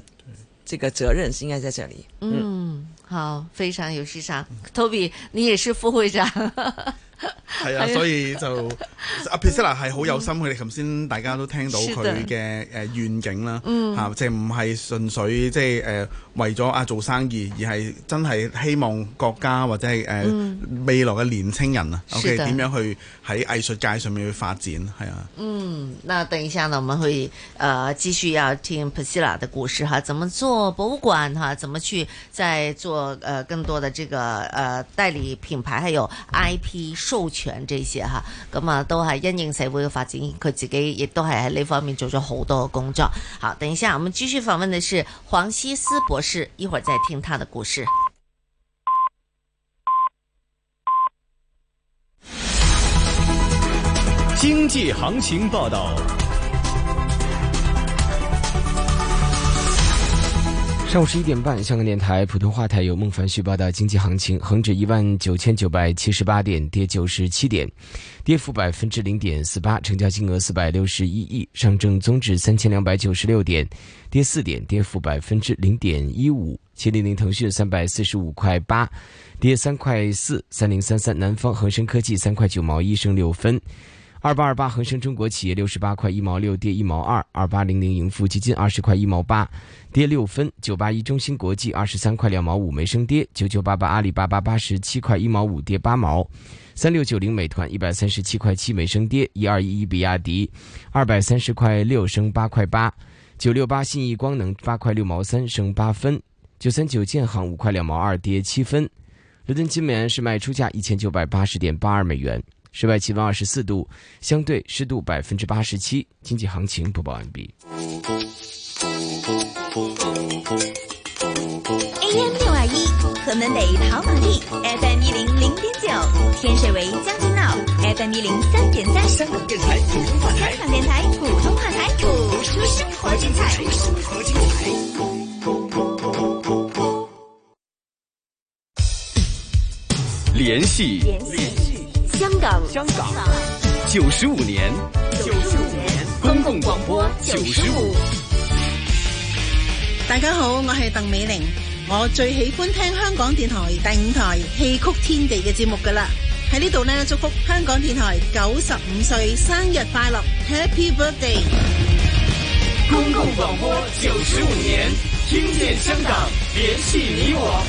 [SPEAKER 23] 这个责任是应该在这里，
[SPEAKER 3] 嗯，好，非常有市场。Toby，你也是副会长，
[SPEAKER 22] 係啊，
[SPEAKER 3] 係啊
[SPEAKER 22] 所以就阿 Priscilla 係好有心，佢哋頭先大家都聽到
[SPEAKER 3] 是
[SPEAKER 22] 佢
[SPEAKER 3] 的
[SPEAKER 22] 嘅誒願景啦，
[SPEAKER 3] 嗯
[SPEAKER 22] 嚇即係唔係純粹即係誒為咗啊做生意，而係真係希望國家或者係誒
[SPEAKER 3] 嗯
[SPEAKER 22] 未來嘅年青人啊
[SPEAKER 3] 是
[SPEAKER 22] ，OK
[SPEAKER 3] 的
[SPEAKER 22] 點樣去喺藝術界上面去發展，係啊。
[SPEAKER 3] 嗯，那等一下呢，我们会呃继续要听 Priscilla 的故事哈，怎么做博物馆哈，怎么去再做呃更多的这个呃代理品牌，还有 IP 授權這些哈，咁啊都係因應社會嘅發展，佢自己亦都係喺呢方面做咗好多嘅工作。好，等一下我們繼續訪問的是黃希思博士，一會兒再聽他的故事。
[SPEAKER 2] 经济行情报道。
[SPEAKER 8] 上午十一点半，香港电台普通话台由孟凡旭报道经济行情。恒指一万九千九百七十八点，跌九十七点，跌幅百分之零点四八，成交金额四百六十一亿。上证综指三千两百九十六点，跌四点，跌幅百分之零点一五。七零零腾讯三百四十五块八，跌三块四。三零三三南方恒生科技三块九毛一，升六分。二八二八恒生中国企业六十八块一毛六跌一毛二，二八零零盈富基金二十块一毛八跌六分，九八一中芯国际二十三块两毛五没升跌，九九八八阿里巴巴八十七块一毛五跌八毛，三六九零美团一百三十七块七没升跌，一二一一比亚迪二百三十块六升八块八，九六八信义光能八块六毛三升八分，九三九建行五块两毛二跌七分，伦敦金美元是卖出价一千九百八十点八二美元。室外气温二十四度，相对湿度百分之八十七。经济行情播报完毕。
[SPEAKER 23] 嗯
[SPEAKER 7] AM 六二一，河门北跑马地；FM 一零零点九，天水围将军澳；FM 一零三点三，香港电台普通话台。香港电台普通话台，吐出生活精彩。生活精
[SPEAKER 2] 联系
[SPEAKER 7] 联系香港，香港
[SPEAKER 2] 九十五年，
[SPEAKER 7] 九十五年
[SPEAKER 2] 公共广播九十五。
[SPEAKER 9] 大家好，我係鄧美玲，我最喜歡聽香港電台第五台戲曲天地嘅節目噶啦。喺呢度呢，祝福香港電台九十五歲生日快樂，Happy Birthday！
[SPEAKER 2] 公共广播九十五年，听见香港，联系你我。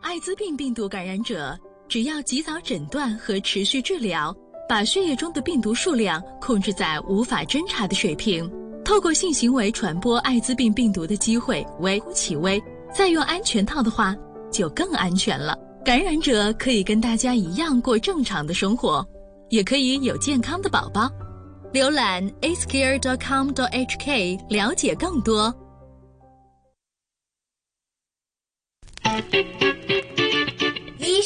[SPEAKER 10] 艾滋病病毒感染者，只要及早诊断和持续治疗，把血液中的病毒数量控制在无法侦查的水平，透过性行为传播艾滋病病毒的机会微乎其微。再用安全套的话，就更安全了。感染者可以跟大家一样过正常的生活，也可以有健康的宝宝。浏览 acecare.com.hk 了解更多。
[SPEAKER 5] 衣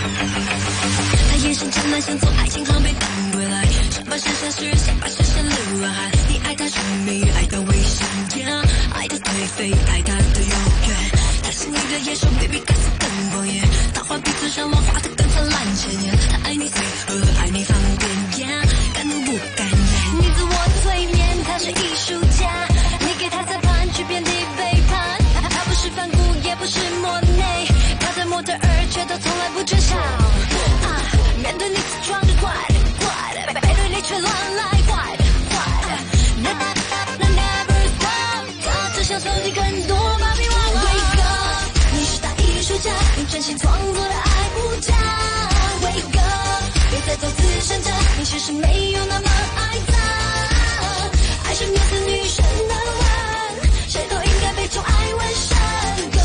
[SPEAKER 24] 他眼神充满想从爱情航被荡归来，上半身像是下半身像鹿啊！海。你爱他神秘，爱他危险，爱他颓废，爱他的优越。他是你的野兽，baby 看似更狂野，他画笔头上浪画的更灿烂鲜艳。他爱你随和，爱你放电，敢怒不敢言。你自我催眠，他是艺术家，你给他裁判，去遍地背叛。他不是梵谷，也不是莫内，他在模特儿，却都从来不缺少。啊，面对你自装着怪怪，背对你却乱来怪怪。啊 Na- na- na- na- never stop，他只想收集更多芭比娃娃。Wake up，你是大艺术家，你真心创作的爱不假。Wake up，别再走慈善家，你其实没有那么爱他。爱是面子女神的吻，谁都应该被宠爱纹身。Go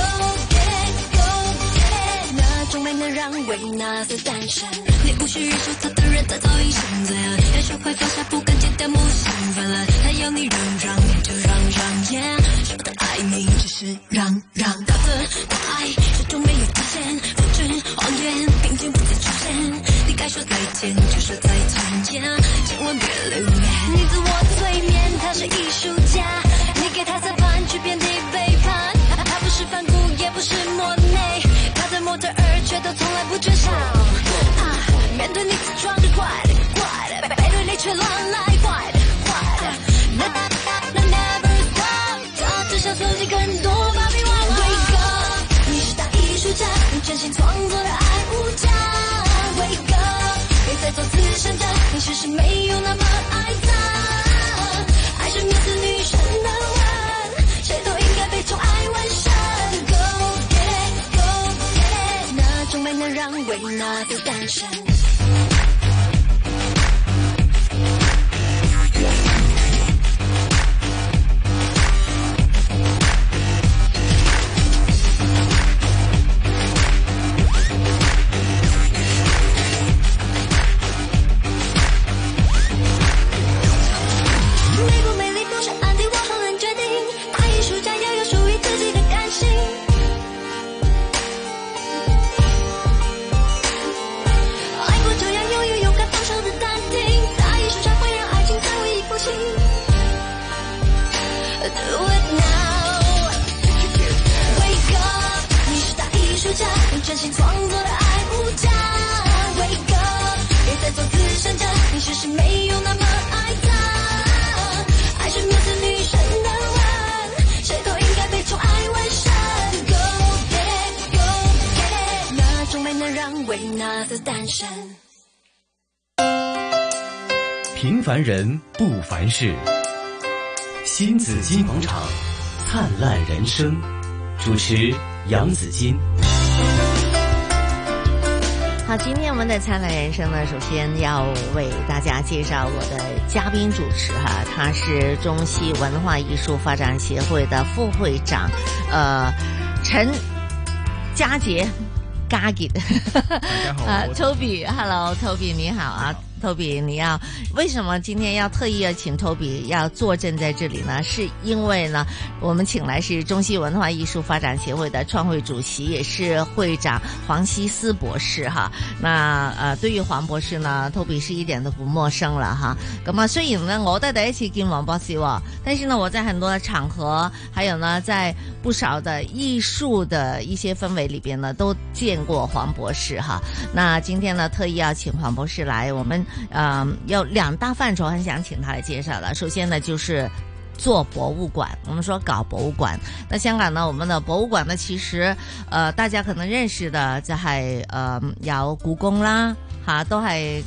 [SPEAKER 24] get go get，那种没能让维纳斯诞生。你无需预设他的人，他早已现在了。要学会放下，不甘简单不心烦了。他要你让让，你就让让，yeah，说的爱你只是让让。他的大爱始终没有极限，复制谎言，并肩不再出现。你该说再见就说再见，yeah，千万别留恋。你自我催眠，他是艺术家，你给他裁判，去遍地背叛。他不是梵谷，也不是莫内，他在模特儿却都从来不缺少。啊，面对你自装着怪的怪的，背对你却乱来怪的怪的。那那那 never stop，他只想收集更多芭比娃娃。Wake up，你是大艺术家，你真心创作的爱不假。Wake up，别再做慈善家，你其实没有那么爱他。爱是面子女神的吻，谁都应该被宠爱纹身。Go 因为那对单身。美不美丽不是安迪沃霍能决定，大艺术家要有属于自己的感性。爱过这样忧郁，勇敢放手的淡定，大艺术家会让爱情再为一复兴。Do it now, wake up！你是大艺术家，用真心创作的爱无价。Wake up！别再做慈善家，你只是没有那么爱他。爱是女子女神的吻，谁都应该被宠爱完善。Go get, go get，那种美能让维纳斯诞生。
[SPEAKER 2] 平凡人不凡事，新紫金广场，灿烂人生，主持杨紫金。
[SPEAKER 3] 好，今天我们的《灿烂人生》呢，首先要为大家介绍我的嘉宾主持哈，他是中西文化艺术发展协会的副会长，呃，陈佳杰，佳杰，啊，Toby，Hello，Toby，你好啊，Toby，你要为什么今天要特意要请 Toby 要坐镇在这里呢？是因为呢，我们请来是中西文化艺术发展协会的创会主席，也是会长黄西思博士哈。那呃，对于黄博士呢，Toby 是一点都不陌生了哈。咁啊，虽然呢，我都第一次见黄博士喎，但是呢，我在很多的场合，还有呢，在不少的艺术的一些氛围里边呢，都见过黄博士哈。那今天呢，特意要请黄博士来，我们呃有两大范畴很想请他来介绍的。首先呢，就是做博物馆，我们说搞博物馆。那香港呢，我们的博物馆呢，其實呃大家可能認識嘅就係、呃有故宮啦，嚇、都係。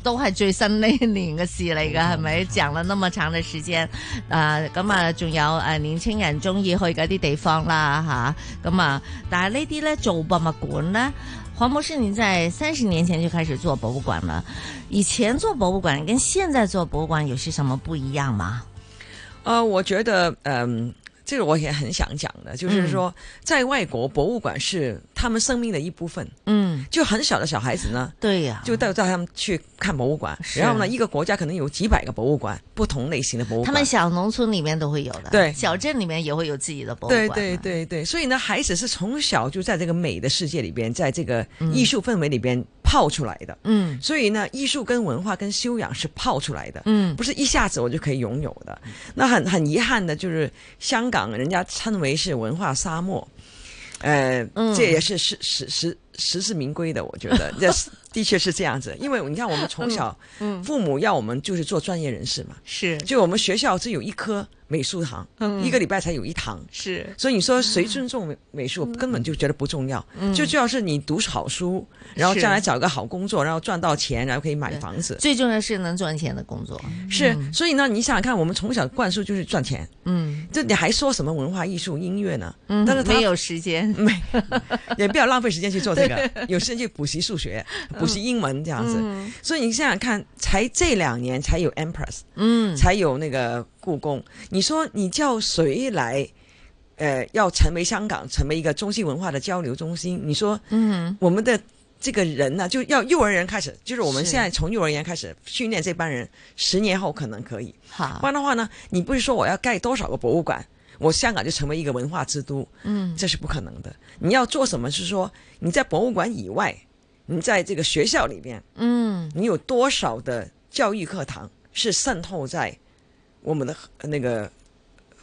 [SPEAKER 3] 都係最新呢一年嘅事嚟㗎，係咪？講了那麼長嘅時間，啊咁啊，仲有誒年青人中意去嘅一啲地方啦吓，咁啊，但係呢啲咧做博物館咧，黃博士你在三十年前就開始做博物館了，以前做博物館跟現在做博物館有些什麼不一樣嗎？
[SPEAKER 23] 呃，我觉得，嗯、这个我也很想讲的，就是
[SPEAKER 3] 嗯
[SPEAKER 23] 说，在外国博物馆是他们生命的一部分。
[SPEAKER 3] 嗯，
[SPEAKER 23] 就很小的小孩子呢，
[SPEAKER 3] 对呀、
[SPEAKER 23] 就带带他们去看博物馆，然后呢，一个国家可能有几百个博物馆，不同类型的博物
[SPEAKER 3] 他
[SPEAKER 23] 馆。
[SPEAKER 3] 們小農村裡面都會有的，
[SPEAKER 23] 对
[SPEAKER 3] 小鎮裡面也會有自己的博物館
[SPEAKER 23] 对
[SPEAKER 3] 嘛。
[SPEAKER 23] 对对对，所以呢，孩子是从小就在这个美的世界里边，在这个艺术氛围里边泡出来的。
[SPEAKER 3] 嗯
[SPEAKER 23] 所以呢，艺术跟文化跟修养是泡出来的，
[SPEAKER 3] 嗯
[SPEAKER 23] 不是一下子我就可以拥有的。那很很遗憾的就是，香港人家称为是文化沙漠，呃，
[SPEAKER 3] 嗯
[SPEAKER 23] 这也是实实实实至名归的，我觉得这是的确是这样子。因为你看，我们从小，
[SPEAKER 3] 嗯嗯
[SPEAKER 23] 父母要我们就是做专业人士嘛，
[SPEAKER 3] 是，
[SPEAKER 23] 就我们学校只有一科美术堂，
[SPEAKER 3] 嗯
[SPEAKER 23] 一个礼拜才有一堂，
[SPEAKER 3] 是
[SPEAKER 23] 所以你说谁尊重美美术，根本就觉得不重要，
[SPEAKER 3] 嗯
[SPEAKER 23] 就主要是你读好书，然后
[SPEAKER 3] 是
[SPEAKER 23] 将来找个好工作，然后赚到钱，然后可以买房子，
[SPEAKER 3] 最重要嗯是能赚钱的工作。
[SPEAKER 23] 是，所以呢，你想想看，我们从小灌输就是赚钱，
[SPEAKER 3] 嗯，
[SPEAKER 23] 这你还说什么文化艺术音乐呢？
[SPEAKER 3] 嗯
[SPEAKER 23] 但是他
[SPEAKER 3] 没有时 间，
[SPEAKER 23] 没， 也不要浪费时间去做这个
[SPEAKER 3] 对，
[SPEAKER 23] 有时间去补习数学、补习英文这样子。
[SPEAKER 3] 嗯
[SPEAKER 23] 所以你想想看，才这两年才有 Empress，
[SPEAKER 3] 嗯
[SPEAKER 23] 才有那个故宫。你说你叫谁来？呃，要成为香港成为一个中西文化的交流中心，你说，
[SPEAKER 3] 嗯，
[SPEAKER 23] 我们的这个人呢、就要幼儿园开始，就是我们
[SPEAKER 3] 是
[SPEAKER 23] 现在从幼儿园开始训练这帮人，十年后可能可以。
[SPEAKER 3] 好
[SPEAKER 23] 不然的话呢，你不是说我要盖多少个博物馆，我香港就成为一个文化之都，
[SPEAKER 3] 嗯
[SPEAKER 23] 这是不可能的。你要做什么是说你在博物馆以外，你在这个学校里面，
[SPEAKER 3] 嗯
[SPEAKER 23] 你有多少的教育课堂是渗透在我们的呃那个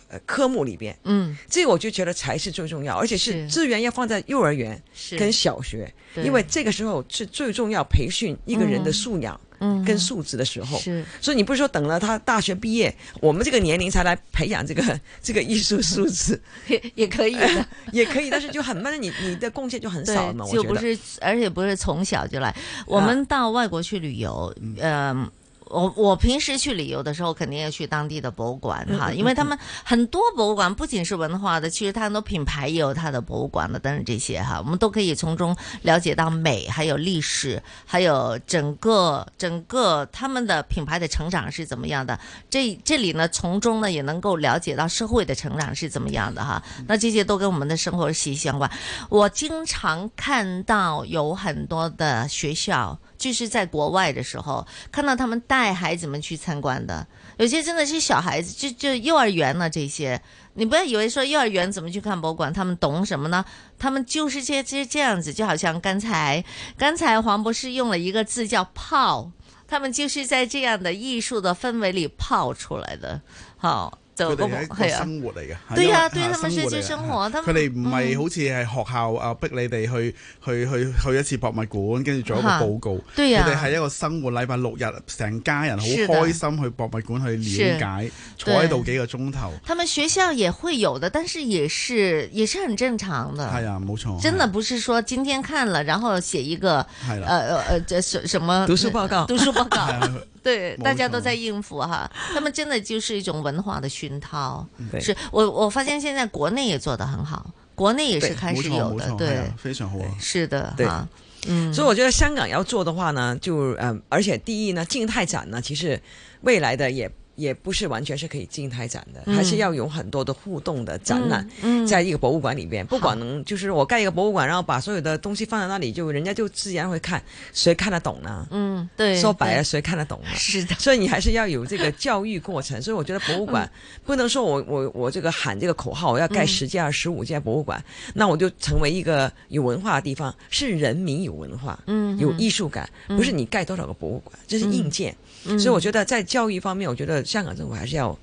[SPEAKER 23] 呃科目里边？
[SPEAKER 3] 嗯，
[SPEAKER 23] 这个我就觉得才是最重要，而且是
[SPEAKER 3] 是
[SPEAKER 23] 资源要放在幼儿园
[SPEAKER 3] 是
[SPEAKER 23] 跟小学，
[SPEAKER 3] 对
[SPEAKER 23] 因为这个时候是最重要培训一个人的
[SPEAKER 3] 嗯
[SPEAKER 23] 素养
[SPEAKER 3] 嗯
[SPEAKER 23] 跟素质的时候。
[SPEAKER 3] 是
[SPEAKER 23] 所以你不是说等了他大学毕业，我们这个年龄才来培养这个这个艺术素质，
[SPEAKER 3] 也 也可以的，
[SPEAKER 23] 也可以，但是就很慢的，你你的贡献就很
[SPEAKER 3] 对
[SPEAKER 23] 少嘛。，我
[SPEAKER 3] 就
[SPEAKER 23] 觉
[SPEAKER 3] 不
[SPEAKER 23] 得啊
[SPEAKER 3] 是，而且不是从小就来。我们到外国去旅游，嗯、我我平时去旅游的时候，肯定要去当地的博物馆哈，
[SPEAKER 13] 嗯嗯
[SPEAKER 3] 因为他们很多博物馆不仅是文化的，其实它很多品牌也有它的博物馆的，等等这些哈，我们都可以从中了解到美，还有历史，还有整个整个他们的品牌的成长是怎么样的。这这里呢，从中呢也能够了解到社会的成长是怎么样的哈。
[SPEAKER 13] 嗯
[SPEAKER 3] 那这些都跟我们的生活息息相关。我经常看到有很多的学校。就是在国外的时候，看到他们带孩子们去参观的，有些真的是小孩子，就就幼儿园了这些。你不要以为说幼儿园怎么去看博物馆，他们懂什么呢？他们就是这这这样子，就好像刚才刚才黄博士用了一个字叫“泡”，他们就是在这样的艺术的氛围里泡出来的。好，就
[SPEAKER 22] 佢
[SPEAKER 3] 我
[SPEAKER 22] 哋係一
[SPEAKER 3] 係
[SPEAKER 22] 個
[SPEAKER 3] 啊
[SPEAKER 22] 生活嚟嘅，
[SPEAKER 3] 對啊
[SPEAKER 22] 因為
[SPEAKER 3] 對他們是就生活他
[SPEAKER 22] 佢
[SPEAKER 3] 們
[SPEAKER 22] 哋唔係
[SPEAKER 3] 嗯
[SPEAKER 22] 好似係學校啊逼你哋去去去去一次博物館，跟住做一個
[SPEAKER 3] 嚇
[SPEAKER 22] 報告。
[SPEAKER 3] 對啊
[SPEAKER 22] 佢哋係一個生活，禮拜六日成家人好
[SPEAKER 3] 是的
[SPEAKER 22] 開心去博物館去
[SPEAKER 3] 是
[SPEAKER 22] 了解，坐喺度幾個鐘頭。
[SPEAKER 3] 他们学校也会有的，但是也是也是很正常的。
[SPEAKER 22] 係啊，冇錯。
[SPEAKER 3] 真的不是说今天看了，然后写一个
[SPEAKER 22] 係
[SPEAKER 3] 呃
[SPEAKER 22] 啦
[SPEAKER 3] 呃呃这什什么
[SPEAKER 22] 讀書報告
[SPEAKER 3] 读书报 告
[SPEAKER 22] 係啊，
[SPEAKER 3] 对，
[SPEAKER 22] 冇
[SPEAKER 3] 大家
[SPEAKER 22] 錯
[SPEAKER 3] 都在应付哈。他们真的就是一种文化的熏陶
[SPEAKER 22] 嗯，對
[SPEAKER 3] 是我我发现现在国内也做得很好，国内也是
[SPEAKER 23] 對
[SPEAKER 3] 开
[SPEAKER 23] 冇
[SPEAKER 3] 始
[SPEAKER 23] 錯
[SPEAKER 3] 有
[SPEAKER 23] 冇
[SPEAKER 3] 的，
[SPEAKER 23] 錯係
[SPEAKER 3] 对
[SPEAKER 23] 啊，
[SPEAKER 22] 非常好啊。
[SPEAKER 3] 是的
[SPEAKER 23] 对
[SPEAKER 3] 哈，嗯，
[SPEAKER 23] 所以我觉得香港要做的话呢，就嗯，而且第一呢，静态展呢，其实未来的也也不是完全是可以静态展的，
[SPEAKER 15] 嗯
[SPEAKER 23] 还是要有很多的互动的展览，
[SPEAKER 15] 嗯嗯
[SPEAKER 23] 在一个博物馆里边，不管能就是我盖一个博物馆，然后把所有的东西放在那里，就人家就自然会看，谁看得懂呢？
[SPEAKER 3] 嗯，对，
[SPEAKER 23] 说白了，
[SPEAKER 3] 对
[SPEAKER 23] 谁看得懂 啊？
[SPEAKER 3] 是的，
[SPEAKER 23] 所以你还是要有这个教育过程。所以我觉得博物馆不能说我我我这个喊这个口号，我要盖
[SPEAKER 15] 嗯
[SPEAKER 23] 十家、十五家博物馆，那我就成为一个有文化的地方。是人民有文化，
[SPEAKER 15] 嗯
[SPEAKER 23] 有艺术感，
[SPEAKER 15] 嗯
[SPEAKER 23] 不是你盖多少个博物馆，这是硬件。
[SPEAKER 15] 嗯
[SPEAKER 23] 所以我觉得在教育方面，我觉得香港政府还是要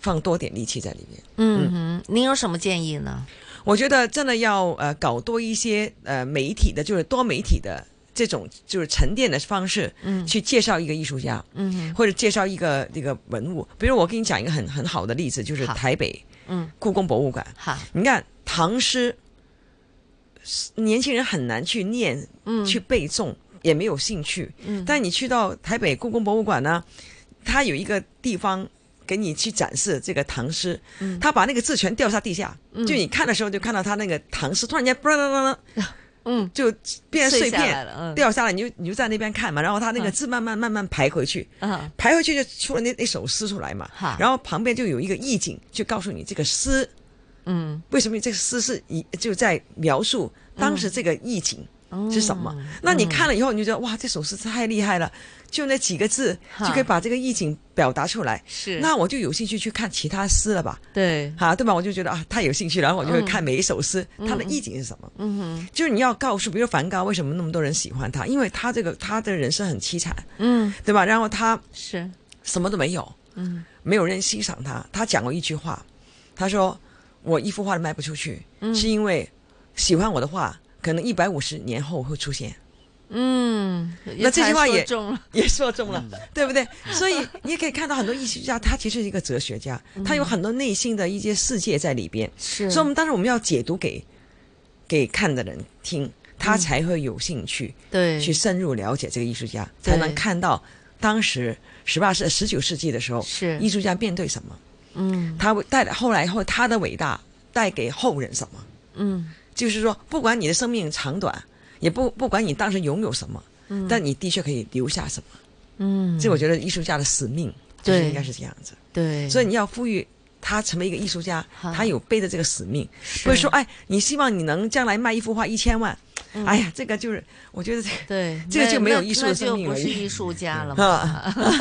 [SPEAKER 23] 放多点力气在里面。
[SPEAKER 3] 嗯哼，您有什么建议呢？
[SPEAKER 23] 我觉得真的要呃搞多一些呃媒体的，就是多媒体的这种就是沉淀的方式，
[SPEAKER 15] 嗯
[SPEAKER 23] 去介绍一个艺术家，
[SPEAKER 15] 嗯哼
[SPEAKER 23] 或者介绍一个这个文物。比如我给你讲一个很很好的例子，就是台北
[SPEAKER 3] 嗯
[SPEAKER 23] 故宫博物馆。
[SPEAKER 3] 好，
[SPEAKER 23] 你看唐诗，年轻人很难去念，
[SPEAKER 3] 嗯
[SPEAKER 23] 去背诵，也没有兴趣。
[SPEAKER 15] 嗯
[SPEAKER 23] 但你去到台北故宫博物馆呢，它有一个地方给你去展示这个唐诗，
[SPEAKER 15] 嗯
[SPEAKER 23] 他把那个字全掉下地下，
[SPEAKER 15] 嗯
[SPEAKER 23] 就你看的时候就看到他那个唐诗突然间不啦啦啦啦，
[SPEAKER 3] 嗯，
[SPEAKER 23] 就变成碎
[SPEAKER 15] 碎下
[SPEAKER 23] 片
[SPEAKER 15] 来了嗯
[SPEAKER 23] 掉下来，你就你就在那边看嘛，然后他那个字慢慢慢慢排回去，
[SPEAKER 3] 啊，
[SPEAKER 23] 排回去就出了那那首诗出来嘛
[SPEAKER 15] 嗯哈，
[SPEAKER 23] 然后旁边就有一个意境，就告诉你这个诗
[SPEAKER 3] 嗯
[SPEAKER 23] 为什么这个诗是一就在描述当时这个意境
[SPEAKER 15] 嗯
[SPEAKER 23] 是什
[SPEAKER 15] 哦
[SPEAKER 23] 么？那你看了以后，你就觉得哇，这首诗太厉害了，就那几个字
[SPEAKER 15] 哈
[SPEAKER 23] 就可以把这个意境表达出来。
[SPEAKER 3] 是
[SPEAKER 23] 那我就有兴趣去看其他诗了吧？
[SPEAKER 3] 对，
[SPEAKER 23] 啊，对吧？我就觉得啊，太有兴趣了，然后我就会
[SPEAKER 15] 嗯
[SPEAKER 23] 看每一首诗、
[SPEAKER 15] 嗯
[SPEAKER 23] 它的意境是什么。
[SPEAKER 3] 嗯哼，
[SPEAKER 23] 就是你要告诉，比如梵高为什么那么多人喜欢他，因为他这个他的人生很凄惨，
[SPEAKER 3] 嗯
[SPEAKER 23] 对吧？然后他
[SPEAKER 3] 是
[SPEAKER 23] 什么都没有，
[SPEAKER 3] 嗯
[SPEAKER 23] 没有人欣赏他。他讲过一句话，他说：“我一幅画都卖不出去，
[SPEAKER 3] 嗯
[SPEAKER 23] 是因为喜欢我的画，可能一百五十年后会出现。
[SPEAKER 3] 嗯，
[SPEAKER 23] 那这句话也
[SPEAKER 3] 才说中了，
[SPEAKER 23] 也说中了，
[SPEAKER 3] 嗯
[SPEAKER 23] 对不对？所以你也可以看到很多艺术家，他其实是一个哲学家，他有很多内心的一些世界在里边。
[SPEAKER 3] 嗯是
[SPEAKER 23] 所以我们当时我们要解读给给看的人听，他
[SPEAKER 15] 嗯
[SPEAKER 23] 才会有兴趣，
[SPEAKER 3] 对
[SPEAKER 23] 去深入了解这个艺术家，
[SPEAKER 15] 对
[SPEAKER 23] 才能看到当时十八世、十九世纪的时候，
[SPEAKER 3] 是
[SPEAKER 23] 艺术家面对什么，
[SPEAKER 3] 嗯
[SPEAKER 23] 他会带来后来后他的伟大带给后人什么。
[SPEAKER 3] 嗯
[SPEAKER 23] 就是说，不管你的生命长短，也不不管你当时拥有什么，
[SPEAKER 3] 嗯
[SPEAKER 23] 但你的确可以留下什么。
[SPEAKER 3] 嗯，
[SPEAKER 23] 这我觉得艺术家的使命就是
[SPEAKER 3] 对
[SPEAKER 23] 应该是这样子。
[SPEAKER 3] 对，
[SPEAKER 23] 所以你要呼吁他成为一个艺术家，他有背着这个使命，
[SPEAKER 3] 是
[SPEAKER 23] 不是说哎，你希望你能将来卖一幅画一千万，
[SPEAKER 3] 嗯
[SPEAKER 23] 哎呀，这个就是我觉得这个
[SPEAKER 3] 对
[SPEAKER 23] 这个
[SPEAKER 3] 那
[SPEAKER 23] 就没有
[SPEAKER 3] 那
[SPEAKER 23] 艺术
[SPEAKER 3] 那
[SPEAKER 23] 的生命
[SPEAKER 3] 就
[SPEAKER 23] 了
[SPEAKER 3] 不是艺术家了嘛
[SPEAKER 23] 啊。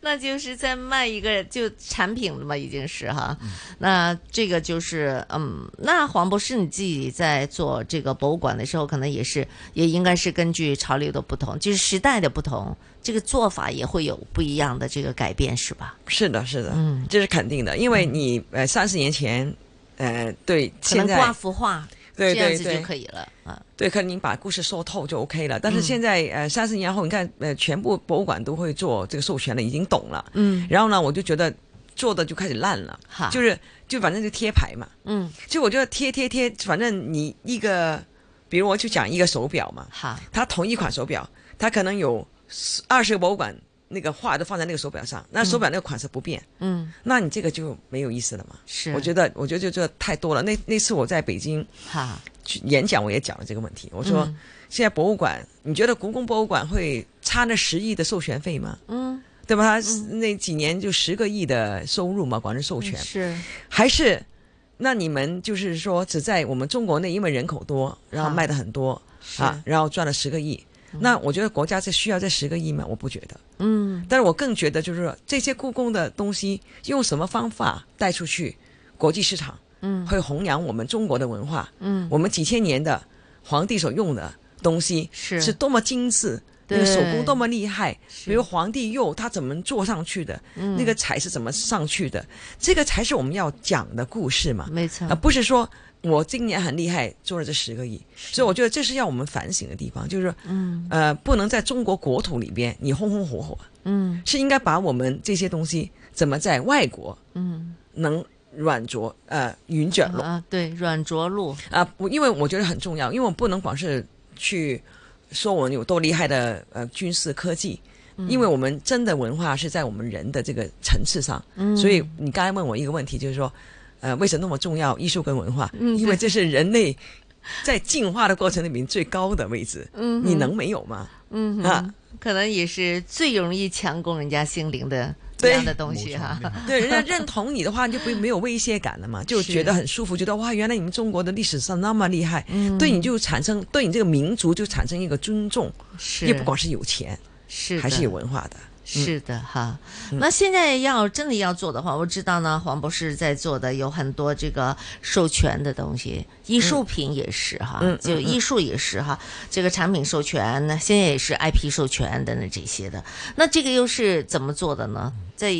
[SPEAKER 3] 那就是在卖一个就产品了嘛，已经是哈。那这个就是嗯，那黄博士你自己在做这个博物馆的时候，可能也是也应该是根据潮流的不同，就是时代的不同，这个做法也会有不一样的这个改变，是吧？
[SPEAKER 23] 是的，是的，
[SPEAKER 3] 嗯
[SPEAKER 23] 这是肯定的，因为你呃三十年前，呃对，
[SPEAKER 3] 可
[SPEAKER 23] 现
[SPEAKER 3] 能
[SPEAKER 23] 在
[SPEAKER 3] 挂幅画
[SPEAKER 23] 对
[SPEAKER 3] 这样
[SPEAKER 23] 对
[SPEAKER 3] 子
[SPEAKER 23] 对
[SPEAKER 3] 就可以了啊。
[SPEAKER 23] 对，可能你把故事说透就 OK 了。但是
[SPEAKER 3] 嗯
[SPEAKER 23] 现在、呃，三十年后，你看呃，全部博物馆都会做这个授权了，已经懂了。
[SPEAKER 3] 嗯
[SPEAKER 23] 然后呢，我就觉得做的就开始烂了
[SPEAKER 3] 哈，
[SPEAKER 23] 就是就反正就贴牌嘛。
[SPEAKER 3] 嗯
[SPEAKER 23] 就我觉得贴贴贴，反正你一个，比如我就讲一个手表嘛，
[SPEAKER 3] 好，
[SPEAKER 23] 它同一款手表，它可能有二十个博物馆那个画都放在那个手表上，那手表那个款式不变，
[SPEAKER 3] 嗯，
[SPEAKER 23] 那你这个就没有意思了嘛。
[SPEAKER 3] 是
[SPEAKER 23] 我觉得，我觉得就这太多了。那那次我在北京
[SPEAKER 3] 哈
[SPEAKER 23] 去演讲，我也讲了这个问题。我说，
[SPEAKER 3] 嗯
[SPEAKER 23] 现在博物馆，你觉得故宫博物馆会差那十亿的授权费吗？
[SPEAKER 3] 嗯，嗯
[SPEAKER 23] 对吧？它那几年就十个亿的收入嘛，光是授权。
[SPEAKER 3] 是
[SPEAKER 23] 还是那你们就是说只在我们中国内，因为人口多，然后
[SPEAKER 3] 啊
[SPEAKER 23] 卖的很多
[SPEAKER 3] 是
[SPEAKER 23] 啊，然后赚了十个亿。那我觉得国家是需要这十个亿吗？我不觉得。
[SPEAKER 3] 嗯，
[SPEAKER 23] 但是我更觉得就是说这些故宫的东西用什么方法带出去国际市场，
[SPEAKER 3] 嗯
[SPEAKER 23] 会弘扬我们中国的文化，
[SPEAKER 3] 嗯
[SPEAKER 23] 我们几千年的皇帝所用的东西
[SPEAKER 3] 是
[SPEAKER 23] 是多么精致。那
[SPEAKER 3] 对
[SPEAKER 23] 个手工多么厉害，比如皇帝釉，它怎么做上去的？
[SPEAKER 3] 嗯
[SPEAKER 23] 那个彩是怎么上去的？这个才是我们要讲的故事嘛。
[SPEAKER 3] 没错
[SPEAKER 23] 啊，不是说我今年很厉害，做了这十个亿，所以我觉得这是要我们反省的地方，就是说
[SPEAKER 3] 嗯
[SPEAKER 23] 呃，不能在中国国土里边你红红火火，
[SPEAKER 3] 嗯
[SPEAKER 23] 是应该把我们这些东西怎么在外国
[SPEAKER 3] 嗯
[SPEAKER 23] 能软着呃云卷落
[SPEAKER 3] 啊，对，软着陆
[SPEAKER 23] 啊，不因为我觉得很重要，因为我不能光是去说我们有多厉害的呃军事科技。
[SPEAKER 3] 嗯
[SPEAKER 23] 因为我们真的文化是在我们人的这个层次上，
[SPEAKER 3] 嗯
[SPEAKER 23] 所以你刚才问我一个问题，就是说，呃，为什么那么重要？艺术跟文化，
[SPEAKER 3] 嗯
[SPEAKER 23] 因为
[SPEAKER 3] 对
[SPEAKER 23] 这是人类在进化的过程里面最高的位置，
[SPEAKER 3] 嗯哼
[SPEAKER 23] 你能没有吗？
[SPEAKER 3] 嗯
[SPEAKER 23] 啊
[SPEAKER 3] 哼，可能也是最容易强攻人家心灵的这样的东西哈。
[SPEAKER 23] 对，人家认同你的话，你就不没有威胁感了嘛，就是觉得很舒服，觉得哇，原来你们中国的历史上那么厉害，
[SPEAKER 3] 嗯
[SPEAKER 23] 对你就产生对你这个民族就产生一个尊重，
[SPEAKER 3] 是
[SPEAKER 23] 也不光是有钱，
[SPEAKER 3] 是
[SPEAKER 23] 还是
[SPEAKER 3] 的
[SPEAKER 23] 有文化的，
[SPEAKER 3] 是的哈。
[SPEAKER 13] 嗯
[SPEAKER 3] 那现在要真的要做的话，我知道呢，黄博士在做的有很多这个授权的东西，艺术品也是哈，
[SPEAKER 13] 嗯嗯
[SPEAKER 3] 就
[SPEAKER 13] 嗯
[SPEAKER 3] 艺术也是哈，这个产品授权，那现在也是 IP 授权等等这些的。那这个又是怎么做的呢？在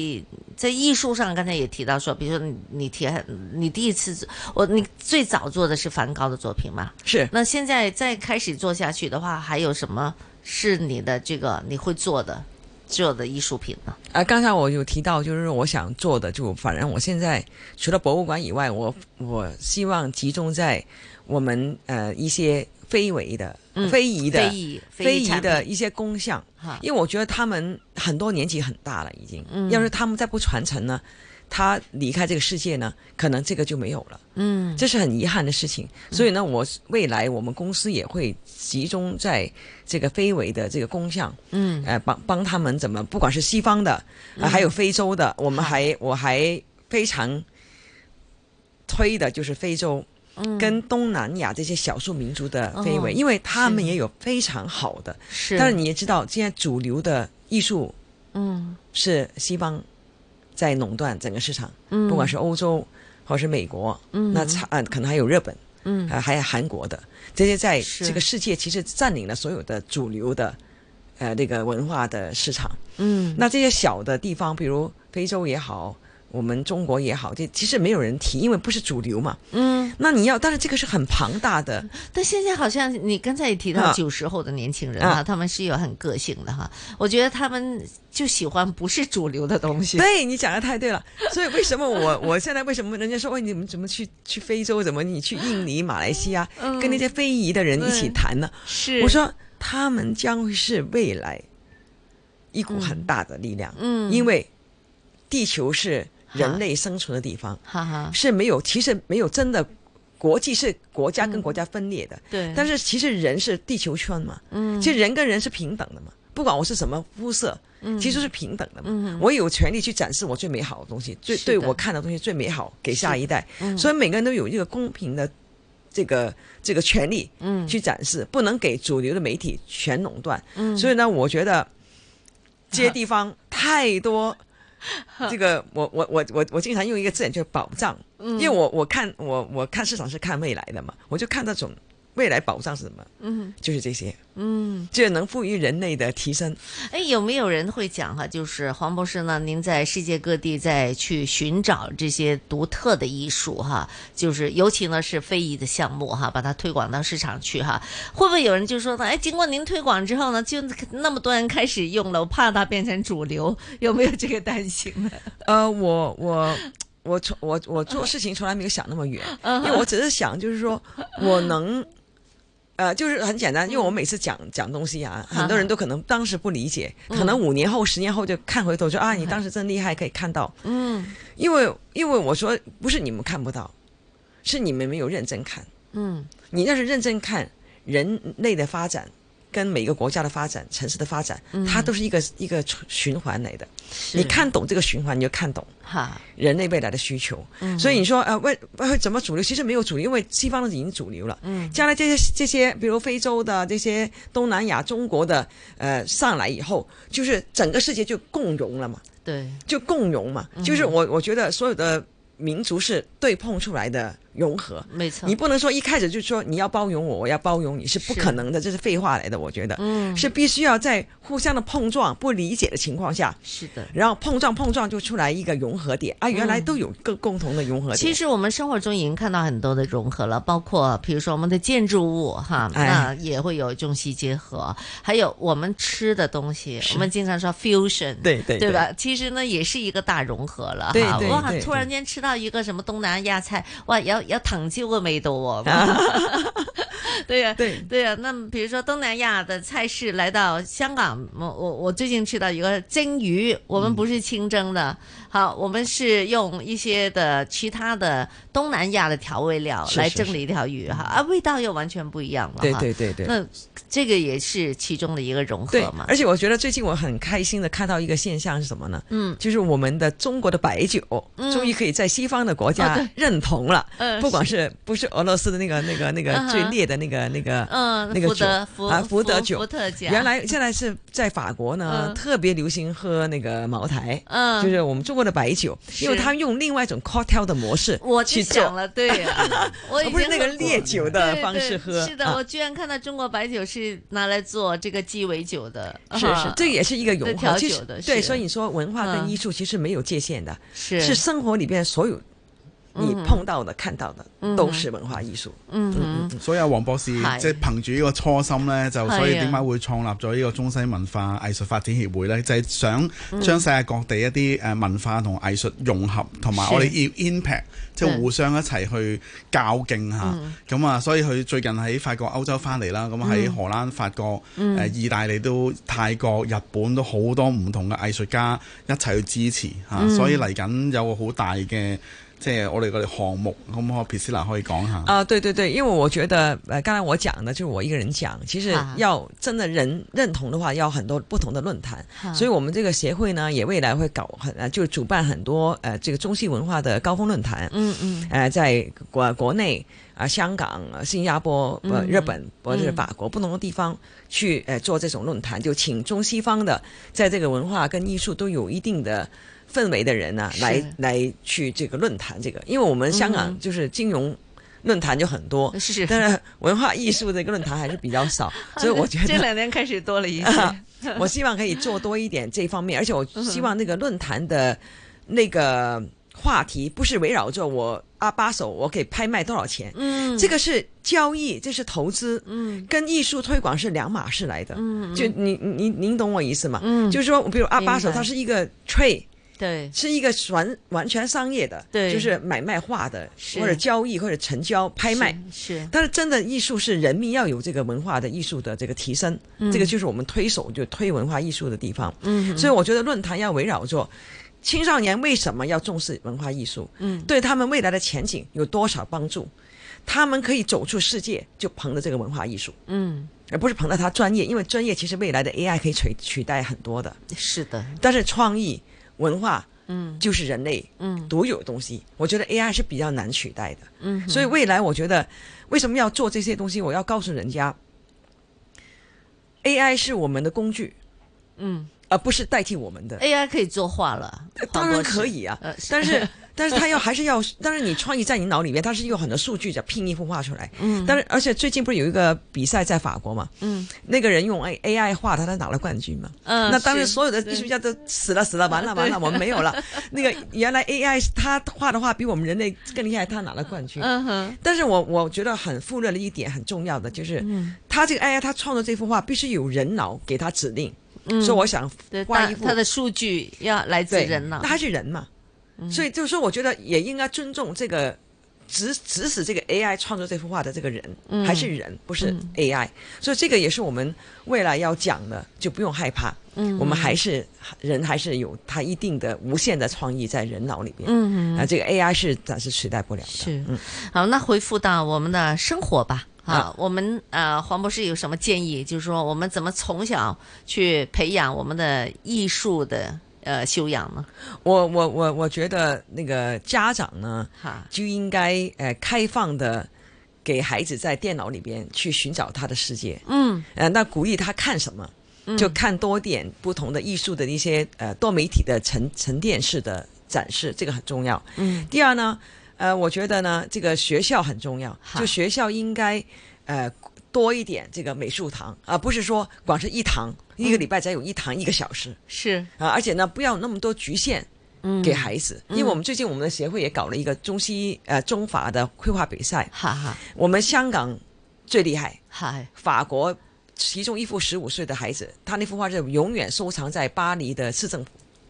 [SPEAKER 3] 在艺术上，刚才也提到说，比如说你你提你第一次我你最早做的是梵高的作品嘛？
[SPEAKER 23] 是。
[SPEAKER 3] 那现在再开始做下去的话，还有什么是你的这个你会做的做的艺术品呢？
[SPEAKER 23] 啊，刚才我有提到，就是我想做的，就反正我现在除了博物馆以外，我我希望集中在我们呃一些非为的、
[SPEAKER 3] 嗯
[SPEAKER 23] 非遗的、
[SPEAKER 3] 非遗非遗
[SPEAKER 23] 非遗
[SPEAKER 3] 产
[SPEAKER 23] 的
[SPEAKER 3] 品
[SPEAKER 23] 一些工项
[SPEAKER 3] 哈，
[SPEAKER 23] 因为我觉得他们很多年纪很大了，已经，
[SPEAKER 3] 嗯
[SPEAKER 23] 要是他们再不传承呢，他离开这个世界呢，可能这个就没有了。
[SPEAKER 3] 嗯
[SPEAKER 23] 这是很遗憾的事情。所以呢，我未来我们公司也会集中在这个非遗的这个工项，
[SPEAKER 3] 嗯
[SPEAKER 23] 呃，帮帮他们怎么，不管是西方的，呃
[SPEAKER 3] 嗯
[SPEAKER 23] 还有非洲的，我们还我还非常推的就是非洲。
[SPEAKER 3] 嗯
[SPEAKER 23] 跟东南亚这些少数民族的非遗，
[SPEAKER 3] 哦
[SPEAKER 23] 因为他们
[SPEAKER 3] 是
[SPEAKER 23] 也有非常好的，
[SPEAKER 3] 是
[SPEAKER 23] 但是你也知道，现在主流的艺术
[SPEAKER 3] 嗯
[SPEAKER 23] 是西方在垄断整个市场，
[SPEAKER 3] 嗯
[SPEAKER 23] 不管是欧洲或是美国，
[SPEAKER 3] 嗯
[SPEAKER 23] 那差呃可能还有日本，
[SPEAKER 3] 嗯
[SPEAKER 23] 呃还有韩国的，这些在
[SPEAKER 3] 是
[SPEAKER 23] 这个世界其实占领了所有的主流的呃这个文化的市场。
[SPEAKER 3] 嗯
[SPEAKER 23] 那这些小的地方，比如非洲也好，我们中国也好，这其实没有人提，因为不是主流嘛。
[SPEAKER 3] 嗯，
[SPEAKER 23] 那你要，但是这个是很庞大的，
[SPEAKER 3] 但现在好像你刚才也提到
[SPEAKER 23] 啊
[SPEAKER 3] 九十后的年轻人
[SPEAKER 23] 啊
[SPEAKER 3] 哈，他们是有很个性的哈，我觉得他们就喜欢不是主流的东西。
[SPEAKER 23] 对你讲的太对了，所以为什么我我现在为什么人家说，喂，你们怎么去去非洲，怎么你去印尼、马来西亚，
[SPEAKER 3] 嗯
[SPEAKER 23] 跟那些非遗的人一起谈呢？
[SPEAKER 3] 是
[SPEAKER 23] 我说他们将会是未来一股很大的力量，
[SPEAKER 3] 嗯
[SPEAKER 23] 因为地球是人类生存的地方，
[SPEAKER 3] 哈哈，
[SPEAKER 23] 是没有其实没有真的国际是国家跟国家分裂的，
[SPEAKER 3] 嗯对
[SPEAKER 23] 但是其实人是地球圈嘛，
[SPEAKER 3] 嗯
[SPEAKER 23] 其实人跟人是平等的嘛，不管我是什么肤色，
[SPEAKER 3] 嗯
[SPEAKER 23] 其实是平等的嘛，
[SPEAKER 3] 嗯
[SPEAKER 23] 我有权利去展示我最美好的东西，最
[SPEAKER 3] 是
[SPEAKER 23] 对
[SPEAKER 3] 的
[SPEAKER 23] 我看到的东西最美好给下一代，
[SPEAKER 3] 是嗯
[SPEAKER 23] 所以每个人都有一个公平的。这个这个权利，
[SPEAKER 3] 嗯
[SPEAKER 23] 去展示，不能给主流的媒体全垄断，
[SPEAKER 3] 嗯
[SPEAKER 23] 所以呢，我觉得 这些地方太多，这个我我我我我经常用一个字眼就是保障，
[SPEAKER 3] 嗯
[SPEAKER 23] 因为我我看我我看市场是看未来的嘛，我就看那种未来保障是什么，
[SPEAKER 3] 嗯
[SPEAKER 23] 就是这些，
[SPEAKER 3] 嗯。
[SPEAKER 23] 就是能赋予人类的提升。
[SPEAKER 3] 哎，有没有人会讲哈？就是黄博士呢，您在世界各地在去寻找这些独特的艺术哈，就是尤其呢是非遗的项目哈，把它推广到市场去哈。会不会有人就说呢？哎，经过您推广之后呢，就那么多人开始用了，我怕它变成主流，有没有这个担心呢？
[SPEAKER 23] 呃，我我我从我我做事情从来没有想那么远，
[SPEAKER 3] 嗯
[SPEAKER 23] 因为我只是想就是说我能呃，就是很简单，因为我每次讲讲东西啊，
[SPEAKER 3] 哈
[SPEAKER 23] 很多人都可能当时不理解，
[SPEAKER 3] 嗯
[SPEAKER 23] 可能五年后、十年后就看回头说啊，你当时真厉害，可以看到。
[SPEAKER 3] 嗯
[SPEAKER 23] 因为因为我说不是你们看不到，是你们没有认真看。
[SPEAKER 3] 嗯
[SPEAKER 23] 你要是认真看人类的发展，跟每个国家的发展、城市的发展，
[SPEAKER 3] 嗯
[SPEAKER 23] 它都是一个一个循环来的。你看懂这个循环，你就看懂
[SPEAKER 3] 哈，
[SPEAKER 23] 人类未来的需求。
[SPEAKER 3] 嗯
[SPEAKER 23] 所以你说呃，为为怎么主流？其实没有主流，因为西方已经主流了。
[SPEAKER 3] 嗯
[SPEAKER 23] 将来这些这些，比如非洲的这些、东南亚、中国的，呃，上来以后，就是整个世界就共融了嘛。
[SPEAKER 3] 对，
[SPEAKER 23] 就共融嘛，
[SPEAKER 3] 嗯
[SPEAKER 23] 就是我我觉得所有的民族是对碰出来的融合，
[SPEAKER 3] 没错
[SPEAKER 23] 你不能说一开始就说你要包容我，我要包容你是不
[SPEAKER 3] 是
[SPEAKER 23] 可能的，这是废话来的。我觉得，
[SPEAKER 3] 嗯
[SPEAKER 23] 是必须要在互相的碰撞、不理解的情况下，
[SPEAKER 3] 是的
[SPEAKER 23] 然后碰撞碰撞就出来一个融合点啊，原来
[SPEAKER 3] 嗯
[SPEAKER 23] 都有个共同的融合点。
[SPEAKER 3] 其实我们生活中已经看到很多的融合了，包括比如说我们的建筑物哈，
[SPEAKER 23] 哎
[SPEAKER 3] 那也会有中西结合，还有我们吃的东西，
[SPEAKER 23] 是
[SPEAKER 3] 我们经常说 fusion，
[SPEAKER 23] 对对
[SPEAKER 3] 对吧
[SPEAKER 23] 对？
[SPEAKER 3] 其实呢也是一个大融合了
[SPEAKER 23] 对
[SPEAKER 3] 哈。
[SPEAKER 23] 对
[SPEAKER 3] 哇
[SPEAKER 23] 对，
[SPEAKER 3] 突然间吃到一个什么东南亚菜，哇，有有藤椒嘅味道哦 喎、 对呀、
[SPEAKER 23] 对
[SPEAKER 3] 对呀、那么比如说东南亚的菜式来到香港，我我我最近吃到一个蒸鱼，我
[SPEAKER 23] 嗯
[SPEAKER 3] 们不是清蒸的，好，我们是用一些的其他的东南亚的调味料
[SPEAKER 23] 是
[SPEAKER 3] 来
[SPEAKER 23] 是
[SPEAKER 3] 蒸
[SPEAKER 23] 是
[SPEAKER 3] 了一条鱼哈，啊，味道又完全不一样了哈。
[SPEAKER 23] 对对对对
[SPEAKER 3] 那这个也是其中的一个融合
[SPEAKER 23] 对
[SPEAKER 3] 嘛，。
[SPEAKER 23] 而且我觉得最近我很开心的看到一个现象是什么呢？
[SPEAKER 3] 嗯
[SPEAKER 23] 就是我们的中国的白酒，
[SPEAKER 3] 嗯
[SPEAKER 23] 终于可以在西方的国
[SPEAKER 3] 啊
[SPEAKER 23] 家
[SPEAKER 3] 对
[SPEAKER 23] 认同了。
[SPEAKER 3] 嗯
[SPEAKER 23] 不管是不是俄罗斯的那个那个那
[SPEAKER 3] 嗯
[SPEAKER 23] 个
[SPEAKER 3] 哼
[SPEAKER 23] 最烈的那个那个
[SPEAKER 3] 嗯
[SPEAKER 23] 那个
[SPEAKER 3] 福
[SPEAKER 23] 酒
[SPEAKER 3] 德福
[SPEAKER 23] 啊，福德
[SPEAKER 3] 福
[SPEAKER 23] 酒
[SPEAKER 3] 伏特加
[SPEAKER 23] 原来现在是在法国呢
[SPEAKER 3] 嗯，
[SPEAKER 23] 特别流行喝那个茅台，
[SPEAKER 3] 嗯
[SPEAKER 23] 就是我们中国的白酒，因为
[SPEAKER 3] 是
[SPEAKER 23] 他们用另外一种 cocktail 的模式
[SPEAKER 3] 我就
[SPEAKER 23] 去做
[SPEAKER 3] 想了，对呀、 我已
[SPEAKER 23] 而不是
[SPEAKER 3] 经
[SPEAKER 23] 那个
[SPEAKER 3] 很
[SPEAKER 23] 烈酒的方式
[SPEAKER 3] 对对
[SPEAKER 23] 喝
[SPEAKER 3] 是的，
[SPEAKER 23] 啊
[SPEAKER 3] 我居然看到中国白酒是拿来做这个鸡尾酒的，
[SPEAKER 23] 是是
[SPEAKER 3] 啊，
[SPEAKER 23] 这也是一个融
[SPEAKER 3] 对
[SPEAKER 23] 合，
[SPEAKER 3] 调
[SPEAKER 23] 其
[SPEAKER 3] 酒
[SPEAKER 23] 实
[SPEAKER 3] 的，
[SPEAKER 23] 对，
[SPEAKER 3] 是嗯
[SPEAKER 23] 所以你说文化跟艺术其实没有界限的，
[SPEAKER 3] 是嗯
[SPEAKER 23] 是生活里边所有你碰到的、看到
[SPEAKER 3] 嗯哼
[SPEAKER 23] 的都是文化艺术。
[SPEAKER 3] 嗯
[SPEAKER 23] 嗯
[SPEAKER 22] 所以阿黃博士
[SPEAKER 23] 係
[SPEAKER 22] 即係憑住呢個初心呢，就
[SPEAKER 23] 係啊
[SPEAKER 22] 所以點解會創立咗呢個中西文化藝術發展協會呢？就係、想
[SPEAKER 13] 嗯
[SPEAKER 22] 將世界各地一啲誒文化同藝術融合，同埋
[SPEAKER 13] 是
[SPEAKER 22] 我哋要 impact，即係互相一齊去較勁下。
[SPEAKER 13] 嗯
[SPEAKER 22] 咁啊、所以佢最近喺法國歐洲翻嚟啦，咁啊喺
[SPEAKER 13] 嗯
[SPEAKER 22] 荷蘭、法國、誒、呃
[SPEAKER 13] 嗯
[SPEAKER 22] 意大利都、泰國、日本都好多唔同嘅藝術家一齊去支持嚇、
[SPEAKER 13] 嗯
[SPEAKER 22] 所以嚟緊有個好大嘅。即係我哋嗰哋項目，可唔可以 p r i s c i l a 可以講下？
[SPEAKER 23] 啊，对对对，因为我觉得，呃，刚才我讲的就是我一个人讲，其实
[SPEAKER 22] 啊
[SPEAKER 23] 要真的人认同的话，要很多不同的论坛，
[SPEAKER 3] 啊
[SPEAKER 23] 所以我们这个协会呢，也未来会搞很，呃就主办很多呃这个中西文化的高峰论坛，
[SPEAKER 3] 嗯嗯
[SPEAKER 23] 呃，在国国内啊、香港、呃新加坡、呃、
[SPEAKER 3] 嗯
[SPEAKER 23] 日本或者是
[SPEAKER 3] 嗯
[SPEAKER 23] 法国不同的地方去呃做这种论坛，就请中西方的在这个文化跟艺术都有一定的氛围的人呢、
[SPEAKER 3] 是
[SPEAKER 23] 来来去这个论坛这个，因为我们香
[SPEAKER 3] 嗯
[SPEAKER 23] 港就是金融。论坛就很多，
[SPEAKER 3] 是
[SPEAKER 23] 但是文化艺术这个论坛还是比较 少， 所以我觉得
[SPEAKER 3] 这两年开始多了一些。
[SPEAKER 23] 啊 我希望可以做多一点这方面，而且我希望那个论坛的那个话题不是围绕着我阿巴手我给拍卖多少钱，
[SPEAKER 3] 嗯
[SPEAKER 23] 这个是交易，这是投资，
[SPEAKER 3] 嗯，
[SPEAKER 23] 跟艺术推广是两码事来的，
[SPEAKER 3] 嗯嗯
[SPEAKER 23] 就您您您懂我意思吗？
[SPEAKER 3] 嗯
[SPEAKER 23] 就是说，比如阿巴手
[SPEAKER 3] 明白
[SPEAKER 23] 它是一个 trade。
[SPEAKER 3] 对，
[SPEAKER 23] 是一个完完全商业的，
[SPEAKER 3] 对
[SPEAKER 23] 就是买卖化的，
[SPEAKER 3] 是
[SPEAKER 23] 或者交易或者成交拍卖
[SPEAKER 3] 是是
[SPEAKER 23] 但是真的艺术是人民要有这个文化的艺术的这个提升，
[SPEAKER 3] 嗯
[SPEAKER 23] 这个就是我们推手就推文化艺术的地方。
[SPEAKER 3] 嗯
[SPEAKER 23] 所以我觉得论坛要围绕着青少年为什么要重视文化艺术，
[SPEAKER 3] 嗯
[SPEAKER 23] 对他们未来的前景有多少帮助，他们可以走出世界就凭着这个文化艺术。
[SPEAKER 3] 嗯，
[SPEAKER 23] 而不是捧到他专业，因为专业其实未来的 AI 可以取取代很多的。
[SPEAKER 3] 是的，
[SPEAKER 23] 但是创意文化，
[SPEAKER 3] 嗯
[SPEAKER 23] 就是人类
[SPEAKER 3] 嗯
[SPEAKER 23] 独有的东西，我觉得 AI 是比较难取代的。
[SPEAKER 3] 嗯哼
[SPEAKER 23] 所以未来我觉得为什么要做这些东西，我要告诉人家，AI 是我们的工具，
[SPEAKER 3] 嗯
[SPEAKER 23] 而不是代替我们的。
[SPEAKER 3] ，AI 可以作画了，
[SPEAKER 23] 当
[SPEAKER 3] 黄
[SPEAKER 23] 然
[SPEAKER 3] 博士
[SPEAKER 23] 可以啊
[SPEAKER 3] 呃，
[SPEAKER 23] 但是但是它要还是要，但是你创意在你脑里面，它是有很多数据的拼一幅画出来。
[SPEAKER 3] 嗯
[SPEAKER 23] 但是而且最近不是有一个比赛在法国嘛？
[SPEAKER 3] 嗯，
[SPEAKER 23] 那个人用 A A I 画他，他拿了冠军嘛？
[SPEAKER 3] 嗯
[SPEAKER 23] 那当时
[SPEAKER 3] 是
[SPEAKER 23] 所有的艺术家都死了死了，完了完了，
[SPEAKER 3] 对
[SPEAKER 23] 我们没 有了。那个原来 A I 他画的画比我们人类更厉害，他拿了冠军。
[SPEAKER 3] 嗯哼
[SPEAKER 23] 但是我我觉得很忽略了一点很重要的，就是
[SPEAKER 3] 嗯
[SPEAKER 23] 他这个 AI 他创作这幅画必须有人脑给他指令，
[SPEAKER 3] 嗯
[SPEAKER 23] 所以我想
[SPEAKER 3] 对
[SPEAKER 23] 画
[SPEAKER 3] 它
[SPEAKER 23] 一幅
[SPEAKER 3] 它的数据要来自
[SPEAKER 23] 对
[SPEAKER 3] 人脑
[SPEAKER 23] 那他是人嘛，
[SPEAKER 3] 嗯
[SPEAKER 23] 所以就是说，我觉得也应该尊重这个指指使这个 AI 创作这幅画的这个人、
[SPEAKER 13] 嗯
[SPEAKER 23] 还是人，不是
[SPEAKER 3] 嗯
[SPEAKER 23] AI，、所以这个也是我们未来要讲的，就不用害怕。
[SPEAKER 13] 嗯
[SPEAKER 23] 我们还是人，还是有他一定的无限的创意在人脑里面。
[SPEAKER 3] 嗯
[SPEAKER 23] 啊，这个 AI 是暂时取代不了的。嗯
[SPEAKER 3] 是，好，那回复到我们的生活吧。啊
[SPEAKER 23] 啊，
[SPEAKER 3] 我们呃，黄博士有什么建议？就是说，我们怎么从小去培养我们的艺术的呃修养呢？
[SPEAKER 23] 我我我我觉得那个家长呢，就应该呃开放的给孩子在电脑里边去寻找他的世界。
[SPEAKER 3] 嗯
[SPEAKER 23] 呃，那鼓励他看什么，就看多点不同的艺术的一些呃多媒体的沉沉淀式的展示，这个很重要。
[SPEAKER 13] 嗯
[SPEAKER 23] 第二呢，呃，我觉得呢，这个学校很重要，就学校应该呃多一点这个美术堂，而、不是说光是一堂，一个礼拜才有一堂一个小时。
[SPEAKER 3] 是
[SPEAKER 23] 啊、而且呢，不要有那么多局限。
[SPEAKER 3] 嗯
[SPEAKER 23] 给孩子，因为
[SPEAKER 3] 嗯
[SPEAKER 23] 我们最近我们的协会也搞了一个中西呃中法的绘画比赛，
[SPEAKER 3] 哈哈，
[SPEAKER 23] 我们香港最厉害，
[SPEAKER 3] 嗨，
[SPEAKER 23] 法国其中一幅十五岁的孩子，他那幅画就永远收藏在巴黎的市政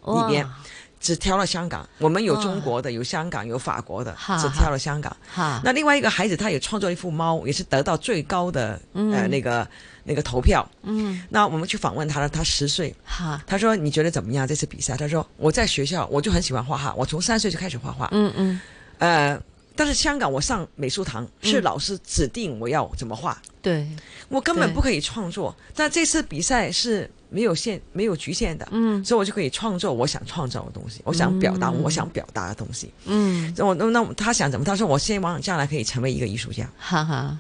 [SPEAKER 23] 府里边
[SPEAKER 3] 哇，
[SPEAKER 23] 只挑了香港。我们有
[SPEAKER 3] 哇
[SPEAKER 23] 中国的，有香港，有法国的
[SPEAKER 3] 哈，
[SPEAKER 23] 只挑了香港。
[SPEAKER 3] 哈，
[SPEAKER 23] 那另外一个孩子，他也创作了一幅猫，也是得到最高的、呃
[SPEAKER 3] 嗯
[SPEAKER 23] 那个那个投票。
[SPEAKER 3] 嗯，
[SPEAKER 23] 那我们去访问他了，他十岁，
[SPEAKER 3] 哈，
[SPEAKER 23] 他说你觉得怎么样这次比赛？他说我在学校我就很喜欢画画，我从三岁就开始画画。
[SPEAKER 3] 嗯嗯，
[SPEAKER 23] 呃，但是香港我上美术堂是
[SPEAKER 3] 嗯
[SPEAKER 23] 老师指定我要怎么画，
[SPEAKER 3] 对，
[SPEAKER 23] 我根本
[SPEAKER 3] 对
[SPEAKER 23] 不可以创作。但这次比赛是没有限、没有局限的，
[SPEAKER 3] 嗯
[SPEAKER 23] 所以我就可以创作我想创造的东西，我想表达
[SPEAKER 3] 嗯
[SPEAKER 23] 我想表达的东西。
[SPEAKER 3] 嗯，
[SPEAKER 23] 我那那他想怎么？他说我希望将来可以成为一个艺术家。
[SPEAKER 3] 哈哈，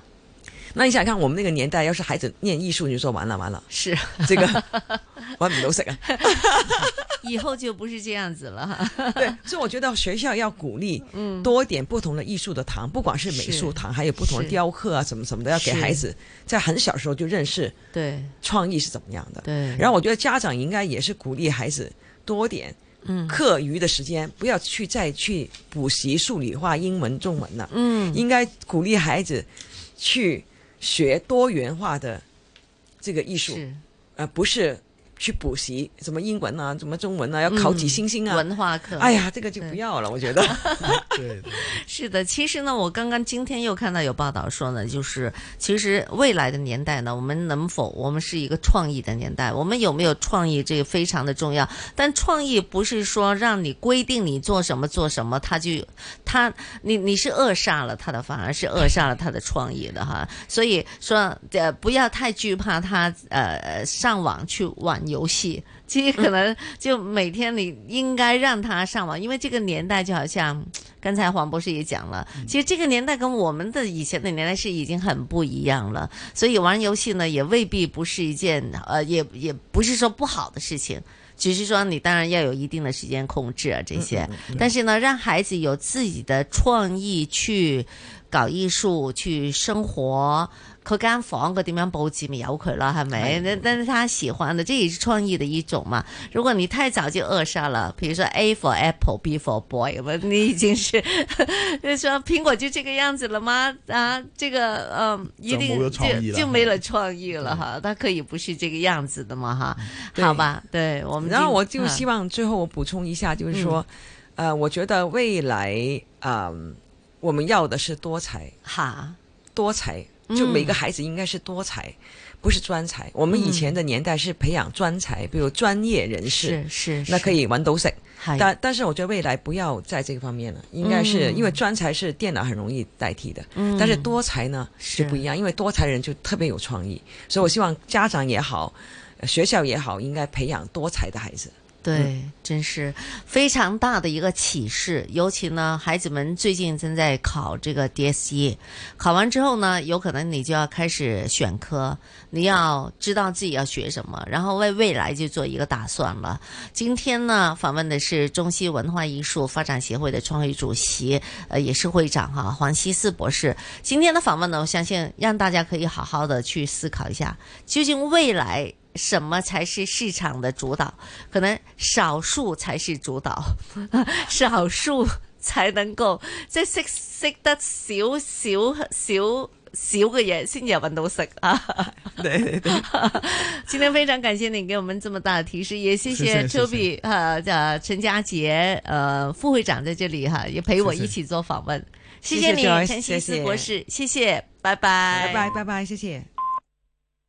[SPEAKER 23] 那你想看我们那个年代，要是孩子念艺术，你就说完了完了，
[SPEAKER 3] 是
[SPEAKER 23] 这个 揾唔到食啊。
[SPEAKER 3] 以后就不是这样子了哈。
[SPEAKER 23] 对，所以我觉得学校要鼓励，
[SPEAKER 3] 嗯
[SPEAKER 23] 多一点不同的艺术的堂，不管是美术堂，还有不同的
[SPEAKER 3] 是
[SPEAKER 23] 雕刻啊，什么什么的，要给
[SPEAKER 3] 是
[SPEAKER 23] 孩子在很小时候就认识
[SPEAKER 3] 对，
[SPEAKER 23] 创意是怎么样的。
[SPEAKER 3] 对
[SPEAKER 23] 然后我觉得家长应该也是鼓励孩子多点
[SPEAKER 3] 嗯
[SPEAKER 23] 课余的时间，不要去再去补习数理化、英文、中文了。
[SPEAKER 3] 嗯
[SPEAKER 23] 应该鼓励孩子去学多元化的这个艺术，呃，不是去补习什么英文啊、什么中文啊，要 考几
[SPEAKER 3] 嗯
[SPEAKER 23] 星星啊，
[SPEAKER 3] 文化课
[SPEAKER 23] 哎呀，这个就不要了，我觉得。
[SPEAKER 3] 是的，其实呢，我刚刚今天又看到有报道说呢，就是其实未来的年代呢，我们能否我们是一个创意的年代，我们有没有创意这个非常的重要。但创意不是说让你规定你做什么做什么，他就他你你是扼杀了他的，反而是扼杀了他的创意的哈。所以说呃不要太惧怕他呃上网去玩游戏。其实可能就每天你应该让他上网，因为这个年代就好像刚才黄博士也讲了，
[SPEAKER 15] 嗯
[SPEAKER 3] 其实这个年代跟我们的以前的年代是已经很不一样了，所以玩游戏呢也未必不是一件呃也也不是说不好的事情。只是说你当然要有一定的时间控制啊这些，
[SPEAKER 15] 嗯嗯嗯
[SPEAKER 3] 但是呢，让孩子有自己的创意去搞藝術、去生活。佢間房佢點樣佈置咪由佢啦，係咪？
[SPEAKER 15] 係
[SPEAKER 3] 那但是他喜歡的，這也是創意的一種嘛。如果你太早就扼殺了，比如說 A for apple，B for boy，我你已經是 就說蘋果就這個樣子了嗎？啊，這個嗯，一
[SPEAKER 15] 就
[SPEAKER 3] 定
[SPEAKER 15] 冇咗創意
[SPEAKER 3] 就
[SPEAKER 15] 啦
[SPEAKER 3] 就沒了創意了哈。它可以不是這個樣子的嘛哈，
[SPEAKER 23] 对
[SPEAKER 3] 好吧？對我們今，嗯
[SPEAKER 23] 然后我就希
[SPEAKER 3] 望
[SPEAKER 23] 望最后我补充一下，就是说，
[SPEAKER 3] 嗯
[SPEAKER 23] 呃，我觉得未来，嗯、我们要的是多才，
[SPEAKER 3] 哈，
[SPEAKER 23] 多才，就
[SPEAKER 3] 嗯
[SPEAKER 23] 每个孩子应该是多才，不是专才。我们以前的年代是培养专才，比如专业人士，
[SPEAKER 3] 是是
[SPEAKER 23] 那可以玩都食。
[SPEAKER 3] 是
[SPEAKER 23] 但但是我觉得未来不要在这个方面了，应该是、
[SPEAKER 3] 嗯
[SPEAKER 23] 因为专才是电脑很容易代替的，
[SPEAKER 3] 嗯
[SPEAKER 23] 但是多才呢
[SPEAKER 3] 是
[SPEAKER 23] 就不一样，因为多才人就特别有创意，所以我希望家长也好，呃学校也好，应该培养多才的孩子。嗯
[SPEAKER 3] 对，真是非常大的一个启示。尤其呢，孩子们最近正在考这个 DSE，考完之后呢，有可能你就要开始选科，你要知道自己要学什么，然后为未来就做一个打算了。今天呢，访问的是中西文化艺术发展协会的创会主席，呃，也是会长哈、黄希思博士。今天的访问呢，我相信让大家可以好好的去思考一下，究竟未来。什么才是市场的主导？可能少数才是主导， 少数才能夠即係識識得少少少少嘅嘢，先至有揾到食啊！
[SPEAKER 23] 对对对，
[SPEAKER 3] 今天非常感謝你給我們這麼大的提示，也謝謝
[SPEAKER 23] 謝謝謝謝
[SPEAKER 3] Toby 啊呃呃陳家杰呃副會長在這裡哈，也陪我
[SPEAKER 23] 謝謝
[SPEAKER 3] 一起做訪問。谢
[SPEAKER 10] 谢
[SPEAKER 3] 你，
[SPEAKER 10] Joyce，
[SPEAKER 3] 陈希
[SPEAKER 10] 谢
[SPEAKER 3] 思
[SPEAKER 10] 谢
[SPEAKER 3] 博士，谢谢，拜拜，
[SPEAKER 10] 拜拜拜拜，谢谢。